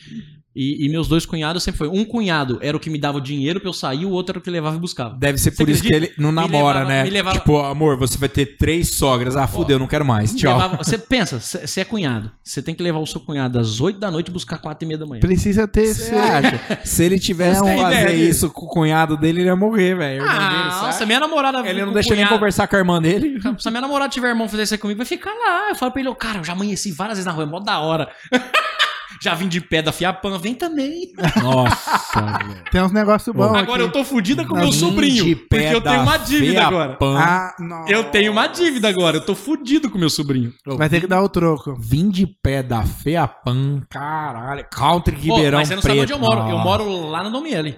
C: e, e meus dois cunhados sempre foi. Um cunhado era o que me dava o dinheiro pra eu sair, o outro era o que levava e buscava.
B: Deve ser
C: Você
B: por isso que ele
C: acredita?
B: não
C: Me
B: namora,
C: levava-
B: né?
C: me levava-
B: Tipo, amor, você vai ter três sogras. Ah, fudeu, não quero mais. Tchau.
C: Levava- Você pensa, você é cunhado. Você tem que levar o seu cunhado às 8 da noite e buscar quatro e meia da manhã.
A: Precisa ter.
B: Você
C: é.
B: acha? Se ele tivesse
A: É
B: que
A: um-
B: fazer isso com o cunhado dele, ele ia morrer, velho.
C: Ah, nossa, minha namorada.
B: ele
C: com
B: não
C: o
B: deixa nem
C: cunhado-
B: conversar com a irmã dele.
C: Se a minha namorada tiver irmão fazer isso aí comigo, vai ficar lá. Eu falo pra ele, ô, cara, eu já amanheci várias vezes na rua, é mó da hora. Já vim de pé da Fiapan, vem também.
B: Nossa, velho.
A: Tem uns negócios bons.
C: agora eu
A: aqui.
C: tô fudida com
A: Tá
C: meu
A: vindo
C: sobrinho.
B: De pé
C: Porque eu
B: da
C: tenho uma dívida
B: Fea
C: agora.
B: Pan.
A: Ah, não.
C: Eu tenho uma dívida agora. Eu tô fudido com meu sobrinho.
A: Vai ter que dar o troco.
B: Vim de pé da Feapan, caralho. Country
C: Pô,
B: Ribeirão
C: mas você não
B: Preto.
C: sabe onde eu moro. Eu
B: Nossa.
C: moro lá no Domiele.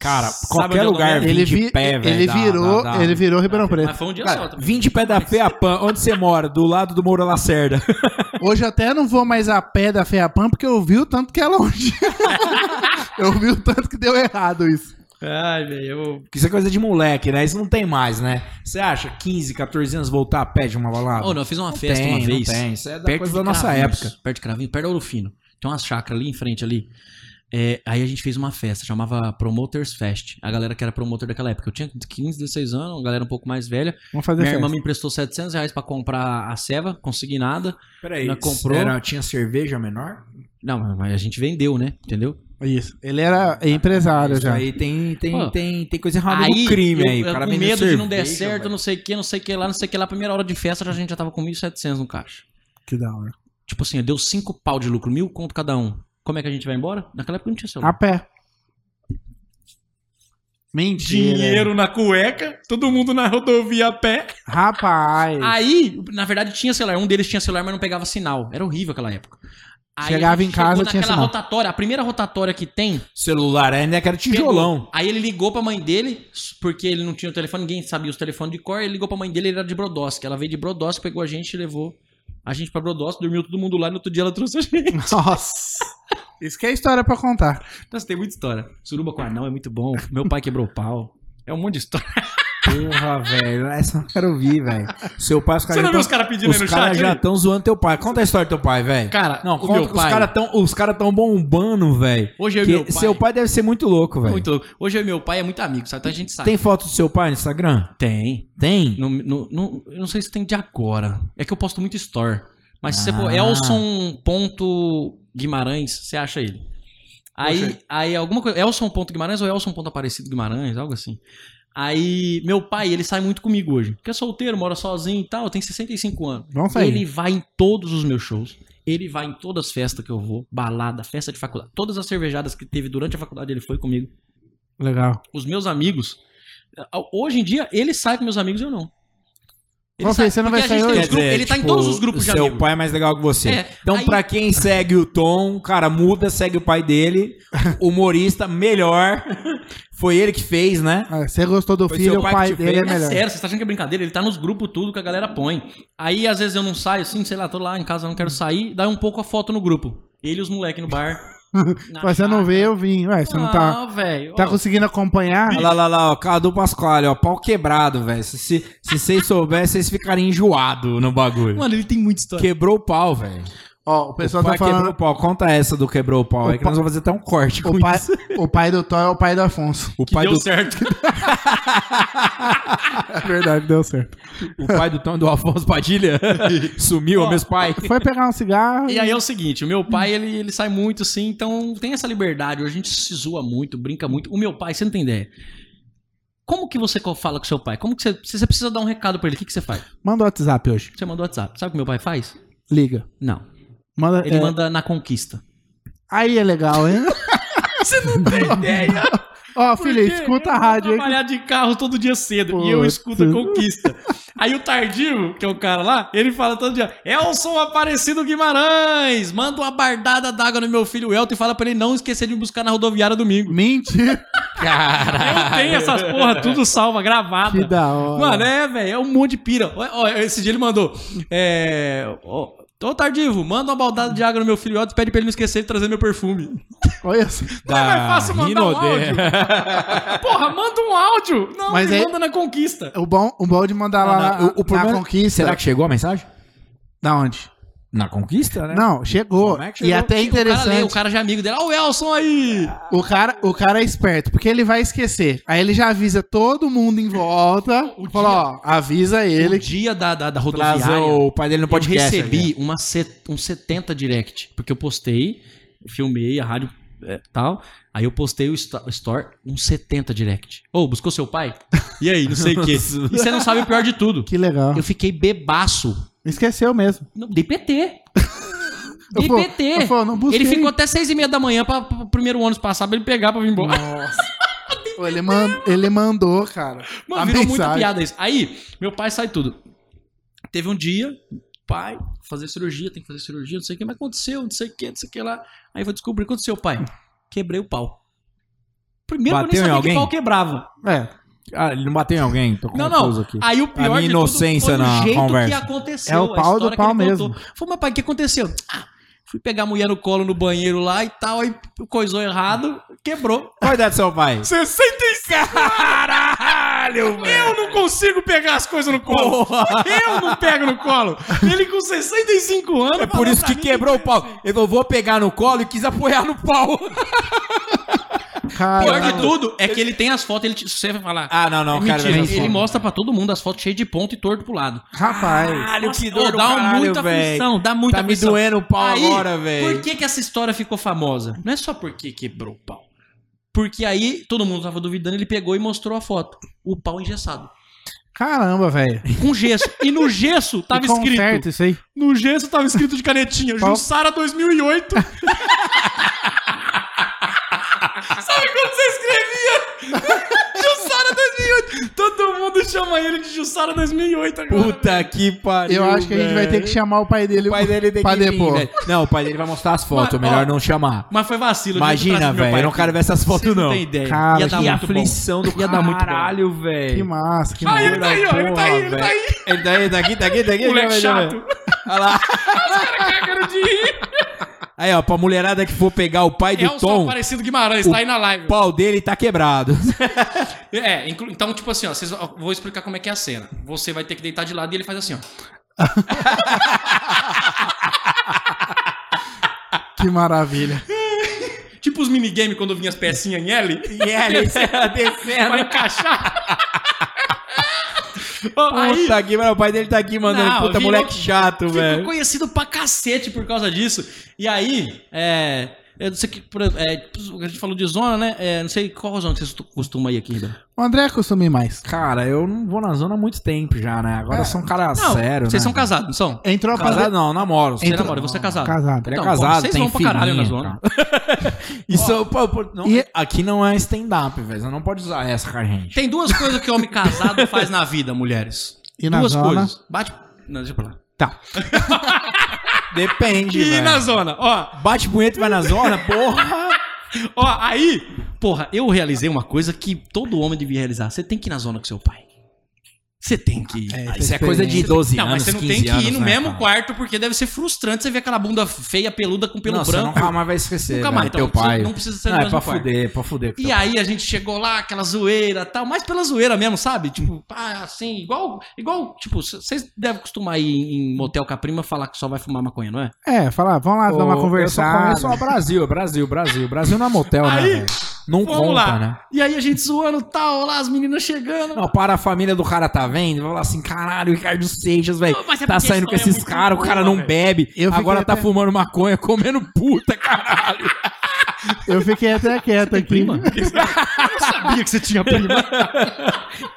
B: Cara,
C: Sabe onde
B: qualquer
C: eu tô
B: lugar
C: vendo?
B: É, vim
A: Ele,
B: de
A: vi-
B: pé, velho.
A: ele
B: dá-
A: virou,
B: dá- dá.
A: ele virou Ribeirão Preto.
C: Mas foi um dia só
B: Cara,
C: também.
B: vim de pé da Feapan. Onde você mora? Do lado do Moura Lacerda.
A: Hoje até não vou mais a pé da Feapan porque eu vi o tanto que é longe. eu vi o tanto que deu errado isso.
C: Ai, velho. eu-
B: Isso é coisa de moleque, né? Isso não tem mais, né? Você acha 15, 14 anos voltar a pé de uma balada?
C: Ô, não, eu fiz uma festa
B: tem,
C: uma vez.
B: Ah, Não tem. Isso é da
C: perto
B: coisa
C: de
B: da nossa
C: Cravinhos,
B: época.
C: Perto de Cravinho, perto da Ouro Fino. Tem uma chácara ali em frente ali. É, aí a gente fez uma festa, chamava Promoters Fest. A galera que era promotor daquela época. Eu tinha 15, 16 anos, a galera um pouco mais velha.
A: Vamos fazer
C: Minha
A: festa.
C: irmã me emprestou 700 reais pra comprar a ceva, consegui nada.
B: Peraí,
C: Ela comprou.
B: Era, tinha cerveja menor?
C: Não, mas a gente vendeu, né? Entendeu?
A: Isso. Ele era empresário
B: Ah, Isso
A: já.
B: aí tem, tem,
C: Pô.
B: tem, tem coisa errada no crime
C: eu-
B: aí.
C: eu
B: O cara
C: com
B: vendeu
C: medo de não der
B: cerveja,
C: certo,
B: velho.
C: não sei o que, não sei o que lá, não sei o que lá. Primeira hora de festa, a gente já tava com 1.700 no caixa.
A: Que da hora.
C: Tipo assim, deu 5 pau de lucro, mil conto cada um. Como é que a gente vai embora? Naquela época não tinha celular.
A: A pé. Mentira.
C: na cueca, todo mundo na rodovia a pé.
A: Rapaz.
C: Ah. Aí, na verdade, tinha celular. Um deles tinha celular, mas não pegava sinal. Era horrível aquela época. Aí
A: Chegava
C: a
A: em
C: gente
A: casa,
C: chegou
A: tinha
C: naquela
A: sinal.
C: rotatória, a primeira rotatória que tem,
B: Celular ainda é era tijolão.
C: Aí ele ligou pra mãe dele, porque ele não tinha o telefone, ninguém sabia os telefones de cor. Ele ligou pra mãe dele, ele era de Brodowski. Ela veio de Brodowski, pegou a gente e levou a gente pra Brodowski, dormiu todo mundo lá e no outro dia ela trouxe a gente.
A: Nossa. Isso que é história pra contar.
C: Nossa, tem muita história. Suruba com anão é muito bom. Meu pai quebrou o pau. É um monte de história.
B: Porra, velho. Essa eu não quero ouvir, velho. Seu pai, os
C: Você
B: caras
C: não
B: já
C: viu os
B: tão-
C: caras pedindo aí no
B: os caras
C: chat?
B: já
C: Já...
B: estão zoando teu pai. Conta a história do teu pai, velho.
C: Cara,
B: Não,
C: o
B: conta
C: meu
B: que
C: pai-
B: os caras tão, os caras tão bombando, velho.
C: Hoje eu e
B: Que
C: meu pai- é
B: Seu pai deve ser muito louco, velho.
C: Muito louco. Hoje eu e meu pai é muito amigo, sabe? Então a gente sabe.
B: Tem foto do seu pai no Instagram?
C: Tem.
B: Tem.
C: No, no- no- eu não sei se tem de agora. É que eu posto muito store. Mas se você
B: Ah.
C: for Elson.guimarães, você acha ele. Aí, aí alguma coisa. Elson.guimarães ou Elson.aparecido Guimarães, algo assim. Aí, meu pai, ele sai muito comigo hoje. Porque é solteiro, mora sozinho e tal, tem 65 anos.
A: Vamos sair.
C: Ele vai em todos os meus shows. Ele vai em todas as festas que eu vou, balada, festa de faculdade. Todas as cervejadas que teve durante a faculdade, ele foi comigo
A: Legal.
C: os meus amigos. Hoje em dia, ele sai com meus amigos e eu não.
A: Vamos ver, você não
C: porque
A: vai
C: a
A: sair
C: gente tem
A: hoje?
C: os grupos- ele tá em todos os grupos de
B: seu
C: amigos.
B: Seu pai é mais legal que você.
C: É,
B: então,
C: aí-
B: pra quem segue o Tom, cara, muda, segue o pai dele. Humorista, melhor. Foi ele que fez, né?
A: Ah, Você gostou do
B: Foi
A: filho,
B: seu
A: o
B: pai que
A: pai
B: te
A: dele é
B: fez?
C: É
A: melhor.
C: sério, você tá achando que é brincadeira? Ele tá nos grupos tudo que a galera põe. Aí, às vezes, eu não saio assim, sei lá, tô lá em casa, não quero sair, dá um pouco a foto no grupo. Ele e os moleques no bar. na
A: Mas você não
C: chácara.
A: vê, eu vim. Ué, você não tá,
C: Não, velho.
A: tá
C: Ó,
A: conseguindo acompanhar?
B: Olha lá, lá, lá, ó, Cadu Pasquale, ó, pau quebrado, velho. Se- Se se vocês soubessem, vocês ficariam enjoados no bagulho.
C: Mano, ele tem muita história.
B: Quebrou o pau, velho.
A: Ó, o pessoal
B: pai
A: tá falando.
B: quebrou o pau. Conta essa do quebrou o
A: O
B: pau aí, que nós vamos fazer até um corte com
A: O pai,
B: isso.
A: o pai do Thor é o pai do Afonso.
B: O
C: Que
B: pai,
C: deu
B: do,
C: certo.
A: É verdade, deu certo.
B: o pai do Tom e do Afonso Padilha sumiu,
C: Ó,
B: ó, meus pais.
A: Foi pegar um cigarro.
C: E aí é o seguinte, o meu pai, ele, ele sai muito assim, então tem essa liberdade. A gente se zoa muito, brinca muito. O meu pai, você não tem ideia. Como que você co- fala com seu pai? Como que você, se você precisa dar um recado pra ele? O que, que você faz?
A: Manda o WhatsApp hoje.
C: Você manda WhatsApp. Sabe o que meu pai faz?
A: Liga.
C: Não.
A: Manda,
C: Ele
A: é,
C: manda na conquista.
A: Aí é legal, hein?
C: Você não tem ideia.
A: Ó, filho,
C: Porque
A: escuta a
C: eu
A: rádio
C: vou
A: aí.
C: trabalhar de carro todo dia cedo. E eu
A: Putz.
C: escuto a conquista. Aí o Tardio, que é o cara lá, ele fala todo dia: Elson Aparecido Guimarães, manda uma bardada d'água no meu filho Elton e fala pra ele não esquecer de me buscar na rodoviária domingo.
A: Mentira.
C: Eu tenho essas porra, tudo salva,
A: Que
C: gravada.
A: da hora.
C: Mano, é, velho, é um monte de pira. Ó, ó, esse dia ele mandou. É. Ó, Ô Tardivo, manda uma baldada de água no meu filho Otto e pede pra ele não esquecer de trazer meu perfume.
A: Olha só.
C: Não é mais fácil mandar um áudio? Porra, manda um áudio! Não,
A: Mas é
C: me
A: aí-
C: manda na conquista.
A: O bom, o bom de mandar lá
B: Não, não,
A: na-
B: o- o problema-
A: na conquista.
B: Será que chegou a mensagem?
A: Da onde?
B: Na conquista, né?
A: Não, chegou.
B: Como é que
A: E
B: chegou?
A: até
C: O cara lê, o
A: interessante.
C: cara já é amigo dele. Ó, o Elson aí!
A: O cara, o cara é esperto, porque ele vai esquecer. Aí ele já avisa todo mundo em volta.
C: O
A: Fala, ó, avisa
C: O
A: ele.
C: dia da, da, da rodoviária.
B: Trazer o pai dele no
C: Eu
B: podcast.
C: recebi uma set- um 70 direct, porque eu postei, eu filmei a rádio é, tal, aí eu postei o sto- o store, um 70 direct. Ô, buscou seu pai? E aí, não sei o quê. E você não sabe o pior de tudo.
A: Que legal.
C: Eu fiquei bebaço.
A: Esqueceu mesmo.
C: Não, dei PT.
A: Eu falo-
C: IPT.
A: eu falo, não busquei.
C: Ele ficou até seis e meia da manhã pra, pra- pro primeiro ônibus passar pra ele pegar pra vir embora.
A: Nossa. Pô, ele, man- ele mandou, cara.
C: Mano, virou muito piada isso. Aí, meu pai sai tudo. Teve um dia, pai, fazer cirurgia, tem que fazer cirurgia, não sei o que, mas aconteceu, não sei o que, não sei o que lá. Aí eu vou descobrir o que aconteceu, pai. Quebrei o pau. Primeiro que
B: Bateu em
C: eu nem sabia
B: alguém?
C: que pau quebrava.
A: É,
B: Ah, ele não bateu em alguém? Tô
C: Não,
B: confuso
C: não.
B: aqui.
C: Aí o pior
B: minha
C: de tudo
B: inocência
C: foi o
B: na
C: jeito
B: conversa.
C: que aconteceu.
A: É o
C: a
A: pau do
C: história que
A: pau
C: ele contou.
A: mesmo.
C: Falei, mas pai, o que aconteceu? Ah, fui pegar a mulher no colo no banheiro lá e tal, aí coisou errado, quebrou.
B: Qual a ideia do seu pai?
C: 65!
B: Caralho,
C: Eu não consigo pegar as coisas no colo. Eu não pego no colo. Ele com 65 anos.
B: É assim. por isso que quebrou o pau. Eu não vou pegar no colo e quis apoiar no pau.
A: cara.
C: Pior de tudo é que ele tem as fotos, ele te, você vai falar.
B: né? Ah, não, não,
C: é
B: cara.
C: mentira,
B: não,
C: ele
B: não.
C: mostra pra todo mundo as fotos cheias de ponto e torto pro lado.
A: Rapaz.
B: Caralho, que
C: Ô,
B: dor do
C: dá
B: caralho,
C: muita
B: velho.
C: aflição, dá muita
B: Tá me
C: aflição.
B: doendo o pau
C: Aí,
B: agora, velho.
C: Por que, que essa história ficou famosa? Não é só porque quebrou o pau. Porque aí todo mundo tava duvidando, ele pegou e mostrou a foto. O pau engessado.
A: Caramba, velho.
C: Com gesso. E no gesso tava
B: um
A: Que
C: escrito.
A: conserto isso aí.
C: No gesso tava escrito de canetinha,
A: Qual?
C: Jussara 2008. Sabe quando você escrevia? Jussara 2008. Todo mundo chama ele de Jussara 2008 agora.
B: Puta que pariu.
A: Eu acho que a gente vai ter que chamar o pai dele.
B: O pai dele é tem
A: pra
B: que vir,
A: depor.
B: velho. Não, o pai dele vai mostrar as fotos.
C: Mas,
B: melhor
C: ó,
B: não chamar.
C: Mas foi vacilo. eu devia ter
B: Imagina,
C: trazido meu
B: velho.
C: pai
B: Eu não
C: aqui.
B: quero ver essas fotos,
C: Vocês
B: não.
C: tem ideia.
A: Cara,
C: Ia dar
B: Que
C: muito bom.
B: aflição do
C: Ia dar muito bom.
B: caralho,
A: Que
B: velho.
A: massa, que
C: Ah,
A: massa.
C: ele tá aí, ó. Ele tá aí, ele tá aí.
B: Ele tá aí, tá aqui, tá aqui, tá aqui.
C: Moleque
B: já vai, já vai.
C: chato.
B: Olha lá.
C: Cagando de rir.
B: Aí, ó, pra mulherada que for pegar o pai do
C: É um só
B: Tom,
C: parecido Guimarães,
B: O-
C: tá aí na live.
B: o pau dele tá quebrado.
C: É, inclu- então, tipo assim, ó, vocês, ó, vou explicar como é que é a cena. Você vai ter que deitar de lado e ele faz assim, ó.
A: Que maravilha.
C: Tipo os minigame quando vinha as pecinhas em L.
B: E ele
C: tá
B: descendo.
C: Vai encaixar. Ó, aí,
B: Puta que pariu, o pai dele tá aqui mandando.
C: Não,
B: Puta,
C: virou-
B: moleque chato,
C: ficou
B: velho.
C: conhecido pra cacete por causa disso. E aí, é... Eu não sei que, por- é, a gente falou de zona, né? É, não sei qual zona que vocês costumam ir aqui, Ribeirão.
A: O André costuma ir mais.
B: Cara, eu não vou na zona há muito tempo já, né? Agora eu sou um cara
C: Não,
B: sério,
C: vocês
B: né?
C: são casados, não são?
A: Entrou a
B: Casado
A: fazer...
B: não, namoro.
C: Você
A: Então,
C: namora, você é casado.
A: Casado.
B: Ele é
C: Então,
B: casado,
C: vocês
B: tem
C: vão pra caralho na
B: filhinho,
C: zona. é
B: Isso, pô, pô, não,
A: E-
B: aqui não é stand-up, velho. Você não pode usar essa com a gente.
C: Tem duas coisas que homem casado faz na vida, mulheres.
A: E na
C: duas
A: zona?
C: coisas. Bate... Não, deixa pra lá.
B: Tá. Depende,
C: E
B: velho.
C: na zona, ó,
B: Bate punheta e vai na zona, porra.
C: ó, aí, porra, eu realizei uma coisa que todo homem devia realizar. Você tem que ir na zona com seu pai. Você tem que ir.
A: É,
B: Ah,
A: essa
B: Isso é coisa de
A: experiência.
B: 12
C: não,
B: anos,
C: mas você não tem que
B: 15
C: ir no
B: anos, né,
C: mesmo
B: cara?
C: quarto, porque deve ser frustrante você ver aquela bunda feia, peluda, com pelo
B: Não, você
C: branco.
B: nunca mais vai esquecer.
C: Nunca
B: velho,
C: mais,
B: teu
C: então, você
B: pai.
C: não precisa ser no
B: Não, é
C: mesmo
B: pra
C: quarto.
B: fuder, pra fuder. com
C: E
B: teu
C: aí a gente chegou lá, aquela zoeira e tal, mas pela zoeira mesmo, sabe? Tipo, pá, assim, igual, igual, tipo, c- vocês devem costumar ir em motel com a prima falar que só vai fumar maconha, não é?
A: É, fala, vamos lá dar
B: Ô,
A: uma
B: Eu
A: conversada.
B: só conheço o Brasil, Brasil, Brasil. Brasil não é motel, né?
C: Aí,
B: velho? Não
C: Vamos
B: conta,
C: lá.
B: né?
C: E aí a gente zoando tal, lá as meninas chegando.
B: Não, para a família do cara tá vendo, vai falar assim, caralho, o Ricardo Seixas, velho,
C: Não, mas é
B: tá
C: porque a
B: saindo com
C: história é
B: esses
C: muito
B: caras, o cara
C: boa,
B: não
C: velho.
B: bebe,
A: Eu fiquei
B: agora tá
A: até-
B: fumando maconha, comendo puta, caralho.
A: Eu fiquei até quieto aqui.
C: Eu sabia que você tinha prima.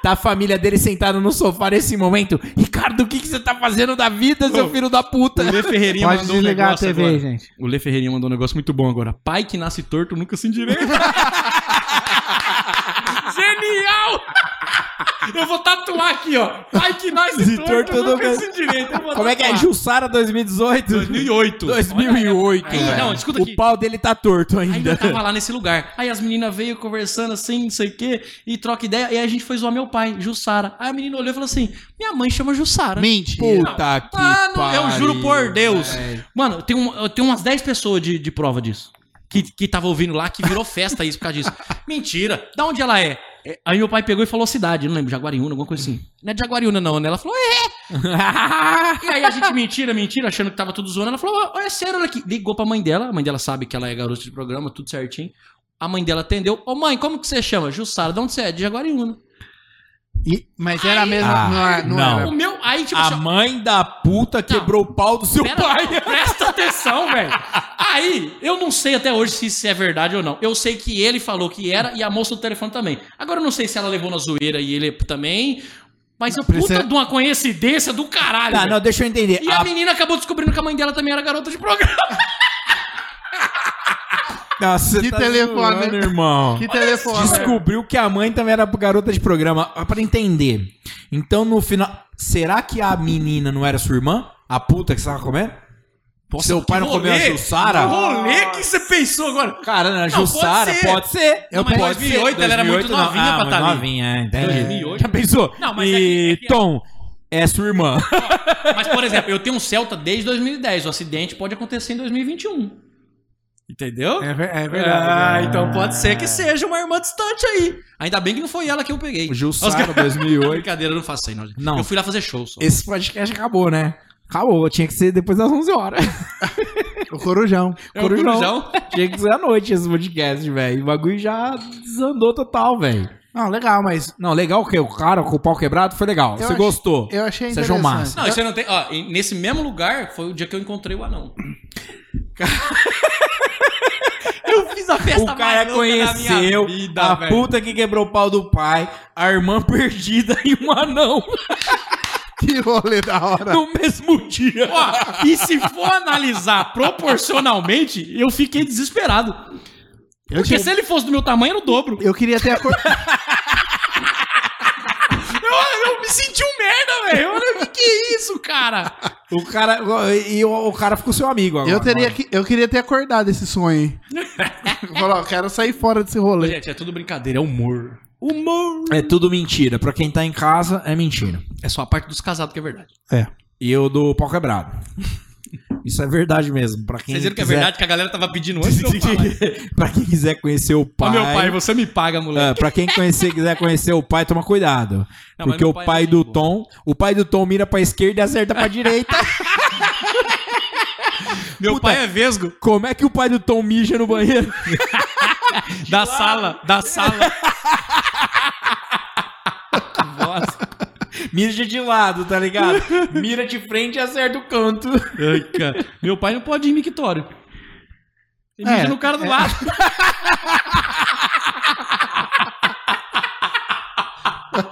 B: Tá a família dele sentada no sofá nesse momento, Ricardo, o que, que você tá fazendo da vida, seu
C: Ô,
B: filho da puta?
C: O Lê Ferreirinha
A: Pode
C: mandou um
A: desligar
C: negócio
A: a TV,
C: agora.
A: gente.
C: O Lê Ferreirinha mandou um negócio muito bom agora. Pai que nasce torto nunca se endireita. Genial! Eu vou tatuar aqui, ó. Pai que nasce
B: Se
C: torto,
B: torto
C: nunca
B: nunca-
C: se endireita. Eu vou
B: Como é que é?
C: tatuar.
B: Jussara 2018?
C: 2008.
B: 2008,
C: Aí,
B: velho.
C: não, escuta aqui.
B: O pau dele tá torto
C: Ainda
B: ainda.
C: tava lá nesse lugar. Aí as meninas veio conversando assim, não sei o quê, e troca ideia. E aí a gente foi zoar meu pai, Jussara. Aí a menina olhou e falou assim: Minha mãe chama Jussara.
A: Mentira.
B: Puta que
C: Mano, eu
B: pariu,
C: juro por Deus.
B: velho.
C: Mano, eu tenho, um- eu tenho umas 10 pessoas de, de prova disso. Que, que tava ouvindo lá, que virou festa isso por causa disso. Mentira. Da onde ela é? É, Aí meu pai pegou e falou cidade, não lembro, Jaguariúna, alguma coisa assim. Não é de Jaguariúna não, né? Ela falou, é. e aí a gente, mentira, mentira, achando que tava tudo zoando. Ela falou, ó, é sério, olha aqui. Ligou pra mãe dela, a mãe dela sabe que ela é garota de programa, tudo certinho. A mãe dela atendeu. Ô mãe, como que você chama? Jussara, de onde você é? De Jaguariúna.
A: E- mas era mesmo.
B: Ah,
A: não, é- não
B: não.
A: era.
C: O meu, aí tipo...
B: A
C: assim, ó,
B: mãe da puta quebrou o pau do seu
C: Pera,
B: pai.
C: não, presta atenção, velho. Aí, eu não sei até hoje se isso é verdade ou não. Eu sei que ele falou que era e a moça do telefone também. Agora eu não sei se ela levou na zoeira e ele também. Mas eu
A: Precisa-
C: puta de uma coincidência do caralho.
B: é- Tá,
C: velho.
B: não, deixa eu entender.
C: E a menina acabou descobrindo que a mãe dela também era garota de programa.
B: não, você tá
A: Que telefone,
B: zoando,
A: né?
B: irmão.
A: Que telefone.
B: Descobriu que a mãe também era garota de programa. Pra entender. Então, no final. Será que a menina não era sua irmã? A puta que você tava comendo? Seu pai não comeu a
C: Que
B: Jussara?
C: rolê que você pensou agora?
B: Cara, não, a
C: Não, pode
B: Jussara,
C: ser.
B: pode ser.
C: Não, mas
B: Pode
C: 2008 ela era muito
B: 2008 não.
C: novinha pra
B: mas
C: tá ali.
B: novinha, é, entendi.
C: 2008.
B: Já pensou?
C: Não, mas é
B: e
C: que- é que-
B: Tom, é sua irmã.
C: Mas, por exemplo, eu tenho um Celta desde 2010. O acidente pode acontecer em 2021. Entendeu?
A: É, ver- é
C: Ah,
A: verdade.
C: então pode ser que seja uma irmã distante aí. Ainda bem que não foi ela que eu peguei.
B: É. Jussara, 2008.
C: Brincadeira, eu não faço isso aí, não.
B: Não.
C: Eu fui lá fazer show só.
B: Esse podcast acabou, né? Acabou, tinha que ser depois das 11 horas.
A: O Corujão.
C: É o Corujão.
B: Tinha que ser à noite esse podcast, velho. O bagulho já desandou total, velho.
A: Não, legal, mas
B: Não, legal que o cara com o pau quebrado foi legal. Você
A: achei-
B: gostou.
A: eu achei
B: Você achou
A: interessante.
B: massa.
C: Não, isso eu não tenho. Ó, e nesse mesmo lugar foi o dia que eu encontrei o anão. eu fiz a festa
B: O cara conheceu a puta que quebrou o pau do pai, a irmã perdida e um anão
C: é
A: que rolê da hora.
B: no mesmo dia.
C: Ó, e se for analisar proporcionalmente, eu fiquei desesperado.
A: Eu,
C: Porque
A: tinha-
C: se ele fosse do meu tamanho, era o dobro.
A: eu queria ter a cor...
C: Eu, eu me senti um merda, velho. Olha o que, que é isso, cara.
B: O cara, e o, o cara ficou seu amigo agora.
A: eu teria que... eu queria ter acordado esse sonho. hein. Eu Falar, eu quero sair fora desse rolê.
C: Gente, é tudo brincadeira, é humor.
B: Humor. É tudo mentira. Pra quem tá em casa, é mentira.
C: É só a parte dos casados que é verdade.
A: É.
B: E eu do pau quebrado. Isso é verdade mesmo. Pra quem
C: Vocês viram que é
B: quiser-
C: verdade que a galera tava pedindo antes de eu falar.
B: pra quem quiser conhecer o pai.
C: Ó, meu pai, você me paga,
B: É,
C: moleque.
B: pra quem conhecer, quiser conhecer o pai, toma cuidado.
C: Não, mas
B: porque
C: meu
B: o
C: pai
B: pai,
C: é gente
B: do
C: boa.
B: Tom, o pai do Tom mira pra esquerda e acerta pra direita.
C: meu
B: puta.
C: pai é vesgo.
B: Como é que o pai do Tom mija no banheiro?
C: Da sala, da sala.
B: mija de lado, tá ligado? Mira de frente e acerta o canto.
C: Ai, cara. Meu pai não pode ir em mictório. Ele
A: É,
C: mija no cara do lado.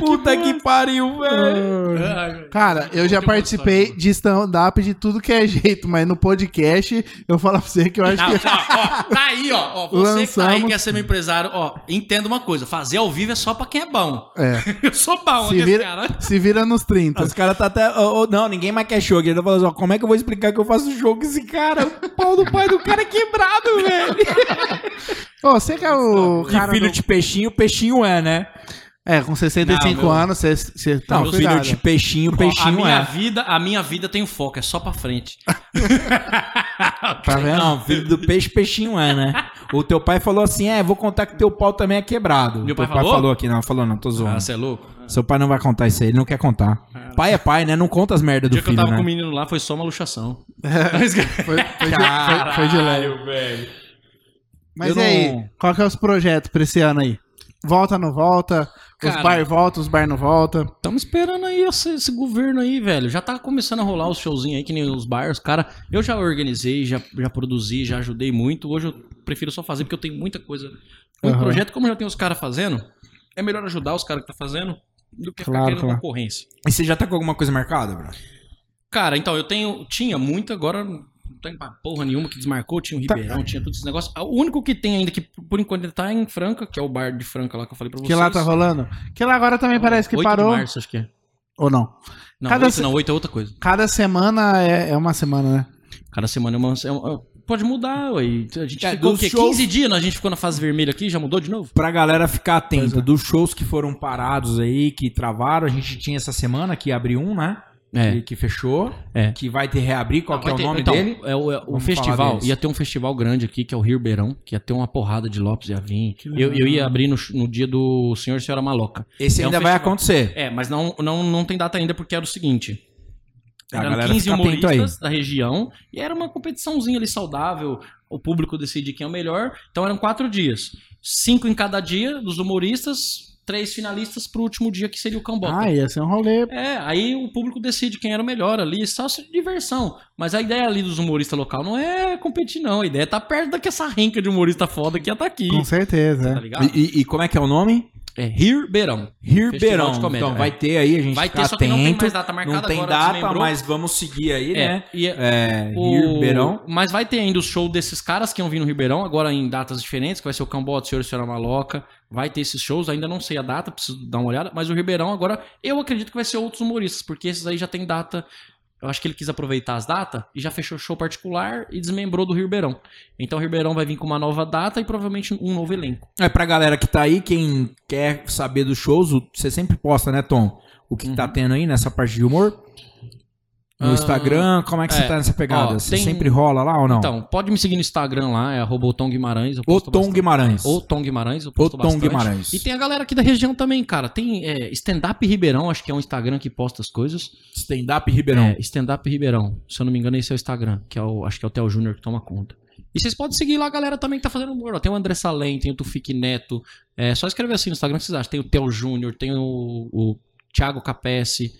B: Puta que, pariu, velho.
A: Cara, eu já
C: Conte uma história,
A: participei de stand-up de tudo que é jeito, mas no podcast eu falo pra você que eu acho
C: Não,
A: que.
C: ó, ó, tá aí, ó. ó, você que tá aí,
A: Lançamos.
C: quer ser meu empresário, ó. Entenda uma coisa: fazer ao vivo é só pra quem é bom.
A: É.
C: Eu sou bom,
A: Se
C: né,
A: vira, se vira nos 30.
B: Os caras tá até. ó, ó, não, ninguém mais quer show. Ele tá falando assim, ó, como é que eu vou explicar que eu faço jogo com esse cara? O pau do pai do cara é quebrado, velho.
A: Ô, você que é o
B: Que
A: cara.
B: filho
A: do-
B: de peixinho, peixinho é, né?
A: É, com 65
C: Não, meu-
A: anos, você, você tá
B: Não, filho
A: cuidado.
B: de peixinho,
C: Ó, a
B: peixinho
C: minha
B: é.
C: vida, a minha vida tem um foco, é só pra frente.
A: Tá vendo?
B: Não, filho do peixe, peixinho é, né? O teu pai falou assim: é, vou contar que teu pau também é quebrado.
C: Meu
B: O teu
C: pai falou?
B: aqui, não, falou não, tô zoando.
C: Ah, você é louco? O
B: Seu pai não vai contar isso aí, ele não quer contar. Pai é pai, né? Não conta as merdas do
C: dia que eu
B: filho,
C: tava
B: né?
C: com o menino lá foi só uma luxação.
A: Foi, foi de, foi, foi de leve.
C: velho.
A: Mas
B: Eu
A: e
B: não-
A: aí, qual que é os projetos pra esse ano aí? Volta, não volta?
C: Cara-
A: Os bar volta, os bar não volta?
C: Tamo esperando aí esse, esse governo aí, velho. Já tá começando a rolar os showzinhos aí, que nem os bars. Cara, eu já organizei, já, já produzi, já ajudei muito. Hoje eu prefiro só fazer porque eu tenho muita coisa. Muito
A: Aham.
C: projeto, como já tem os caras fazendo, é melhor ajudar os caras que tá fazendo do que
B: Claro,
C: ficar querendo
B: claro.
C: concorrência.
B: E você já tá com alguma coisa marcada, bro?
C: Cara, então, eu tenho. Tinha muito, agora não tem pra porra nenhuma que desmarcou. Tinha o
A: Tá.
C: Ribeirão, tinha todos esses negócios. O único que tem ainda, que por enquanto ele tá em Franca, que é o bar de Franca lá que eu falei pra vocês.
A: Que lá tá rolando? Que lá agora também parece que
C: 8
A: parou.
C: De março, acho que é.
A: Ou não?
C: Não,
A: Cada
C: oito
A: se-
C: não, oito é outra coisa.
A: Cada semana é, é uma semana, né?
C: Cada semana é uma. é uma- pode mudar, ué. A gente
B: É,
C: ficou o
B: dos
C: quê?
B: shows-
C: 15 dias, né? a gente ficou na fase vermelha aqui, já mudou de novo?
B: Pra galera ficar atenta,
C: é.
B: dos shows que foram parados aí, que travaram, a gente tinha essa semana que abriu um, né?
C: É.
B: Que, que fechou.
C: É.
B: Que vai ter reabrir, qual que é o
C: Vai ter-
B: nome
C: então,
B: dele?
C: É o, é o
B: Vamos falar
C: festival.
B: deles.
C: Ia ter um festival grande aqui, que é o Rio Beirão, que ia ter uma porrada de Lopes e Avim. Eu, eu ia abrir no, no dia do Senhor e Senhora Maloca.
B: Esse
C: é um
B: ainda vai
C: festival.
B: acontecer.
C: É, mas não, não, não tem data ainda porque era o seguinte.
B: A
C: Eram
B: galera
C: 15
B: fica atento aí.
C: humoristas da região e era uma competiçãozinha ali saudável. O público decide quem é o melhor. Então eram quatro dias. Cinco em cada dia dos humoristas, três finalistas pro último dia que seria o Cambota.
A: Ah, ia ser um rolê.
C: É, aí o público decide quem era o melhor ali, só se diversão. Mas a ideia ali dos humoristas local não é competir, não. A ideia é tá perto daquela essa renca de humorista foda que ia tá aqui.
A: Com certeza.
C: Tá
A: é.
C: ligado?
B: E, e- e como é que é o nome?
C: É Ribeirão. Festival
B: Ribeirão.
C: de comédia,
B: Então
C: é.
B: vai ter aí, a gente
C: Vai
B: fica
C: ter, só que não tem
B: atento.
C: mais data marcada
B: Não tem
C: agora,
B: data,
C: desmembrou.
B: mas vamos seguir aí,
C: É,
B: né?
C: e
B: É,
C: O-
B: Ribeirão.
C: Mas vai ter ainda o show desses caras que iam vir no Ribeirão, agora em datas diferentes, que vai ser o Cambota, Senhor e Senhora Maloca. Vai ter esses shows, ainda não sei a data, preciso dar uma olhada. Mas o Ribeirão agora, eu acredito que vai ser outros humoristas, porque esses aí já tem data. Eu acho que ele quis aproveitar as datas e já fechou show particular e desmembrou do Ribeirão. Então o Ribeirão vai vir com uma nova data e provavelmente um novo elenco.
B: É pra galera que tá aí, quem quer saber dos shows, o- você sempre posta, né, Tom? O que, que tá tendo aí nessa parte de humor? No
C: Uhum. Ah,
B: Instagram, como é que você
C: é.
B: tá nessa pegada?
C: Ó,
B: Você
C: tem-
B: sempre rola lá ou não?
C: Então, pode me seguir no Instagram lá, é arroba o Tom Guimarães. eu
B: o
C: posto
B: Tom
C: bastante.
B: Guimarães.
C: Ou Tom Guimarães, eu posto
B: Ou Tom
C: bastante.
B: Guimarães.
C: E tem a galera aqui da região também, cara. Tem é, Stand Up Ribeirão, acho que é um Instagram que posta as coisas.
B: Stand Up Ribeirão.
C: É, Stand Up Ribeirão. Se eu não me engano, esse é o Instagram, que é o, acho que é o Theo Júnior que toma conta. E vocês podem seguir lá a galera também que tá fazendo humor. ó. Tem o André Salem, tem o Tufik Neto. É só escrever assim no Instagram o que vocês acham. Tem o Theo Júnior, tem o, o Thiago Capesse,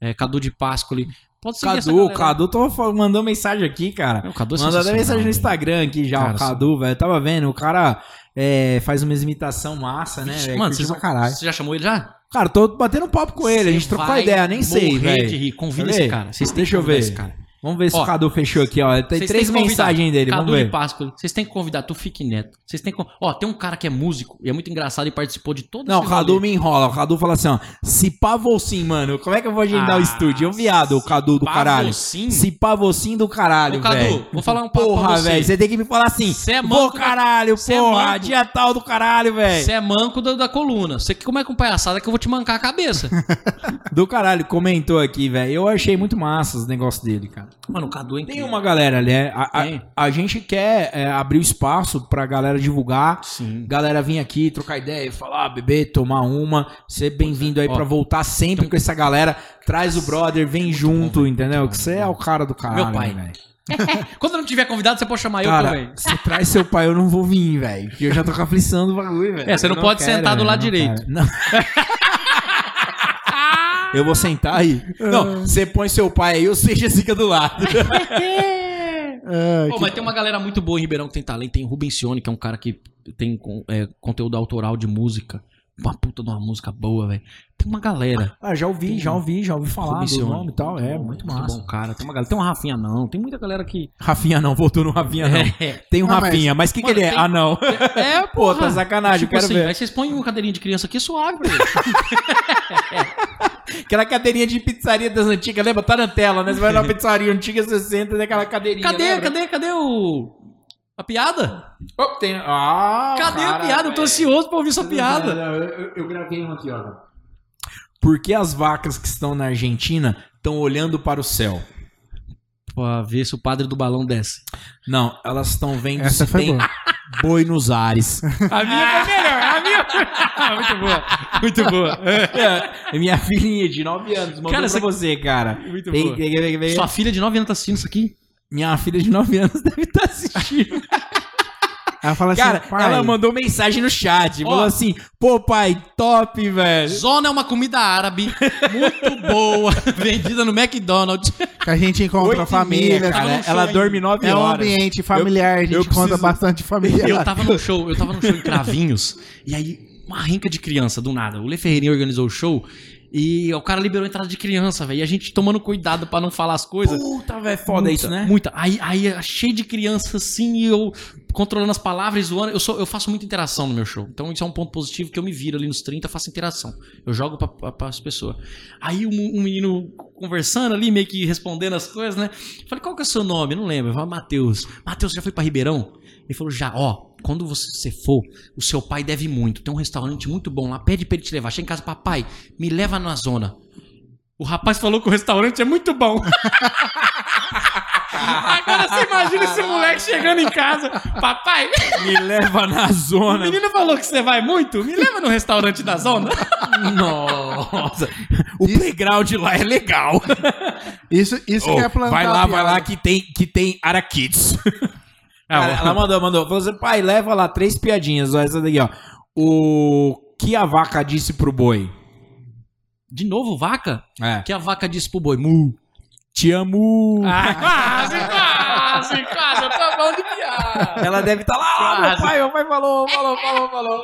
C: é, Cadu de Páscoli. Pode seguir essa
B: Cadu,
C: galera.
B: o Cadu tô fa- mandando mensagem aqui, cara.
C: É, O Cadu é
B: Manda até
C: sensacional,
B: mensagem no
C: velho.
B: Instagram aqui já,
C: Cara,
B: o Cadu, velho. Tava vendo, o cara é, faz uma imitação massa, né, velho?
C: Mano,
B: Curte
C: vocês
B: pra
C: vão-
B: caralho.
C: você já chamou ele já?
B: Cara, tô batendo um papo com ele, a gente
C: Você
B: trocou
C: vai
B: ideia, nem sei,
C: morrer de
B: velho.
C: rir. Convida
B: Quer
C: esse
B: ver?
C: cara. Vocês têm que
B: Deixa eu
C: convidar
B: ver.
C: esse cara.
B: Vamos ver se
C: Ó,
B: o Cadu fechou aqui, ó. Tem três
C: Vocês têm que convidar.
B: mensagens dele,
C: Cadu
B: vamos ver.
C: de Páscoa. Vocês têm que convidar Tufik Neto. Vocês têm que... Ó, tem um cara que é músico e é muito engraçado e participou de todo
B: Não, o
C: esse
B: Cadu é
C: rolê.
B: me enrola. O Cadu fala assim, ó. Se pá vou sim, mano. Como é que eu vou agendar o
C: Ah,
B: estúdio? É um viado, o Cadu do
C: pá,
B: caralho.
C: vou sim?
B: Se pá vou sim do caralho,
C: Ô, Cadu,
B: velho.
C: vou falar um papo pra
B: Porra,
C: você.
B: velho. Você tem que me falar assim.
C: Cê é
B: Pô,
C: manco da-
B: caralho,
C: cê é
B: porra.
C: manco.
B: dia tal do caralho, velho.
C: Você é manco da, da coluna. Você que como é com palhaçada que eu vou te mancar a cabeça.
B: Do caralho. Comentou aqui, velho. Eu achei muito massa os negócios dele, cara.
C: Mano, o Cadu é
B: Tem
C: incrível.
B: uma galera ali, né? A, a-
C: Tem.
B: a gente quer é, abrir o espaço pra galera divulgar.
C: Sim.
B: Galera vir aqui, trocar ideia, falar, ah, beber, tomar uma. Ser bem-vindo aí
C: Ó, um
B: pra voltar sempre com essa galera. Traz o brother,
C: é
B: vem junto, entendeu? Que você é o cara do caralho, né,
C: Meu pai.
B: velho.
C: Quando não tiver convidado, você pode chamar eu
B: Cara,
C: também.
B: você traz seu pai, eu não vou vir, velho. Porque eu já tô com aflição do bagulho, velho.
C: É, você não
B: Eu
C: pode sentar do
B: velho,
C: lado
B: eu não
C: direito.
B: quero. Não. Eu vou sentar aí. Não, você põe seu pai aí, ou seja, fica do lado. É.
A: Ah,
C: Pô,
A: que-
C: mas tem uma galera muito boa em Ribeirão que tem talento. Tem o Rubens Cione, que é um cara que tem con- é, conteúdo autoral de música. Uma puta de uma música boa, velho. Tem uma galera.
B: Ah, já ouvi, já ouvi, já ouvi falar do
C: Rubicione.
B: nome e tal. É, muito massa.
C: bom, cara. Tem uma galera. Tem uma Rafinha, não. Tem muita galera que.
B: Rafinha não, voltou no Rafinha não.
C: É,
B: Tem um
A: Não, mas-
B: Rafinha, mas o que, que
C: Mano,
B: ele é?
C: tem-
B: Ah, não.
C: é
B: Pô, tá sacanagem, eu
C: Tipo
B: quero
C: assim,
B: ver.
C: aí vocês põem uma cadeirinha de criança aqui é suave, pra ele.
B: Aquela cadeirinha de pizzaria das antigas, lembra? Tá na tela, né? Você vai numa pizzaria antiga, você senta naquela cadeirinha.
C: Cadê,
B: lembra?
C: cadê, cadê o. A piada?
B: Opa, Oh, tem... ah,
C: Cadê a
B: cara,
C: piada? Eu tô ansioso pra ouvir sua
B: piada.
C: piada.
B: eu, gravei uma aqui, ó. Por que as vacas que estão na Argentina estão olhando para o céu?
C: Pra ver se o padre do balão desce.
B: Não, elas estão vendo
A: Essa
B: se
A: foi
B: tem
A: boa.
B: boi nos ares.
C: A minha foi melhor, a minha. Muito boa, muito boa.
B: É minha filhinha de 9 anos mandou
C: Cara,
B: pra
C: você-
B: você, cara.
C: Muito
B: Tem-
C: boa.
B: tem- tem- tem-
C: Sua filha de 9 anos tá assistindo isso aqui?
B: Minha filha de 9 anos deve estar assistindo.
A: Ela fala assim,
B: Cara,
A: pai,
B: ela mandou mensagem no chat.
C: Ó.
B: Falou assim, pô pai, top, velho.
C: Zona é uma comida árabe muito boa, vendida no McDonald's.
A: que a gente encontra
B: Oito
A: a
B: e
A: família.
B: meia, cara. Ela dorme 9
A: é um
B: horas.
A: ambiente familiar, a gente
B: eu
A: encontra
B: preciso- tá-
A: bastante família.
C: Eu tava num show, eu tava num show em Cravinhos, e aí uma rinca de criança, do nada. O Lê Ferreirinha organizou o show e o cara liberou a entrada de criança, velho. E a gente tomando cuidado pra não falar as coisas.
B: Puta, velho, foda
C: Muita,
B: isso, né?
C: Muita. Aí, aí é cheio de criança assim, e eu controlando as palavras, zoando. Eu, sou, eu faço muita interação no meu show. Então isso é um ponto positivo que eu me viro ali nos 30, faço interação. Eu jogo pra, pra, pras pessoas. Aí um, um menino conversando ali, meio que respondendo as coisas, né? Falei, qual que é o seu nome? Eu não lembro. Eu falei, Matheus. Matheus, você já foi pra Ribeirão? Ele falou, já, ó. Quando você for, o seu pai deve muito. Tem um restaurante muito bom lá. Pede pra ele te levar. Chega em casa, papai, me leva na zona. O rapaz falou que o restaurante é muito bom. Agora você imagina esse moleque chegando em casa. Papai,
B: Me leva na
C: o
B: zona.
C: menino falou que você vai muito? Me leva no restaurante da zona.
B: Nossa. O playground lá é legal.
A: Isso, isso
B: Ô,
A: que é plantar
B: vai lá,
A: a
B: vai
A: piada.
B: lá que tem, que tem Arakids. Cara, ela mandou, mandou. Falou assim, pai, leva lá três piadinhas. Ó, essa daqui, ó. O que a vaca disse pro boi?
C: De novo, vaca?
B: É.
C: Que a vaca disse pro boi, mu.
B: Te amo.
C: Ah, quase, quase. casa, em casa, tá bom de piada.
B: Ela deve estar lá, ah, meu
C: Quase.
B: pai, meu pai falou, falou, falou, falou.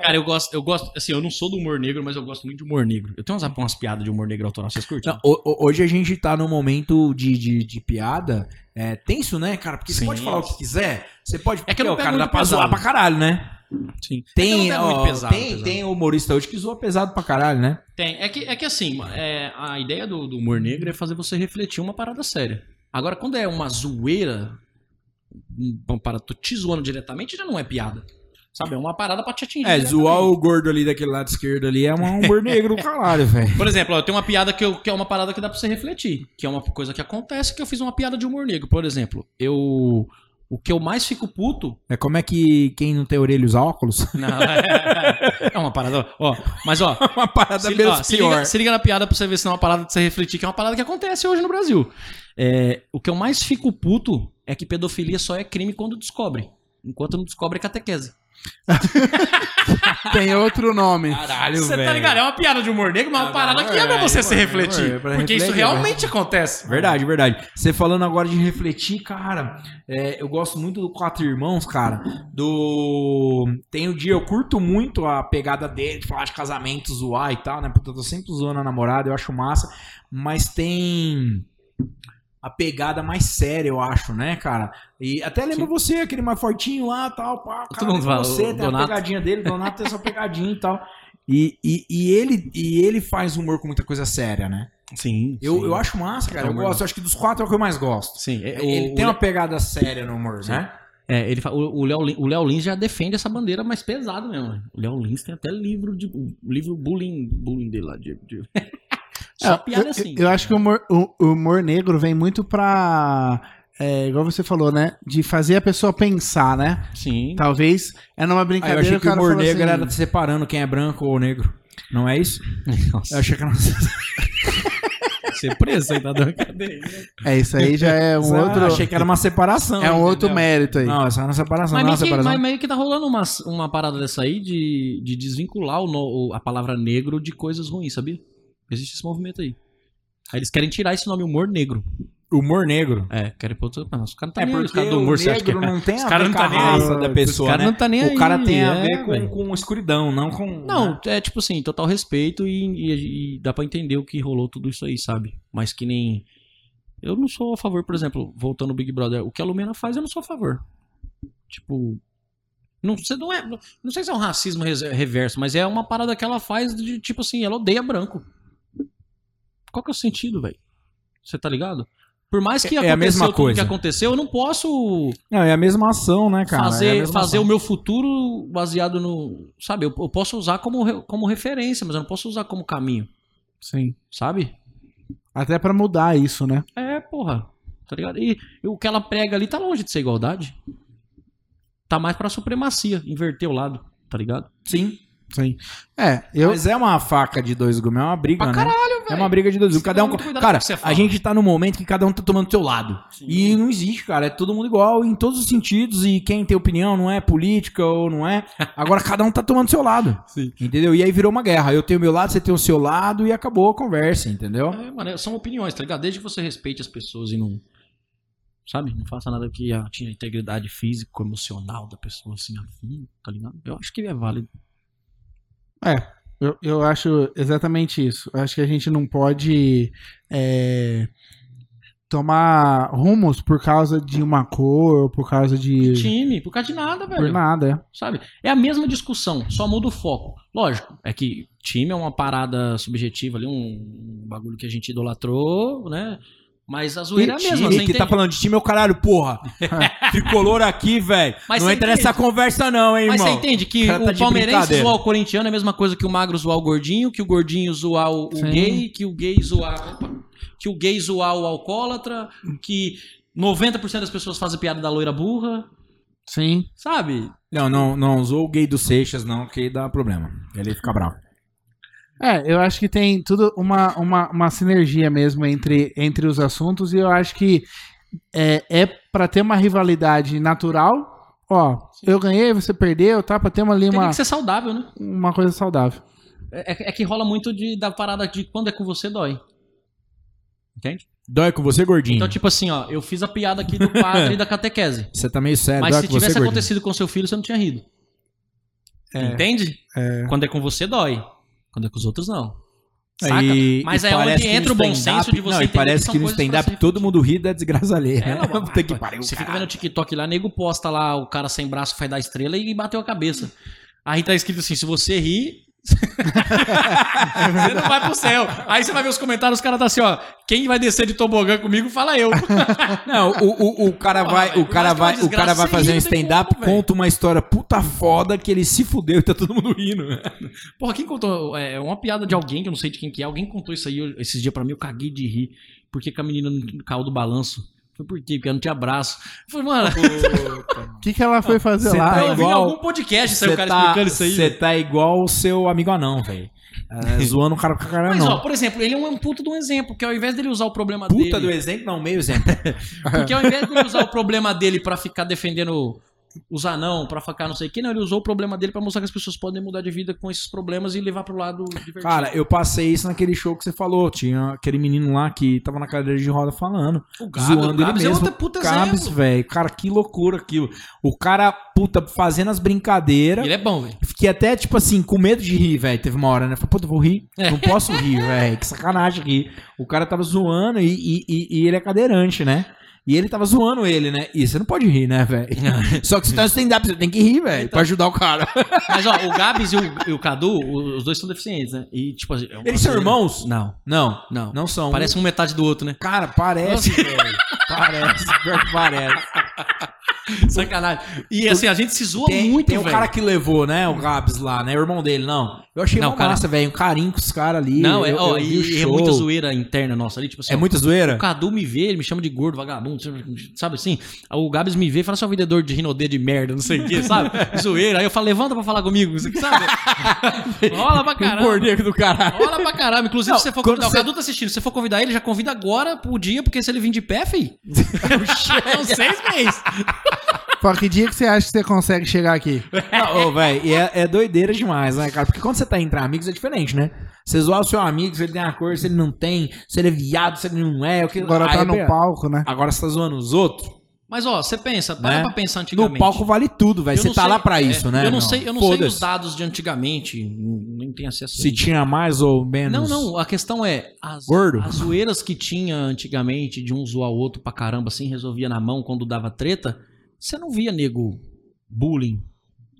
C: Cara, eu gosto, eu gosto, assim, eu não sou do humor negro, mas eu gosto muito de humor negro. Eu tenho umas, umas piadas de humor negro autoral, vocês curtem?
B: Não, ho- ho- hoje a gente tá num momento de, de, de piada é, tenso, né, cara? Porque você
C: Sim.
B: pode falar o que quiser, você pode.
C: É que
B: Porque,
C: eu não
B: ó,
C: pego
B: cara dá
C: muito
B: pra
C: pesado.
B: zoar pra caralho, né?
C: Sim.
B: Tem,
C: É que eu não pego
B: ó,
C: muito pesado,
B: tem,
C: pesado.
B: tem humorista hoje que zoa pesado pra caralho, né?
C: Tem. É que, é que assim, é, a ideia do, do humor negro é fazer você refletir uma parada séria. Agora, quando é uma zoeira, um, uma parada, tô te zoando diretamente, já não é piada. Sabe? É uma parada pra te atingir.
B: É,
C: diretamente.
B: zoar o gordo ali daquele lado esquerdo ali é um humor negro, caralho, velho.
C: Por exemplo, ó, tem uma piada que, eu- que é uma parada que dá pra você refletir, que é uma coisa que acontece que eu fiz uma piada de humor negro. Por exemplo, eu. O que eu mais fico puto.
B: É como é que quem não tem orelha usa óculos?
C: Não, é, uma parada. Ó, mas ó,
B: É Uma parada
C: se,
B: menos
C: ó, se
B: pior.
C: liga, se liga na piada pra você ver se não é uma parada de você refletir, que é uma parada que acontece hoje no Brasil. É, o que eu mais fico puto é que pedofilia só é crime quando descobre. Enquanto não descobre é catequese.
A: Tem outro nome.
B: Caralho,
C: Você tá ligado? É uma piada de humor negro, mas uma parada que é pra você se refletir. Porque isso realmente acontece.
B: Verdade, verdade. Você falando agora de refletir, cara, é, eu gosto muito do Quatro Irmãos, cara. Do. Tem o dia, eu curto muito a pegada dele, de falar de casamento, zoar e tal, né? Porque eu tô sempre zoando a namorada, eu acho massa. Mas tem. A pegada mais séria, eu acho, né, cara? E até lembra você, aquele mais fortinho lá tal, pá. Cara,
C: Todo mundo
B: lembra
C: fala,
B: você,
C: o
B: tem a
C: Donato.
B: pegadinha dele, o Donato tem essa pegadinha e tal. E, e, e ele, e ele faz humor com muita coisa séria, né?
C: Sim.
B: Eu, eu acho massa, cara. Eu
C: Então,
A: né?
B: gosto. Acho que dos quatro é o que eu mais gosto.
C: Sim, é,
B: Ele
C: o-
B: tem uma pegada séria no humor,
C: Sim.
B: né?
C: É, ele fa- o o Léo Lin- o Léo Lins já defende essa bandeira mais pesada mesmo. né? O Léo Lins tem até livro de o livro bullying, bullying dele lá de, de- Só
A: É,
C: piada
A: eu,
C: assim.
A: Eu, eu acho que o humor, o- o humor negro vem muito pra. é, igual você falou, né? De fazer a pessoa pensar, né?
C: sim.
A: Talvez é numa
B: Aí eu
A: brincadeira
B: achei que o
A: cara
B: humor
A: fala
B: negro
A: assim,
B: era separando quem é branco ou negro. Não é isso? Eu
C: Nossa,
B: achei que era
C: ser preso aí tá dando cadeia.
A: É, isso aí já é um
B: Eu
A: outro.
B: achei que era uma separação.
A: É um outro
B: entendeu?
A: mérito aí.
B: Não, essa não é separação, não
C: Mas
B: é
C: meio, que,
B: separação.
C: mas meio que tá rolando uma, uma parada dessa aí de, de desvincular o no- o- a palavra negro de coisas ruins, sabia? Existe esse movimento aí. Aí eles querem tirar esse nome humor negro.
B: Humor negro.
C: É, querem pôr outro. Mas os caras não tá
B: É
C: nem aí, os
B: porque
C: caras do
B: o
C: humor, você acha que é.
B: negro não tem a
C: Os caras
B: ver
C: não
B: com a
C: tá nem aí.
B: raça da
C: Os
B: pessoa,
C: caras
B: né?
C: não tá nem aí.
B: O cara tem a
C: é,
B: ver com,
C: velho.
B: com escuridão, não com... né?
C: Não, é tipo assim, total respeito e, e- e dá pra entender o que rolou tudo isso aí, sabe? Mas que nem. Eu não sou a favor, por exemplo, voltando ao Big Brother, o que a Lumena faz, eu não sou a favor. Tipo. Não, sei- não, é, não sei se é um racismo res- reverso, mas é uma parada que ela faz de tipo assim, ela odeia branco. Qual que é o sentido, velho? Você tá ligado? Por mais que
B: É- é a mesma
C: aconteceu tudo
B: coisa.
C: que aconteceu, eu não posso
B: Não, é a mesma ação, né, cara? É a
C: fazer
B: mesma
C: fazer
B: ação.
C: o meu futuro baseado no. Sabe, eu, eu posso usar como, re- como referência, mas eu não posso usar como caminho,
A: Sim.
C: sabe?
A: Até pra mudar isso, né?
C: É, porra. Tá ligado? E, e o que ela prega ali tá longe de ser igualdade. Tá mais pra supremacia, inverter o lado, tá ligado?
B: Sim. Sim.
A: É, eu.
B: Mas é uma faca de dois gumes, é uma briga,
C: Pra
B: né?
C: caralho,
B: É
C: velho.
B: uma briga de dois.
C: Você
B: Cada
C: tem
B: um.
C: muito cuidado
B: Cara,
C: com o que você
B: a
C: fala.
B: gente tá num momento que cada um tá tomando do seu lado. E não existe, cara. É todo mundo igual em todos os sentidos. E quem tem opinião não é política ou não é. Agora cada um tá tomando do seu lado.
C: Sim.
B: Entendeu? E aí virou uma guerra. Eu tenho o meu lado, você tem o seu lado e acabou a conversa, entendeu?
C: É, mano, são opiniões, tá ligado? Desde que você respeite as pessoas e não. Sabe? Não faça nada que atire a integridade físico, emocional da pessoa, assim, a fundo, tá ligado? Eu acho que é válido.
A: É, eu, eu acho exatamente isso. Eu acho que a gente não pode é, tomar rumos por causa de uma cor, por causa de.
C: Time, por causa de nada, velho.
A: Por nada.
C: sabe? É a mesma discussão, só muda o foco. Lógico, é que time é uma parada subjetiva ali, um, um bagulho que a gente idolatrou, né? Mas a zoeira é a mesma,
B: time,
C: você
B: que tá
C: entende?
B: falando de time é o caralho, porra. Tricolor aqui, velho.
C: Mas
B: Não
C: você
B: entra
C: entende?
B: nessa conversa, não, hein,
C: Mas você
B: irmão.
C: entende que
B: cara tá
C: o
B: de
C: palmeirense
B: brincadeira.
C: zoar o corintiano é a mesma coisa que o magro zoar o gordinho, que o gordinho zoar o, o
A: Sim.
C: gay, que o gay zoar. opa, que o gay zoar o alcoólatra, que 90% das pessoas fazem piada da loira burra,
A: Sim.
C: sabe?
B: Não, não, não usou o gay do Seixas, não, que dá problema. Ele fica bravo.
A: É, eu acho que tem tudo uma, uma, uma sinergia mesmo entre, entre os assuntos e eu acho que é, é para ter uma rivalidade natural. Ó, eu ganhei, você perdeu, tá? Pra ter uma, ali
C: Tem
A: uma,
C: que ser saudável, né?
A: uma coisa saudável.
C: É, é que rola muito de, da parada de quando é com você dói. Entende?
B: Dói com você, gordinho?
C: Então, tipo assim, ó, eu fiz a piada aqui do padre e da catequese.
B: Você tá meio sério,
C: Mas
B: dói
C: se
B: com você,
C: tivesse
B: gordinho?
C: acontecido com seu filho, você não tinha rido. Entende? Quando é com você, dói. Quando é com os outros, não. Saca?
B: E-
C: Mas
B: e
C: é onde
B: parece que
C: entra
B: no
C: o bom
B: stand-up-
C: senso de você
B: Não, e
C: entender que
B: parece
C: são
B: que no
C: coisas pra
B: stand-up
C: ser
B: todo mundo ri da desgraça alheia.
C: É,
B: né?
C: não,
B: Puta que pariu,
C: você fica
B: caralho.
C: vendo o TikTok lá, nego posta lá o cara sem braço faz da estrela e bateu a cabeça. Aí tá escrito assim: se você rir. você não vai pro céu. Aí você vai ver os comentários, os caras tá assim, ó. Quem vai descer de tobogã comigo, fala eu.
B: Não, o, o, o cara
C: Porra,
B: vai,
C: velho,
B: o cara
C: por
B: vai,
C: mais que é
B: o
C: uma
B: cara vai
C: desgraça,
B: fazer um
C: você ri, não tem
B: stand-up,
C: como, velho.
B: conta uma história puta foda que ele se fudeu e tá todo mundo rindo.
C: Porra, quem contou? É uma piada de alguém, que eu não sei de quem que é. Alguém contou isso aí eu- esses dias pra mim, eu caguei de rir. Porque que a menina não caiu do balanço. Foi por quê? Porque ela não tinha abraço. Eu Falei, mano,
A: O que, que ela foi fazer
B: cê
A: lá?
B: tá
C: eu vi em
B: igual- tá
C: algum podcast saiu o cara explicando isso aí.
B: Você tá igual o seu amigo anão, velho. É, zoando o cara com a cara
C: Mas,
B: não.
C: ó, por exemplo, ele é um puta de um exemplo, que ao invés dele usar o problema
B: Puta do é.
C: dele.
B: exemplo, não, meio exemplo.
C: Porque ao invés dele usar o problema dele pra ficar defendendo os anão, pra ficar não sei o que, não, ele usou o problema dele pra mostrar que as pessoas podem mudar de vida com esses problemas e levar pro lado divertido.
B: Cara, eu passei isso naquele show que você falou. Tinha aquele menino lá que tava na cadeira de roda falando.
C: o
B: zoando ele
C: é
B: mesmo.
C: outra puta
B: Cabs,
C: exemplo.
B: velho. Cara, que loucura aquilo. O cara, puta, fazendo as brincadeiras.
C: Ele é bom, velho.
B: Fiquei até, tipo assim, com medo de rir, velho. Teve uma hora, né? Falei, puta, eu vou rir.
C: É.
B: Não posso rir, velho. Que sacanagem rir. O cara tava zoando e, e, e- e ele é cadeirante, né? E ele tava zoando ele, né? E você não pode rir, né, velho? Só que você tá no stand-up, você tem que rir,
C: Então.
B: velho, pra ajudar o cara.
C: Mas ó, o Gabs e o, e o Cadu, o- os dois são deficientes, né? E tipo assim. é uma
B: Eles são
C: zoeira.
B: irmãos?
C: Não.
B: Não,
C: Não.
B: não são.
C: Parece um metade do outro, né?
B: Cara, parece, velho. Parece, pior que parece.
C: Sacanagem. E assim, a gente se zoa
B: Tem,
C: muito,
B: tem o
C: velho.
B: cara que levou, né, o Gabs lá, né? O irmão dele, não. Eu achei
C: Não,
B: uma
C: cara-
B: massa, velho. Um carinho com os caras ali.
C: Não, é,
B: eu-
C: ó,
B: eu vi o
C: e é
B: show.
C: muita zoeira interna nossa ali, tipo assim.
B: É
C: ó,
B: muita zoeira?
C: O Cadu me vê, ele me chama de gordo, vagabundo, sabe assim? O Gabs me vê e fala, seu vendedor de rinodê de merda, não sei o que, sabe? Zoeira. Aí eu falo, levanta pra falar comigo, sabe? Um Rola pra
B: O
C: caramba.
B: corneco do caralho.
C: Rola pra caramba. Inclusive,
B: Não,
C: se você for
B: quando
C: convidar,
B: você-
C: o Cadu tá assistindo, se você for convidar ele, já convida agora pro dia, porque se ele vir de pé, fi... São seis meses.
A: Fala, que dia que você acha que você consegue chegar aqui?
B: Não, ô, velho, e é, é doideira demais, né, cara? Porque quando você tá entre amigos é diferente, né? Você zoar o seu amigo, se ele tem a cor, se ele não tem, se ele é viado, se ele não é. O que...
A: Agora tá
B: Aí,
A: no
B: pera,
A: palco, né?
B: Agora você tá zoando os outros.
C: Mas, ó, você pensa, para
B: Né?
C: pra pensar antigamente.
B: No palco vale tudo, velho.
C: Eu
B: Você
C: não
B: tá
C: sei-
B: lá pra
C: é,
B: isso, né?
C: Eu não sei, eu não sei
B: Foda-se.
C: os dados de antigamente, não- nem tenho acesso a
B: Se tinha mais ou
C: Não,
B: menos.
C: não, a questão é, as,
B: Gordo.
C: as zoeiras que tinha antigamente de um zoar o outro pra caramba, assim, resolvia na mão quando dava treta, você não via nego bullying.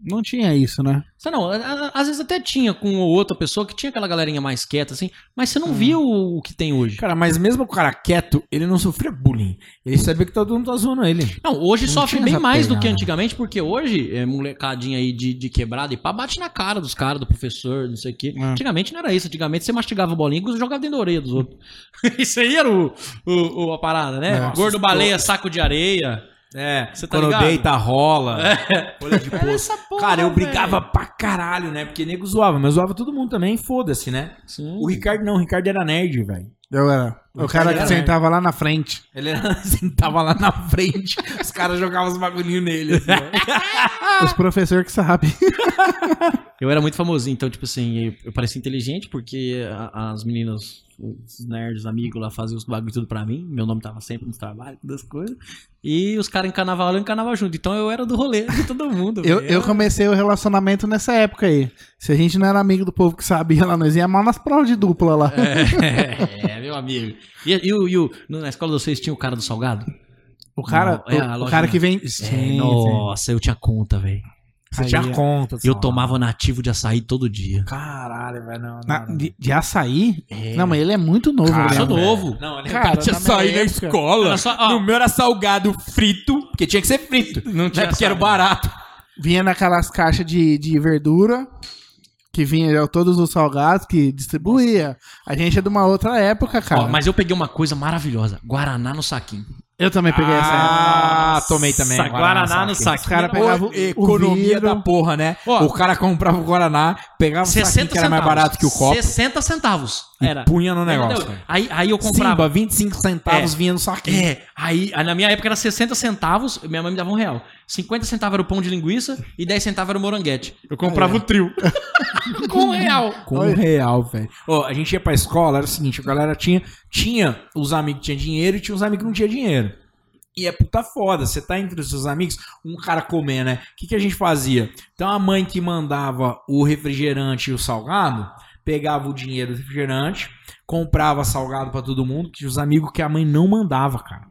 A: Não tinha isso, né?
C: Você não, a- a- às vezes até tinha com ou outra pessoa que tinha aquela galerinha mais quieta, assim, mas você não
B: Hum.
C: via o, o que tem hoje.
B: Cara, mas mesmo o cara quieto, ele não sofria bullying. Ele sabia que todo mundo tá zoando ele.
C: Não, hoje
B: Não
C: sofre
B: tinha
C: bem
B: essa
C: mais do
B: pegada.
C: que antigamente, porque hoje, é, molecadinha aí de, de quebrada e pá, bate na cara dos caras, do professor, não sei o quê.
A: É.
C: Antigamente não era isso. Antigamente você mastigava a bolinha e jogava dentro da orelha dos outros. isso aí era o, o- o- a parada, né?
A: Nossa,
C: Gordo baleia, saco de areia.
B: É,
C: Você tá
B: quando
C: ligado? É.
B: deita, rola. Olha de
C: Era
B: poço.
C: essa porra,
B: Cara, eu
C: velho.
B: brigava pra caralho, né? Porque nego zoava, mas zoava todo mundo também, foda-se, né?
C: Sim.
B: O Ricardo não, o Ricardo era nerd, velho.
A: Eu era. O cara
B: Era,
A: que
B: né?
A: sentava lá na frente.
B: Ele era, sentava lá na frente, os caras jogavam os bagulhinhos nele. assim, ó.
A: Os professores que sabem.
C: Eu era muito famosinho, então, tipo assim, eu, eu parecia inteligente porque a- as meninas, os nerds, amigos lá faziam os bagulho tudo pra mim. Meu nome tava sempre nos trabalhos, das coisas. E os caras encanavam aula, eu encanava junto. Então eu era do rolê de todo mundo.
A: Eu,
C: velho.
A: eu comecei o relacionamento nessa época aí. Se a gente não era amigo do povo que sabia lá, nós ia mal nas provas de dupla lá.
C: É, é, meu amigo. E, e o- e o- no- na escola de vocês tinha o cara do salgado?
A: O cara,
C: Não, é
A: o-
C: a
A: o,
C: lojinha.
A: cara que vem. Sim,
C: É,
A: sim.
C: nossa, eu tinha conta, velho.
B: Você
A: Aí,
B: tinha
A: ó.
B: conta.
C: Eu
B: só.
C: tomava nativo de açaí todo dia.
B: Caralho, velho, não, não,
A: Na-
B: não.
A: de, de açaí?
C: É.
A: Não, mas ele é muito novo,
B: Cara,
A: né?
C: eu sou
B: velho.
C: novo.
B: Não, ele
A: Cara,
B: tinha
A: na minha
B: saído na
A: época-
B: escola.
C: Era só- ó.
B: No meu era salgado frito, porque tinha que ser frito. Não
C: tinha
B: né? Porque era
C: salgado.
B: barato.
A: Vinha naquelas caixas de, de verdura, que vinha já todos os salgados que distribuía. A gente é de uma outra época, cara.
C: Ó, mas eu peguei uma coisa maravilhosa: Guaraná no saquinho.
A: Eu também peguei
B: Ah, tomei também.
C: Sa- Guaraná no
A: essa.
C: saquinho.
A: Os caras
C: era-
A: pegavam o,
B: Pegava economia
A: vidro.
B: da porra, né?
C: Ó.
B: o cara comprava o Guaraná, pegava o saquinho
C: 60
B: que era mais
C: centavos.
B: barato que o copo
C: 60 centavos. Era.
B: e punha no
C: Entendeu?
B: negócio. cara.
C: Aí, aí eu comprava.
B: Simba, 25 centavos vinha no saquinho.
A: É.
C: É, aí, aí na minha época era 60 centavos, minha mãe me dava um real. 50 centavos era o pão de linguiça e 10 centavos era o moranguete. Eu comprava o trio. Com um real.
B: Com um real, velho. Ó, a gente ia pra escola, era o seguinte, a galera tinha, tinha os amigos que tinham dinheiro e tinha os amigos que não tinham dinheiro. E é puta foda, você tá entre os seus amigos, um cara comer, né? O que, que a gente fazia? Então a mãe que mandava o refrigerante e o salgado, pegava o dinheiro do refrigerante, comprava salgado pra todo mundo, que os amigos que a mãe não mandava, cara.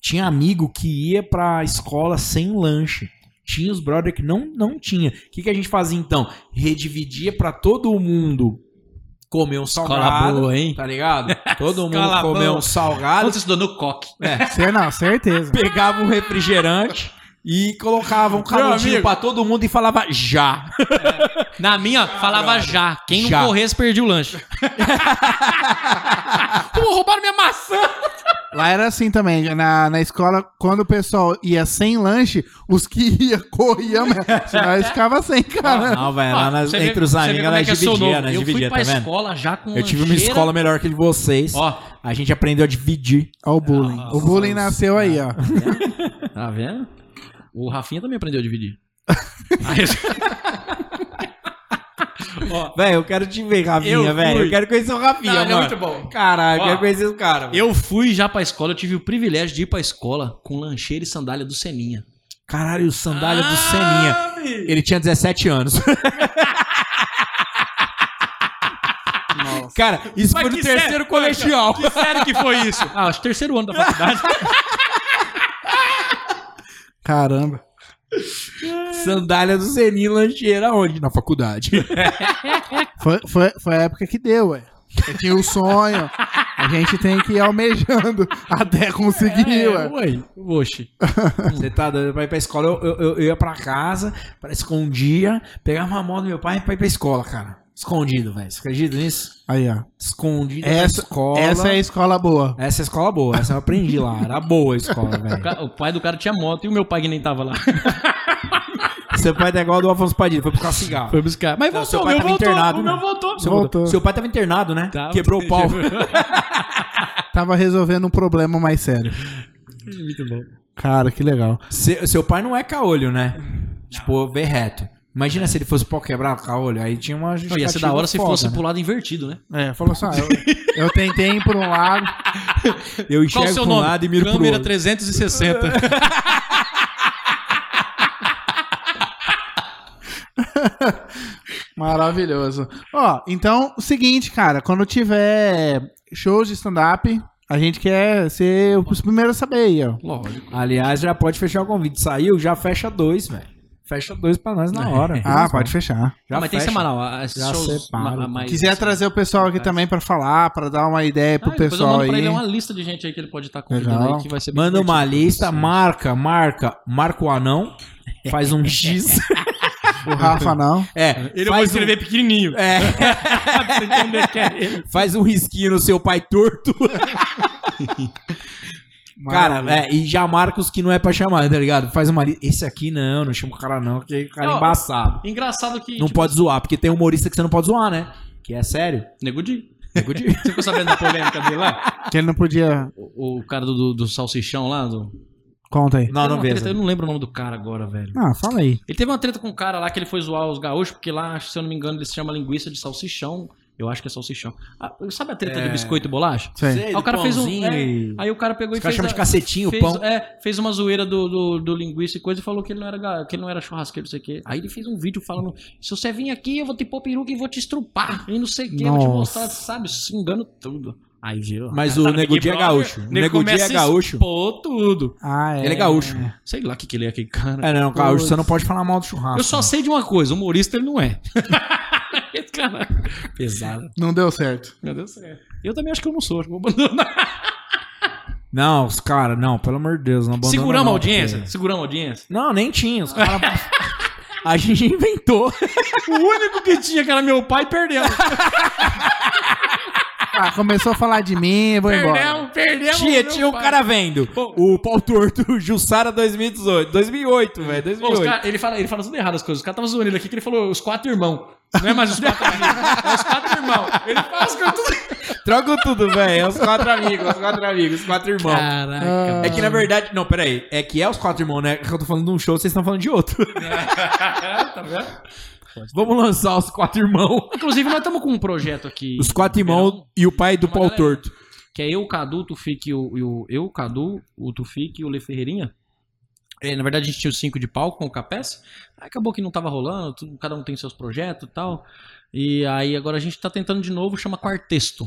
B: Tinha amigo que ia pra escola sem lanche. Tinha os brother que não, não tinha. O que, que a gente fazia então? Redividia pra todo mundo comer um
C: Escola
B: salgado,
C: boa, hein?
B: tá ligado? Todo mundo
C: Escola
B: comer
C: boa.
B: um salgado,
C: Quando você estudou no coque.
A: Sei Ah, não, certeza.
B: pegava um refrigerante e colocava um canudinho
C: amigo.
B: pra todo mundo e falava já.
C: Na minha, falava já. Quem
B: Já.
C: não corresse, perdia o lanche. Pô, roubaram minha maçã.
A: Lá era assim também, na, na escola, quando o pessoal ia sem lanche, os que ia corriam, nós ficava sem, cara.
B: Não, velho, É, lá
C: Ó,
B: nas-
C: Ah, você vê-
B: entre os
C: você
B: amigos
C: vê como é
B: nós
C: que eu sou
B: dividia,
C: novo.
B: nós
C: Eu fui
B: dividia,
C: pra
B: tá vendo?
C: escola já com
B: Eu tive uma
C: lancheira.
B: escola melhor que de vocês.
C: Ó,
B: A gente aprendeu a dividir.
A: Ó o bullying. o bullying nasceu aí, ó.
C: tá vendo? O Rafinha também aprendeu a dividir.
B: Velho, eu quero te ver, Rafinha,
C: Eu
B: velho.
C: fui.
B: Eu quero conhecer o Rafinha, mano.
C: é bom.
B: Caralho, eu
C: Ó,
B: quero conhecer o cara. velho.
C: Ah. Eu fui já pra escola, eu tive o privilégio de ir pra escola com lancheira e sandália do Seninha.
B: Caralho, o sandália
C: Ah!
B: do Seninha. Ele tinha 17 anos. Cara, isso
C: Mas
B: foi no
C: que
B: terceiro
C: sério-
B: colegial.
C: Sério que foi isso? Ah, acho que terceiro ano da faculdade.
A: Caramba.
B: sandália do Seninha e lancheira onde? Na faculdade.
A: Foi, foi, foi a época que deu, ué. Eu tinha o sonho. A gente tem que ir almejando até
C: É,
A: conseguir, ué.
B: Oi, oxe. Você tá doido pra ir pra escola? Eu, eu, eu- eu ia pra casa, pra escondia, pegava uma moto do meu pai pra ir pra escola, cara. Escondido, velho. Você acredita nisso?
A: Aí, ó.
B: Escondido
A: Essa-
B: na escola.
A: Essa é a escola boa.
B: Essa é a escola boa, essa eu aprendi lá. Era boa a escola,
C: O
B: velho.
C: ca- O pai do cara tinha moto e o meu pai que nem tava lá.
B: Seu pai tá igual ao do Afonso Padilha, foi buscar cigarro.
C: Foi buscar. Mas
B: Não,
C: voltou,
B: seu
C: o
B: pai
C: meu
B: tava
C: voltou.
B: internado,
C: o meu
B: né?
C: voltou.
B: Seu,
A: Voltou.
B: seu pai tava internado, né?
C: Tava.
B: Quebrou o pau.
A: Tava resolvendo um problema mais sério.
C: Muito bom.
A: Cara, que legal.
B: seu, seu pai não é caolho, né? Tipo, vê reto. Imagina se ele fosse pau quebrado, caolho. Aí tinha uma
C: Não, ia ser da hora se
B: justificativa
C: fosse
B: foda, né?
C: pro lado invertido, né?
A: É, falou assim: ah, eu, eu tentei ir por um lado.
B: Eu enxergo pra um lado e miro pro
C: Câmera
B: outro.
C: 360.
A: Maravilhoso. Ó, então, seguinte, cara, quando tiver shows de stand-up, a gente quer ser os primeiros a saber aí, ó.
C: Lógico.
B: Aliás, já pode fechar o convite. Saiu, já fecha dois, velho. Fecha dois pra nós na hora.
C: É,
A: Ah, pode fechar.
B: Já
C: Ah, mas tem
B: fecha.
C: semanal. ah, Esses
B: Já
C: shows
B: separa.
C: ma- mais-
A: Quiser trazer o pessoal aqui também pra falar, pra dar uma ideia
C: é Ah,
A: pro
C: depois eu
A: pessoal
C: mando pra
A: aí.
C: ele uma lista de gente aí que ele pode estar convidando
A: Legal.
C: aí que vai ser bem
B: Manda uma
C: divertido.
B: lista, marca, marca, marca o anão, faz um X.
A: O Rafa não.
B: É,
C: Ele eu vou
B: faz
C: escrever pequenininho.
B: Um, é,
C: Pra você entender que é ele.
B: faz um risquinho no seu pai torto. Cara, é, e já marca os que não é pra chamar, tá ligado? Faz uma lista. Esse aqui não, não chama o cara não, porque o cara é
C: Não,
B: embaçado.
C: Engraçado que.
B: Não
C: tipo,
B: pode zoar, porque tem humorista que você não pode zoar, né? Que é sério.
C: Nego Di. Você ficou sabendo da polêmica dele lá?
A: que ele não podia.
C: O, o cara do, do, do salsichão lá? Do...
A: Conta aí.
B: Não,
C: Teve
B: não
C: uma
B: vejo.
C: treta, Eu não lembro o nome do cara agora, velho.
A: Ah, fala aí.
C: Ele teve uma treta com um cara lá que ele foi zoar os gaúchos, porque lá, se eu não me engano, ele se chama linguiça de salsichão. Eu acho que é salsichão. Ah, sabe a treta
B: É.
C: de biscoito e bolacha?
A: Sei.
B: Sei,
C: Aí
B: do
C: o cara fez um.
B: pãozinho
C: é,
B: e-
C: aí o cara pegou
B: Os
C: e
B: caras
C: fez.
B: chamam de
C: a-
B: cacetinho,
C: fez,
B: pão.
C: é, fez uma zoeira do, do, do linguiça e coisa e falou que ele não era, ga- que ele não era churrasqueiro, não sei o quê. Aí ele fez um vídeo falando: se você vir aqui, eu vou te pôr peruca e vou te estrupar. E não sei o quê, vou te
A: Nossa.
C: mostrar, sabe? Se engano tudo. Aí viu.
B: Mas o Nego Di é gaúcho. O Nego Di é gaúcho.
C: Pô, tudo.
A: Ah,
B: Ele é gaúcho.
C: Sei lá o que, que ele é aquele cara.
B: É, não, gaúcho, você não pode falar mal do churrasco.
C: eu só sei de uma coisa: humorista ele não é. Cara, pesado.
A: Não deu certo.
C: Meu Deus do céu. Eu também acho que eu não sou. acho que eu Vou abandonar.
B: Não, os caras, não, pelo amor de Deus, não abandona
C: Seguramos a
B: não,
C: audiência.
B: porque-
C: Seguramos a audiência.
B: Não, nem tinha, os caras... a gente inventou.
C: O único que tinha, que era meu pai, perdeu.
A: Ah, começou a falar de mim, vou embora.
C: Perdeu, perdeu.
B: tinha, tinha um cara vendo. O pau torto, Jussara 2018. 2008, velho, 2008.
C: ele, fala, ele fala tudo errado as coisas. Os caras estavam zoando ele aqui, que ele falou os quatro irmãos. Não é mais os quatro amigos, é os quatro irmãos. Ele faz com tudo.
B: Troco tudo, velho. É os quatro amigos, os quatro amigos, os quatro irmãos.
C: Caraca.
B: É que na verdade. Não, peraí. É que é os quatro irmãos, né? Eu tô falando de um show, vocês estão falando de outro.
C: tá vendo?
B: Vamos lançar os quatro irmãos.
C: Inclusive, nós estamos com um projeto aqui.
B: Os quatro irmãos e o pai do
C: Uma
B: pau
C: galera.
B: torto.
C: Que é eu, o Cadu, o Tufik e o, e o- Eu, o Cadu, o Tufik e o Le Ferreirinha. É, na verdade, a gente tinha os cinco de palco com o Capes. Aí acabou que não tava rolando, tudo- cada um tem seus projetos e tal. E aí agora a gente tá tentando de novo, chama Quartesto,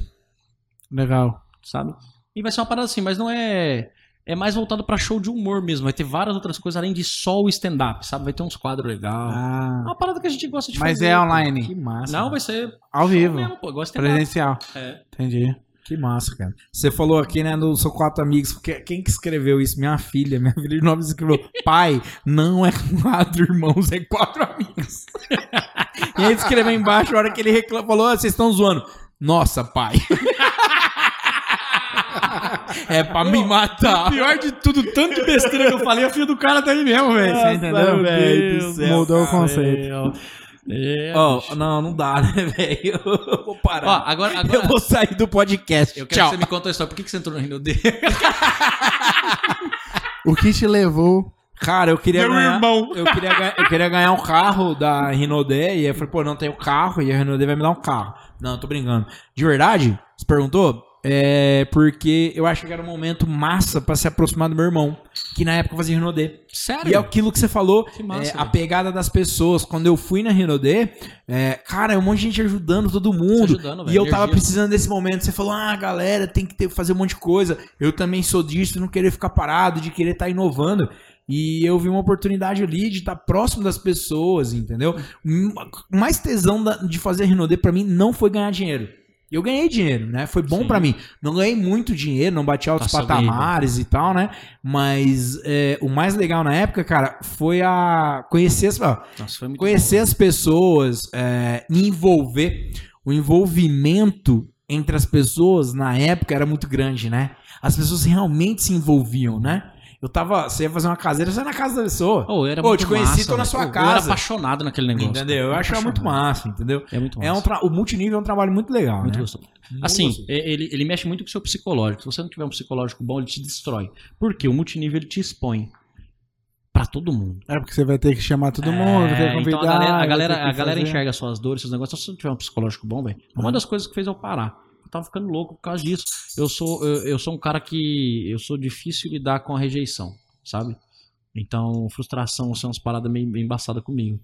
A: Legal.
C: sabe? E vai ser uma parada assim, mas não é. É mais voltado pra show de humor mesmo. Vai ter várias outras coisas além de só o stand-up, sabe? Vai ter uns quadros legais. É
A: Ah,
C: Uma parada que a gente gosta de
A: mas
C: fazer.
A: é online.
B: Que massa.
C: Não, vai ser
A: Ao vivo.
C: mesmo, pô. Gosta de stand-up.
A: Presencial.
C: É.
A: Entendi.
B: Que massa, cara. Você falou aqui, né, do seu quatro amigos. porque Quem que escreveu isso? Minha filha. Minha filha de nome escreveu. Pai, não é quatro irmãos, é quatro amigos. e ele escreveu embaixo, a hora que ele reclamou, falou, "Ah, vocês estão zoando. Nossa, pai. é pra me matar.
C: Pior de tudo, tanto besteira que eu falei, o filho do cara tá aí mesmo, velho.
A: Você entendeu? Mudou o conceito.
B: Ó, não, não dá, né, velho? Eu vou parar.
C: Ó, agora, agora
B: Eu vou sair do podcast.
C: eu quero
B: Tchau.
C: que você me conte a história. Por que, que você entrou no Rio dele?
A: O que te levou
B: Cara, eu queria
C: Meu
B: ganhar,
C: irmão.
B: Eu queria, ganha- eu queria ganhar um carro da Rinodé. E aí eu falei, pô, não tenho carro. E a Rinodé vai me dar um carro. Não, tô brincando. De verdade, você perguntou? É porque eu acho que era um momento massa pra se aproximar do meu irmão. Que na época fazia Rinodé.
C: Sério?
B: E é aquilo que você falou,
C: massa,
B: é, a
C: velho. Tá
B: pegada das pessoas. Quando eu fui na Renaudet, é, cara, é um monte de gente ajudando todo mundo.
C: ajudando,
B: e
C: velho,
B: eu tava
C: energia.
B: precisando desse momento. Você falou, ah, galera, tem que ter, fazer um monte de coisa. Eu também sou disso, não querer ficar parado, de querer estar inovando. E eu vi uma oportunidade ali de estar próximo das pessoas, entendeu? Hum, O mais tesão da- de fazer Renaudet pra mim não foi ganhar dinheiro. Eu ganhei dinheiro, né? Foi bom
C: Sim.
B: pra mim. Não ganhei muito dinheiro, não bati altos
C: Tá subindo.
B: patamares e tal, né? Mas é, o mais legal na época, cara, foi a conhecer as, ó,
C: Nossa, foi muito
B: conhecer as pessoas, é, me envolver. O envolvimento entre as pessoas na época era muito grande, né? As pessoas realmente se envolviam, né? Eu tava, você ia fazer uma caseira, você ia na casa da pessoa.
C: Pô, eu era
B: Pô,
C: muito
B: te conheci,
C: massa,
B: tô na
C: velho.
B: sua
C: Eu- Eu era
B: casa.
C: apaixonado naquele negócio.
B: entendeu? Eu achava muito massa, entendeu?
C: É muito massa.
B: É um tra- o multinível é um trabalho muito legal,
C: Muito
B: né?
C: gostoso. Assim, é- ele, ele mexe muito com o seu psicológico. Se você não tiver um psicológico bom, ele te destrói. Porque o multinível ele te expõe pra todo mundo.
A: É porque você vai ter que chamar todo mundo,
C: É,
A: vai ter que convidar.
C: então a galera, a
A: vai
C: galera,
A: ter que
C: a galera
A: fazer.
C: enxerga suas dores, seus negócios. Se você não tiver um psicológico bom, velho, uma das coisas que fez eu parar. Eu tava ficando louco por causa disso. Eu sou, eu, eu sou um cara que. Eu sou difícil lidar com a rejeição, sabe? Então, frustração são umas paradas meio, meio embaçadas comigo.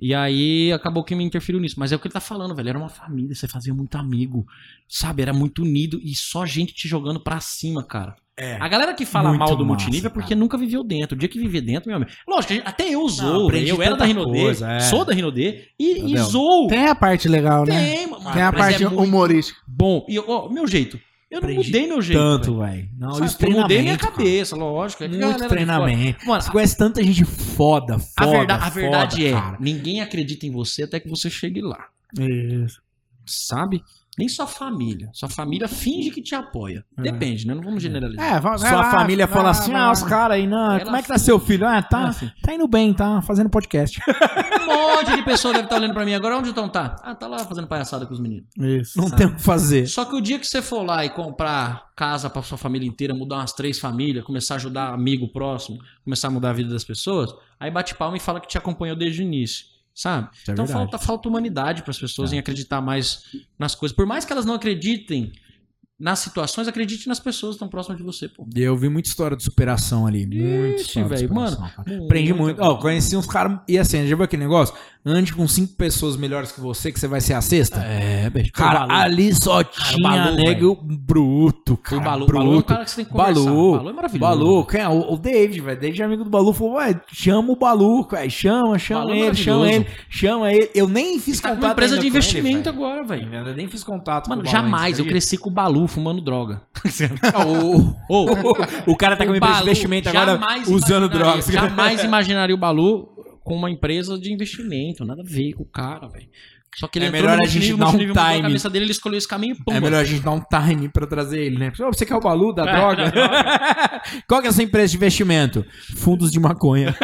C: E aí acabou que me interferiu nisso. Mas é o que ele tá falando, velho. Era uma família, você fazia muito amigo, sabe? Era muito unido e só gente te jogando pra cima, cara.
B: É.
C: A galera que fala
B: Muito
C: mal
B: massa,
C: do multinível é porque nunca viveu dentro. O dia que viver dentro, meu amigo. Lógico, a gente- até eu
B: Não,
C: zoou,
B: aprendi
C: eu era
B: tanta
C: da Rinodê,
B: coisa, é.
C: sou da Rinodê e, e
B: Entendeu?
C: zoou.
A: Tem a parte legal, né?
C: Tem, mano,
A: Tem a
C: mas
A: parte
C: é muito
A: humorística.
C: bom. E eu- ó, meu jeito. Eu não
B: um Aprendi
C: mudei meu jeito. velho.
B: Tanto, velho. Não,
C: Sabe,
B: isso
C: eu
B: treinamento.
C: mudei minha
B: cara.
C: cabeça, lógico. É que a galera
B: Muito
C: de
B: treinamento.
C: fora- Mano,
B: Você conhece tanta gente foda, foda.
C: a, a verdade, a
B: foda,
C: verdade é,
B: cara.
C: ninguém acredita em você até que você chegue lá,
A: Isso.
C: sabe? Nem sua família. Sua família finge que te apoia.
B: É.
C: Depende, né? Não vamos generalizar.
A: É, vai, vai
B: Sua
A: lá,
B: família
A: vai
B: fala
A: lá,
B: assim:
A: vai
B: ah,
A: lá.
B: os caras aí, não,
C: Ela
B: como é que tá seu filho? Ah, tá,
C: Ela fica-
B: tá indo bem, tá fazendo podcast.
C: Um monte de pessoa deve estar olhando pra mim agora. Onde estão? Tá? Ah, tá lá fazendo palhaçada com os meninos.
A: Isso.
B: Não tem o que fazer.
C: Só que o dia que você for lá e comprar casa pra sua família inteira, mudar umas três famílias, começar a ajudar amigo próximo, começar a mudar a vida das pessoas, aí bate palma e fala que te acompanhou desde o início, sabe?
B: é
C: então
B: verdade.
C: falta, falta humanidade pras pessoas em acreditar mais nas coisas. Por mais que elas não acreditem nas situações, acredite nas pessoas que estão próximas de você, pô.
B: Eu vi muita história de superação ali. Muita
C: Ixi,
B: história de
C: velho,
B: superação,
C: mano,
B: cara. Aprendi muito. Ó, conheci uns caras. E assim, já viu aquele negócio? Ande com cinco pessoas melhores que você, que você vai ser a sexta?
C: É, beijo.
B: Cara, ali só tinha
C: Balu,
B: nego bruto, cara.
C: o Balu,
B: bruto.
C: Balu é um cara que você tem que conversar.
B: Balu,
C: Balu é maravilhoso.
B: Balu, quem é? O, o David, velho. David é amigo do Balu. Falou, ué, chama o Balu, velho. Chama, chama
C: Balu é
B: ele, chama ele,
C: maravilhoso.
B: chama ele. Eu nem fiz
C: tá com
B: contato.
C: uma empresa
B: ainda
C: de
B: com ele,
C: investimento
B: velho.
C: agora, velho.
B: Eu nem fiz contato
C: Mano,
B: Tá com o Balu,
C: jamais. Eu
B: sabia?
C: cresci com o Balu fumando droga.
B: Ô, o cara tá com
C: O
B: uma empresa de
C: Balu
B: investimento agora
C: jamais
B: usando
C: imaginaria-
B: drogas. É
C: Jamais imaginaria o Balu com uma empresa de investimento. Nada a ver com o cara, velho. Só que ele
B: É
C: entrou
B: melhor
C: no
B: a gente
C: multinível,
B: dar um
C: multinível mudou
B: time.
C: A cabeça dele, ele escolheu esse caminho e pum.
B: É melhor a gente dar um time pra trazer ele, né? Ô, Você quer o Balu da droga? Qual que é a sua empresa de investimento? Fundos de maconha.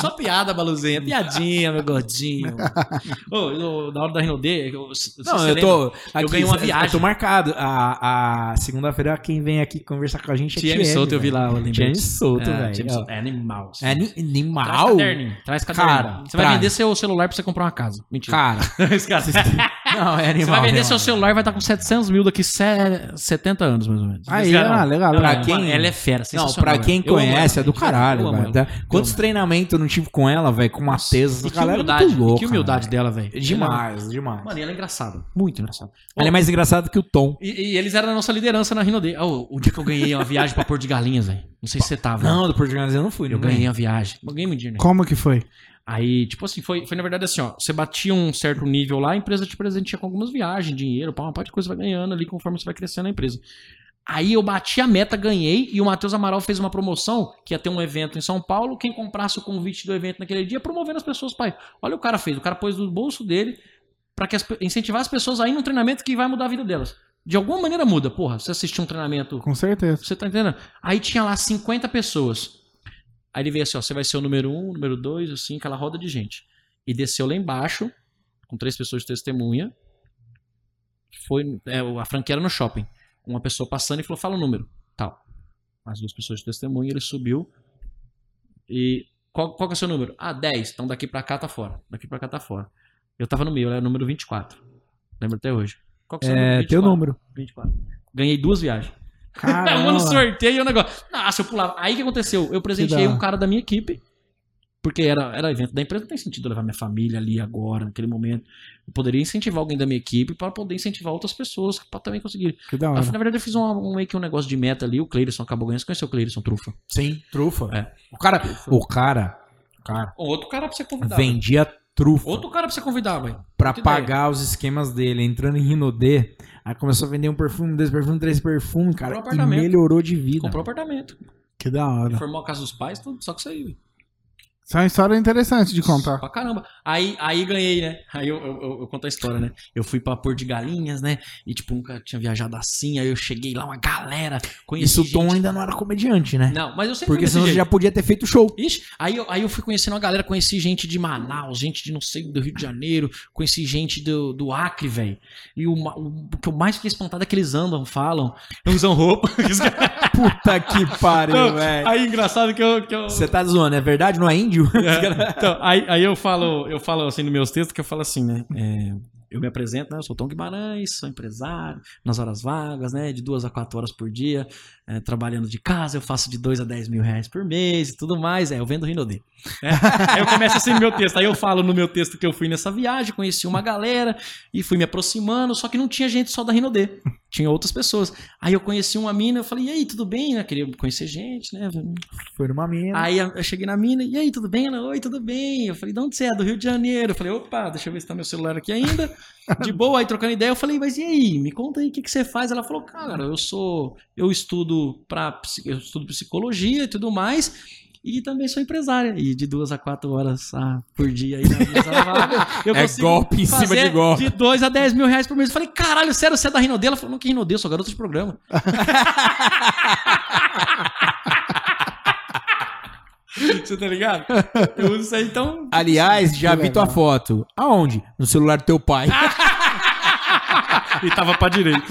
C: Só piada, Baluzinha. é Piadinha, meu gordinho. Ô, eu- na hora da Renaudê, eu, se-
B: Não,
C: se
B: eu
C: lembra,
B: tô.
C: eu ganhei uma
B: eu- Eu
C: viagem.
B: tô marcado. A, a segunda-feira, quem vem aqui conversar com a gente é
C: TM Souto, eu vi lá, eu lembrei.
B: Tieme Souto,
C: É,
B: velho.
C: tipo,
B: ó.
C: é animal.
B: É ani-
C: Traz
B: animal?
C: caderninho. Traz caderninho.
B: Cara,
C: você vai
B: traz.
C: vender seu celular pra você comprar uma casa. Mentira.
B: Cara.
C: Esse cara-
B: Não, é animal.
C: você vai vender
B: animal.
C: seu celular e vai estar com 700 mil daqui se- 70 anos, mais ou menos.
A: Aí,
C: Esse cara-
A: ah, legal.
C: Não,
A: legal.
B: pra quem-
C: Ela é fera,
B: Não,
C: sensacional.
B: pra quem
C: Eu amo
B: conhece,
C: ela,
B: é do
C: gente.
B: caralho,
C: Eu amo
B: velho.
C: ela.
B: Tá? Quantos treinamentos eu não tive com ela, velho? Com o Matheus,
C: E
B: essa
C: que
B: galera
C: humildade,
B: é muito louca.
C: que humildade
B: velho. É
C: dela, velho.
B: Demais, demais.
C: Mano, e ela é engraçada. Muito engraçada.
B: Ela é mais engraçada que o Tom.
C: E, e eles eram a nossa liderança na Rinode. Oh, o dia que eu ganhei uma viagem pra Porto de Galinhas, velho. Não sei se você tava.
B: Não, do Português eu não fui.
C: eu
B: não ganhei.
C: ganhei a viagem. Eu ganhei muito dinheiro. né?
A: Como que foi?
C: Aí, tipo assim, foi, foi na verdade assim, ó. Você batia um certo nível lá, a empresa te presentia com algumas viagens, dinheiro, pá, uma parte de coisa vai ganhando ali conforme você vai crescendo na empresa. Aí eu bati a meta, ganhei, e o Matheus Amaral fez uma promoção que ia ter um evento em São Paulo. Quem comprasse o convite do evento naquele dia, promovendo as pessoas, pai. Olha o cara fez, o cara pôs do bolso dele pra que as pe- incentivar as pessoas a ir num treinamento que vai mudar a vida delas. De alguma maneira muda, porra. Você assistir um treinamento
A: Com certeza.
C: você tá entendendo? Aí tinha lá 50 pessoas. Aí ele veio assim, ó, você vai ser o número um, o número dois, assim, aquela roda de gente. E desceu lá embaixo, com três pessoas de testemunha. Foi, é, a franquia era no shopping. Uma pessoa passando e falou, fala o número, tal. As duas pessoas de testemunha, ele subiu. E qual, qual que é o seu número? Ah, 10. Então daqui pra cá tá fora. Daqui pra cá tá fora. Eu tava no meio, eu era o número 24. Lembro até hoje. Qual que é o seu
B: É, teu
C: 24.
B: número.
C: 24. Ganhei duas viagens.
A: Caramba.
C: Uma no sorteio e um negócio. Nossa, eu pulava. Aí o que aconteceu?
A: Que
C: Eu presenteei
A: da hora.
C: um cara da minha equipe, porque era, era evento da empresa, não tem sentido eu levar minha família ali agora, naquele momento. Eu poderia incentivar alguém da minha equipe para poder incentivar outras pessoas para também conseguir.
A: Que da
C: Na
A: hora.
C: verdade, eu fiz um, um, meio que um negócio de meta ali, o Cleirson acabou ganhando. Você conheceu o Cleirson Trufa?
B: Sim, trufa.
C: É.
B: O cara. O cara. o cara
C: Outro cara pra você convidar. velho.
B: vendia trufa
C: Outro cara pra você convidar, velho.
B: pra
C: que
B: pagar os esquemas dele. Entrando em Rinodê, aí começou a vender um perfume, dois perfumes, três perfumes, cara.
C: Comprou
B: E
C: apartamento.
B: melhorou de vida.
C: Comprou apartamento.
A: Que da hora.
C: Formou a casa dos pais, tudo, só que isso aí, velho.
A: Isso é uma história interessante de contar.
C: Pra caramba. Aí, aí ganhei, né? Aí eu, eu, eu- eu conto a história, né? Eu fui pra Porto de Galinhas, né? E, tipo, nunca tinha viajado assim. Aí eu cheguei lá, uma galera. Conheci
B: Isso o
C: gente.
B: Tom ainda não era comediante, né?
C: Não, mas eu sempre
B: Porque
C: fui desse
B: senão você já
C: jeito.
B: podia ter feito show.
C: Ixi, aí, eu, aí eu fui conhecendo uma galera, conheci gente de Manaus, gente de não sei, do Rio de Janeiro, conheci gente do, do Acre, velho. E o, ma- o que eu mais fiquei espantado é que eles andam, falam, não usam roupa.
B: Puta que pariu, velho.
C: aí engraçado que eu. Que eu...
B: Você tá zoando, é verdade? Não é índio?
C: É, então, aí, aí eu falo, eu falo assim nos meus textos que eu falo assim, né? é, eu me apresento, né? Eu sou Tom Guimarães, sou empresário, nas horas vagas, né? De duas a quatro horas por dia, é, trabalhando de casa, eu faço de dois a dez mil reais por mês e tudo mais. É, eu vendo Rinode. Né? Aí eu começo assim no meu texto. Aí eu falo no meu texto que eu fui nessa viagem, conheci uma galera e fui me aproximando, só que não tinha gente só da Rinode. Tinha outras pessoas. Aí eu conheci uma mina, eu falei, e aí, tudo bem? Eu queria conhecer gente, né?
B: Foi numa mina.
C: Aí eu cheguei na mina, e aí, tudo bem? Ela, oi, tudo bem? Eu falei, de onde você é? Do Rio de Janeiro. Eu falei, opa, deixa eu ver se tá meu celular aqui ainda. De boa, aí trocando ideia, eu falei, mas e aí? Me conta aí, o que, que você faz? Ela falou, cara, eu sou, eu estudo para eu estudo psicologia e tudo mais. E também sou empresária. E de duas a quatro horas ah, por dia aí na minha vaga, eu
B: É
C: consigo
B: golpe em cima
C: fazer
B: de golpe.
C: De dois a dez mil reais por mês. Eu falei, caralho, sério, você é da Rinodê? Ela falou, não, que Rinodê, eu sou garota de programa. Você tá ligado? Eu uso isso aí, então.
B: Aliás, já
A: Que
B: vi tua
A: legal.
B: foto. Aonde? No celular do teu pai.
C: E tava pra direita.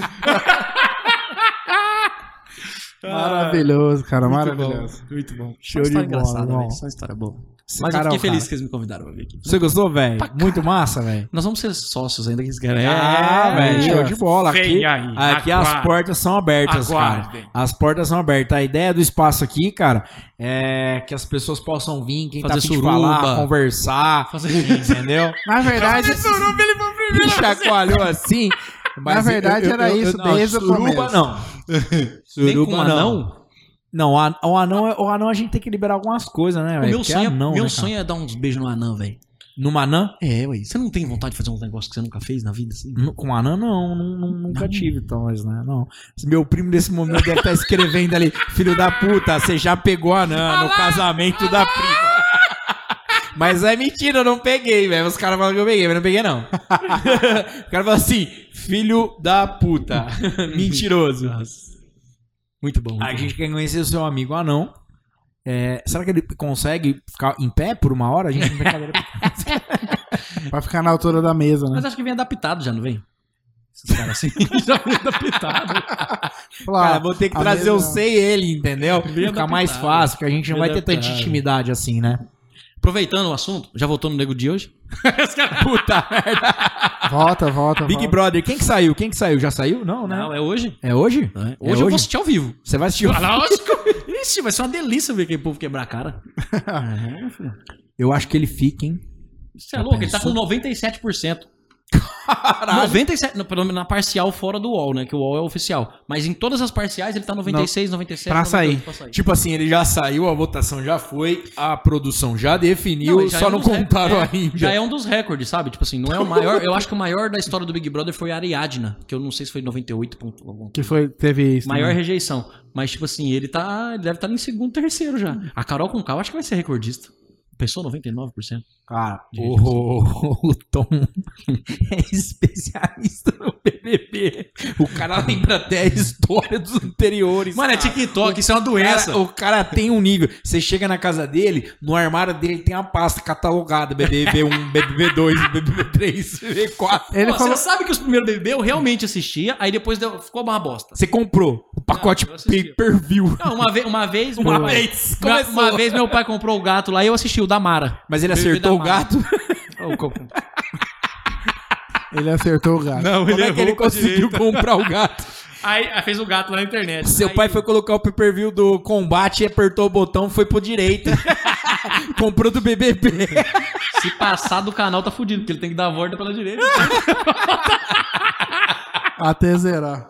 C: ah,
A: Maravilhoso, cara. Maravilhoso.
C: Muito bom.
A: Show
C: Show de
A: de bola, irmão.
C: velho. Isso é uma história boa.
B: Esse
C: Mas
B: cara
C: eu
B: é
C: fiquei
B: o
C: feliz
B: cara.
C: que eles me convidaram pra vir aqui.
B: Você gostou, velho? Muito massa, velho.
C: Nós vamos ser sócios ainda que eles querem. É,
B: Ah, velho, show de bola. Aqui,
C: Vem aí,
B: aqui é as
C: aguardem.
B: portas são abertas,
C: Aguardem.
B: cara. As portas são abertas. A ideia do espaço aqui, cara, é que as pessoas possam vir, quem tá
C: Fazer
B: afim de
C: suruba.
B: falar, conversar, entendeu?
A: Na verdade,
C: um
B: Me chacoalhou assim. mas
A: Na verdade, era isso desde o
B: suruba,
A: começo.
B: Não.
C: Nem com
B: Suruba, não.
C: anão.
B: Não, a- o anão, é- o anão a gente tem que liberar algumas coisas, né?
C: O
B: velho?
C: meu
B: Porque
C: sonho, é-
B: anão,
C: meu
B: né, cara?
C: sonho é dar uns beijos no anão, velho.
B: Numa anã?
C: É, ué. Você não tem vontade de fazer uns negócios que você nunca fez na vida? Assim?
B: Nu- Com anã, não. nu- nu- Nunca tive, talvez, né? Não. Esse Meu primo, nesse momento, deve estar escrevendo ali: Filho da puta, você já pegou anã no casamento da prima. Mas é mentira, eu não peguei, velho. Os caras falam que eu peguei, mas eu não peguei, não. o cara fala assim: Filho da puta. Mentiroso.
C: Muito bom.
B: A
C: muito Ah,
B: Uhum. gente quer conhecer o seu amigo anão. É, será que ele consegue ficar em pé por uma hora? A gente não tem cadeira pra
A: Pra ficar na altura da mesa, né?
C: Mas acho que vem adaptado já, não vem? Esses caras assim. já vem adaptado.
A: Falar,
B: Cara, vou ter que
A: a
B: trazer o
A: mesa-
B: sei e ele, entendeu? Fica
C: adaptado.
B: mais fácil, porque a gente não
C: Bem
B: vai ter tanta
C: adaptado.
B: intimidade assim, né?
C: Aproveitando o assunto, já voltou no Nego de hoje?
B: Puta merda.
A: volta, volta.
B: Big
A: volta.
B: Brother, quem que saiu? Quem que saiu? Já saiu? Não, né?
C: é hoje.
B: É hoje?
C: Hoje,
B: É
C: eu
B: hoje?
C: vou assistir ao vivo.
B: Você vai assistir? o-
C: Lógico! Ixi, vai ser uma delícia ver aquele povo quebrar a cara.
B: Eu acho que ele fica, hein?
C: Você é louco, ele tá com 97%.
B: Caralho.
C: 97, não, pelo menos na parcial fora do UOL, né? Que o UOL é oficial. Mas em todas as parciais ele tá 96, 97,
A: Pra sair.
C: 98, pra sair.
B: Tipo assim, ele já saiu, a votação já foi, a produção já definiu,
C: Não, ele já
B: só
C: é um
B: não
C: dos rec-
B: contaram
C: é,
B: ainda.
C: Já é um dos recordes, sabe? Tipo assim, não é
B: Tá
C: o maior. Eu acho que o maior da história do Big Brother foi a Ariadna, que eu não sei se foi 98 ponto algum.
A: Que foi, teve isso.
C: Maior
A: também.
C: rejeição. Mas, tipo assim, ele tá. Ele deve estar em segundo, terceiro já. A Carol Conká, eu acho que vai ser recordista. Pensou 99%.
B: Cara,
C: De
B: o, o Tom é especialista no BBB. O cara lembra até a história dos anteriores.
C: Mano, é
B: cara.
C: TikTok, isso é uma doença.
B: Cara, o cara tem um nível. Você chega na casa dele, no armário dele tem a pasta catalogada: BBB1, BBB2, BBB3, BBB4.
A: Ele
C: Pô,
A: falou.
C: Você sabe que os primeiros BBB eu realmente assistia, aí depois deu- ficou uma bosta.
B: Você comprou o pacote
C: eu assisti.
B: pay per view.
C: Não, uma, ve uma vez.
B: Uma
C: meu-
B: vez.
C: Uma-
B: Começou.
C: uma vez meu pai comprou o gato lá e eu assisti o da Mara.
B: Mas ele
C: Bebê
B: acertou o
C: da Mara.
B: gato.
C: O co-
A: Ele acertou o gato.
D: Não,
B: Como é que ele conseguiu comprar o gato?
C: Aí aí fez o gato lá na internet.
B: Seu
C: Aí-
B: pai foi colocar o pay per view do combate, apertou o botão, foi pro direita. Comprou do BBB.
C: Se passar do canal, tá fudido, porque ele tem que dar a volta pela direita.
A: Até zerar.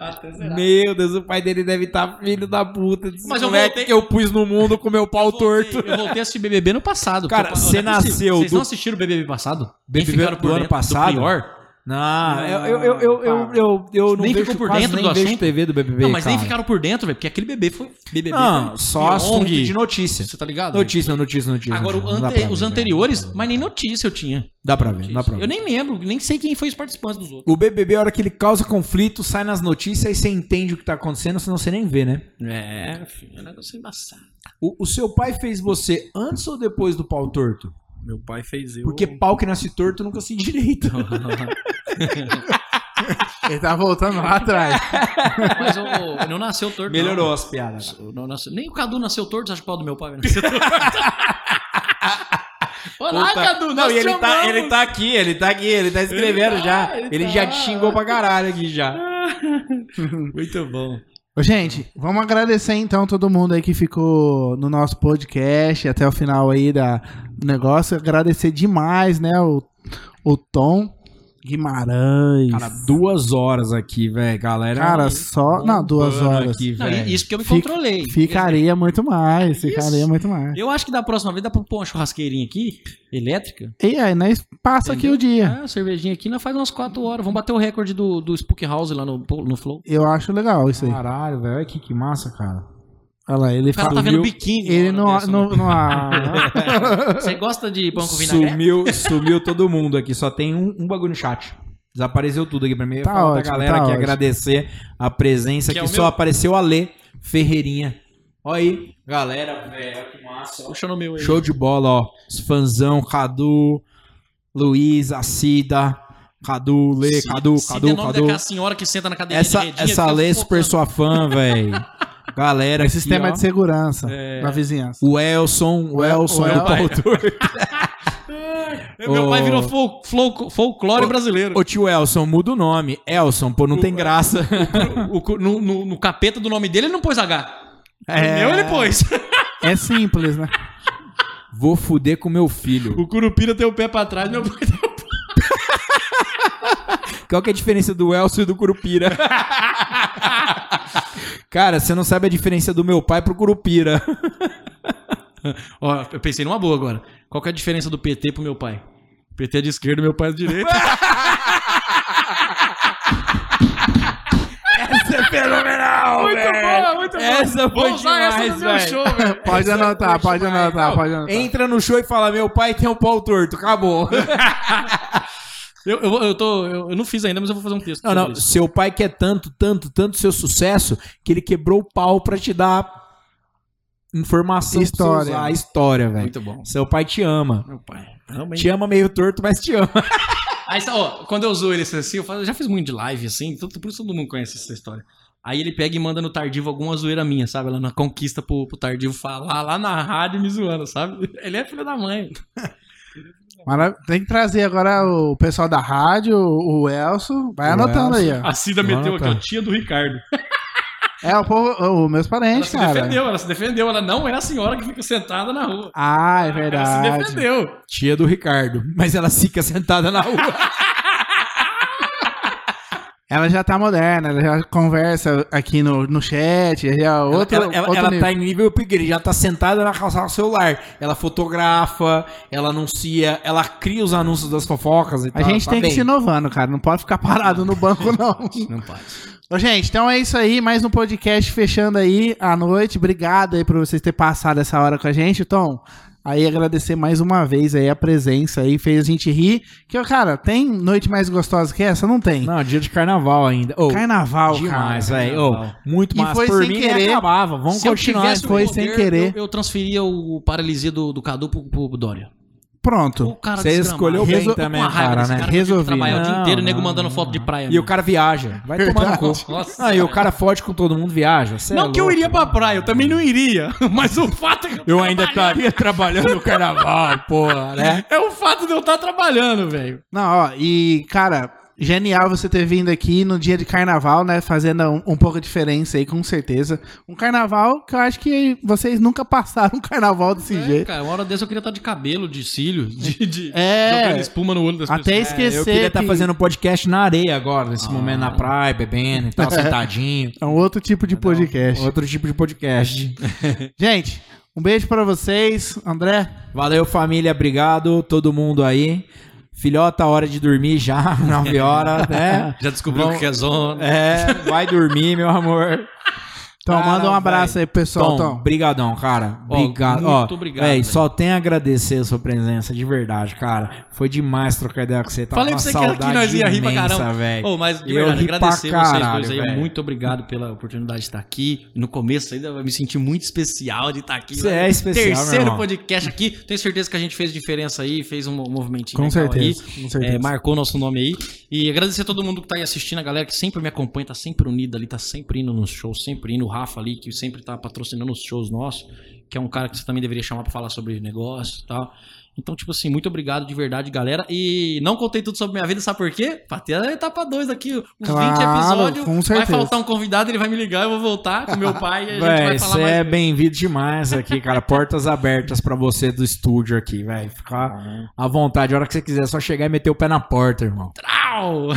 C: Até
B: Meu Deus, o pai dele deve estar filho da puta. desse
C: Tá. Mas eu
B: moleque
C: voltei-
B: que eu pus no mundo com meu pau torto.
C: Eu voltei a assistir BBB no passado.
B: Cara,
C: porque eu-
B: você
C: não é possível.
B: nasceu
C: Vocês
B: do-
C: não assistiram o BBB passado? Nem
B: BBB
C: ficaram
B: do ano passado?
C: pior?
B: Não, eu, eu, eu, eu, eu, eu não
C: Nem
B: vejo
C: ficou por
B: quase
C: dentro
B: nem
C: do
B: vejo
C: assunto?
B: TV do BBB,
C: não, mas nem
B: cara.
C: ficaram por dentro, velho, porque aquele BBB foi... BBB
B: Não,
C: foi
B: só
C: pior
B: assunto
C: que-
B: de notícia.
C: Você tá ligado? velho?
B: Notícia, notícia, notícia.
C: Agora, o
B: notícia. tipo, Não dá
C: ante-
B: pra
C: os
B: ver, né?
C: anteriores, mas nem notícia eu tinha.
B: Dá pra ver, dá pra ver.
C: Eu nem lembro, nem sei quem foi os participantes dos outros.
B: O BBB, a hora que ele causa conflito, sai nas notícias e você entende o que tá acontecendo, senão você nem vê, né?
C: É, filho, é um negócio embaçado.
B: O, o seu pai fez você antes ou depois do pau torto?
D: Meu pai fez eu.
B: Porque pau que nasce torto nunca se direita.
A: Ele tá voltando lá atrás.
C: Mas o, o meu nasceu torto.
B: Melhorou as piadas.
C: não. O meu nasceu- nem o Cadu nasceu torto, você acha que o pau do meu pai nasceu torto? Olá,
B: Puta-
C: Cadu,
B: Não,
C: nós
B: e ele
C: te
B: tá,
C: amamos.
B: ele tá aqui, ele tá aqui, ele tá escrevendo
C: Ele tá,
B: já. Ele,
C: ele tá.
B: já te xingou pra caralho aqui já.
D: Muito bom.
A: Ô, Gente, vamos agradecer então todo mundo aí que ficou no nosso podcast até o final aí da, do negócio. Agradecer demais, né? O, o Tom Guimarães.
B: Cara,
A: Cara,
B: duas horas aqui, velho. Galera.
A: só. Não, duas
B: bombando
A: horas.
B: Aqui,
C: Não, e-
B: velho.
C: isso que eu me
A: Fica-
C: controlei.
A: Ficaria muito mais, ficaria muito mais.
C: Eu acho que da próxima vez dá pra pôr uma churrasqueirinha aqui, elétrica.
A: E aí, nós passa aqui o
B: É.
A: dia.
C: Ah, cervejinha aqui, nós faz umas 4 horas. Vamos bater o recorde do, do Spook House lá no, no Flow.
A: Eu acho legal isso aí.
B: Caralho, velho. Olha que, que massa, cara.
A: Olha lá, ele
C: O cara
A: fala.
C: tá
B: viu?
C: vendo biquíni.
A: Ele
C: na
A: não.
C: hora dessa,
A: não,
C: né?
A: não ah,
C: Você gosta de pão com vinagre?
B: Sumiu, sumiu todo mundo aqui. Só tem um, um bagulho no chat. Desapareceu tudo aqui pra mim. Eu ia
A: Tá
B: falar
A: ótimo,
B: pra galera
A: tá
B: que
A: ótimo.
B: agradecer a presença
C: Que é
B: que
C: o
B: só
C: meu?
B: apareceu a Lê Ferreirinha. Ó aí, galera, velho, que massa. ó.
C: Puxa no meu aí.
B: Show de bola, ó. Os fanzão, Cadu, Luiz, Acida, Cadu, Lê, Cadu,
C: Se
B: Cadu,
C: der é nome
B: Cadu.
C: daquela senhora que senta na cadeira
B: Essa,
C: um
B: essa Lê é super sua fã, velho. Galera, aqui,
A: sistema é
B: ó.
A: de segurança
C: É.
A: na vizinhança.
B: O Elson, o Elson
A: o
B: é
A: El-
B: o autor.
C: Meu pai virou fol- fol- folclore brasileiro.
B: Ô tio Elson, muda o nome. Elson, pô, não tem graça.
C: O cu- no, no- no capeta do nome dele ele não pôs H. No meu ele pôs.
A: É simples, né?
B: Vou fuder com meu filho.
C: O Curupira tem o pé pra trás, meu pai tá- tem o pé.
B: Qual que é a diferença do Elson e do Curupira? Cara, você não sabe a diferença do meu pai pro Curupira.
C: Ó, eu pensei numa boa agora. Qual que é a diferença do PT pro meu pai? PT é de esquerda, meu pai é de direita.
B: Essa é fenomenal, Muito
C: É,
B: boa, muito boa. Essa foi demais, velho.
C: velho.
A: Pode anotar, pode anotar, pode anotar.
B: Entra no show e fala, meu pai tem um pau torto, acabou.
C: Eu, eu, vou- eu tô, eu, eu não fiz ainda, mas eu vou fazer um texto.
B: Não,
C: sobre
B: não,
C: isso.
B: seu pai quer tanto, tanto, tanto seu sucesso que ele quebrou o pau pra te dar informação pra você
A: História.
B: usar, a história, velho.
C: Muito bom.
B: Seu pai te ama.
C: Meu pai. Realmente.
B: Te ama meio torto, mas te ama.
C: Aí, sa- ó, quando eu uso ele assim, eu, falo, eu já fiz muito de live, assim, todo, por isso todo mundo conhece essa história. Aí ele pega e manda no Tardivo alguma zoeira minha, sabe? Lá na conquista pro, pro Tardivo falar lá na rádio me zoando, sabe? Ele é filho da mãe.
A: Mara- Tem que trazer agora o pessoal da rádio, o Elso. Vai
B: O
A: anotando aí, ó.
C: A Cida
B: Mano,
C: meteu aqui,
B: tá.
C: ó, tia do Ricardo.
A: É, o povo, o- os meus
C: Ela
A: parentes,
C: se
A: cara.
C: defendeu, ela se defendeu. Ela não era a senhora que fica sentada na rua.
A: Ah, é
C: Ela se
A: verdade.
C: defendeu.
B: Tia do Ricardo. Mas ela fica sentada na rua.
A: Ela já tá moderna, ela já conversa aqui no, no chat, já é outro,
B: ela ela,
A: outro
B: ela
A: nível.
B: tá em nível upgrade. Ela tá sentada na calçada do celular. Ela fotografa, ela anuncia, ela cria os anúncios das fofocas e
A: A
B: tal.
A: gente
B: tá
A: tem
B: bem.
A: que se inovando, cara. Não pode ficar parado no banco, não.
C: Não pode.
A: Ô, gente, então é isso aí. Mais um podcast fechando aí à noite. Obrigado aí por vocês terem passado essa hora com a gente, Tom. Aí agradecer mais uma vez aí a presença aí, fez a gente rir. Que, ó, cara, tem noite mais gostosa que essa? Não tem.
B: Não, dia de carnaval ainda. Ô,
A: Carnaval,
B: demais,
A: cara.
B: velho. Ô, muito
A: né, E
B: massa.
A: foi
B: Por
A: sem
B: mim, nem
A: querer.
B: acabava. Vamos
C: Se eu
B: continuar.
C: tivesse o
A: foi sem querer.
C: Eu, eu transferia o paralisia do, do Cadu pro, pro Dória.
A: Pronto.
C: O cara
B: Você
C: desgramado.
B: escolheu bem
C: Tô com
B: também,
C: uma raiva
B: cara,
C: desse
B: né?
C: que teve que
A: Resolvi.
C: Trabalhar o dia
B: Não,
C: inteiro, o nego
B: não,
C: mandando
B: não,
C: foto de
B: não.
C: praia. né?
B: E o cara viaja. Vai tomar no cu.
C: Nossa,
B: Não, e o cara fode com todo mundo, viaja. Cê é
C: Não que eu
B: louco.
C: iria pra praia, eu também não iria. Mas o fato é que
B: Eu ainda estaria trabalhando no carnaval, porra, né?
C: É o fato de eu estar trabalhando, velho.
A: Não, ó, e, cara, genial você ter vindo aqui no dia de carnaval, né? Fazendo um, um pouco de diferença aí, com certeza. Um carnaval que eu acho que vocês nunca passaram um carnaval desse
C: É,
A: jeito.
C: cara, uma hora dessa eu queria estar de cabelo, de cílio, de, de
A: É.
C: jogando espuma no olho das
A: Até
C: pessoas.
A: esquecer.
B: Eu queria estar
A: que
B: fazendo um podcast na areia agora, nesse momento, na praia, bebendo e tal, sentadinho.
A: É um outro tipo de podcast.
B: Outro tipo de podcast.
A: Gente, um beijo pra vocês. André,
B: Valeu, família. Obrigado, todo mundo aí. Filhota, hora de dormir já, 9 horas, né?
C: Já descobriu o que é zona.
B: É, vai dormir, meu amor.
A: Tom,
B: Cara,
A: manda um abraço aí pro pessoal,
B: Tom,
A: Tom.
B: brigadão, cara.
C: Ó,
B: Obrigado.
C: muito
B: Ó,
C: obrigado,
B: véi,
C: velho.
B: só tenho a agradecer a sua presença, de verdade, cara. Foi demais trocar ideia com você. Tá
C: Falei pra você que era que nós ia rir pra caramba.
B: velho.
C: Ô, mas de
B: É. Eu
C: verdade,
B: ri pra
C: agradecer
B: caralho,
C: vocês dois aí.
B: velho.
C: Muito obrigado pela oportunidade de estar aqui. No começo ainda eu me senti muito especial de estar aqui. né?
B: Você é especial, meu
C: Terceiro
B: irmão.
C: podcast aqui. Tenho certeza que a gente fez diferença aí, fez um movimentinho
A: Com
C: legal
A: certeza,
C: aí.
A: com certeza.
C: É, marcou nosso nome aí. E agradecer a todo mundo que tá aí assistindo, a galera que sempre me acompanha, tá sempre unida ali, tá sempre indo nos shows, sempre indo. O Rafa ali, que sempre tá patrocinando os shows nossos, que é um cara que você também deveria chamar pra falar sobre negócio e tal. Então, tipo assim, muito obrigado de verdade, galera. E não contei tudo sobre minha vida, sabe por quê? Pra ter a etapa 2 aqui, uns
A: Claro,
C: 20 episódios.
A: com
C: vai
A: certeza.
C: faltar um convidado, ele vai me ligar, eu vou voltar com meu pai e a gente vai
B: Véi,
C: falar
B: você
C: mais.
B: é bem-vindo demais aqui, cara. Portas abertas pra você do estúdio aqui, velho. Fica à vontade, a hora que você quiser, é só chegar e meter o pé na porta, irmão.
C: Au!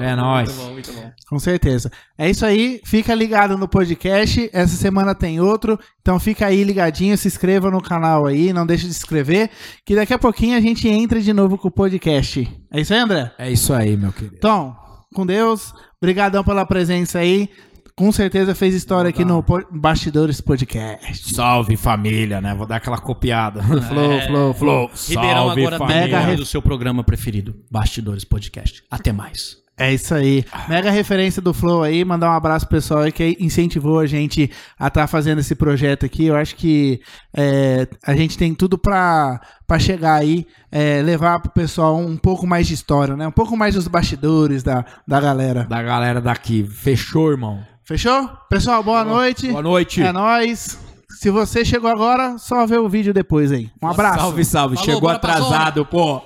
B: É nóis.
C: Muito bom, muito bom.
A: Com certeza. É isso aí. Fica ligado no podcast. Essa semana tem outro. Então fica aí ligadinho, se inscreva no canal aí, não deixe de se inscrever, que daqui a pouquinho a gente entra de novo com o podcast. É isso aí, André?
B: É isso aí, meu querido.
A: Então, com Deus. Obrigadão pela presença aí. Com certeza fez história aqui no po- Bastidores Podcast.
B: Salve família, né? Vou dar aquela copiada.
A: Flow, flow, flow.
B: Falou,
C: É. Ribeirão
B: salve
C: agora
B: família.
C: pega do seu programa preferido, Bastidores Podcast. Até mais.
A: É isso aí. Mega referência do Flow aí. Mandar um abraço pro pessoal aí que incentivou a gente a estar fazendo esse projeto aqui. Eu acho que é, a gente tem tudo pra, pra chegar aí, é, levar pro pessoal um pouco mais de história, né? Um pouco mais dos bastidores da, da galera.
B: Da galera daqui. Fechou, irmão.
A: Fechou? Pessoal, boa noite.
B: Boa noite.
A: É nóis. Se você chegou agora, só vê o vídeo depois aí. Um abraço.
B: Salve, salve.
C: Falou,
B: Chegou
C: bora pra
B: atrasado, pô.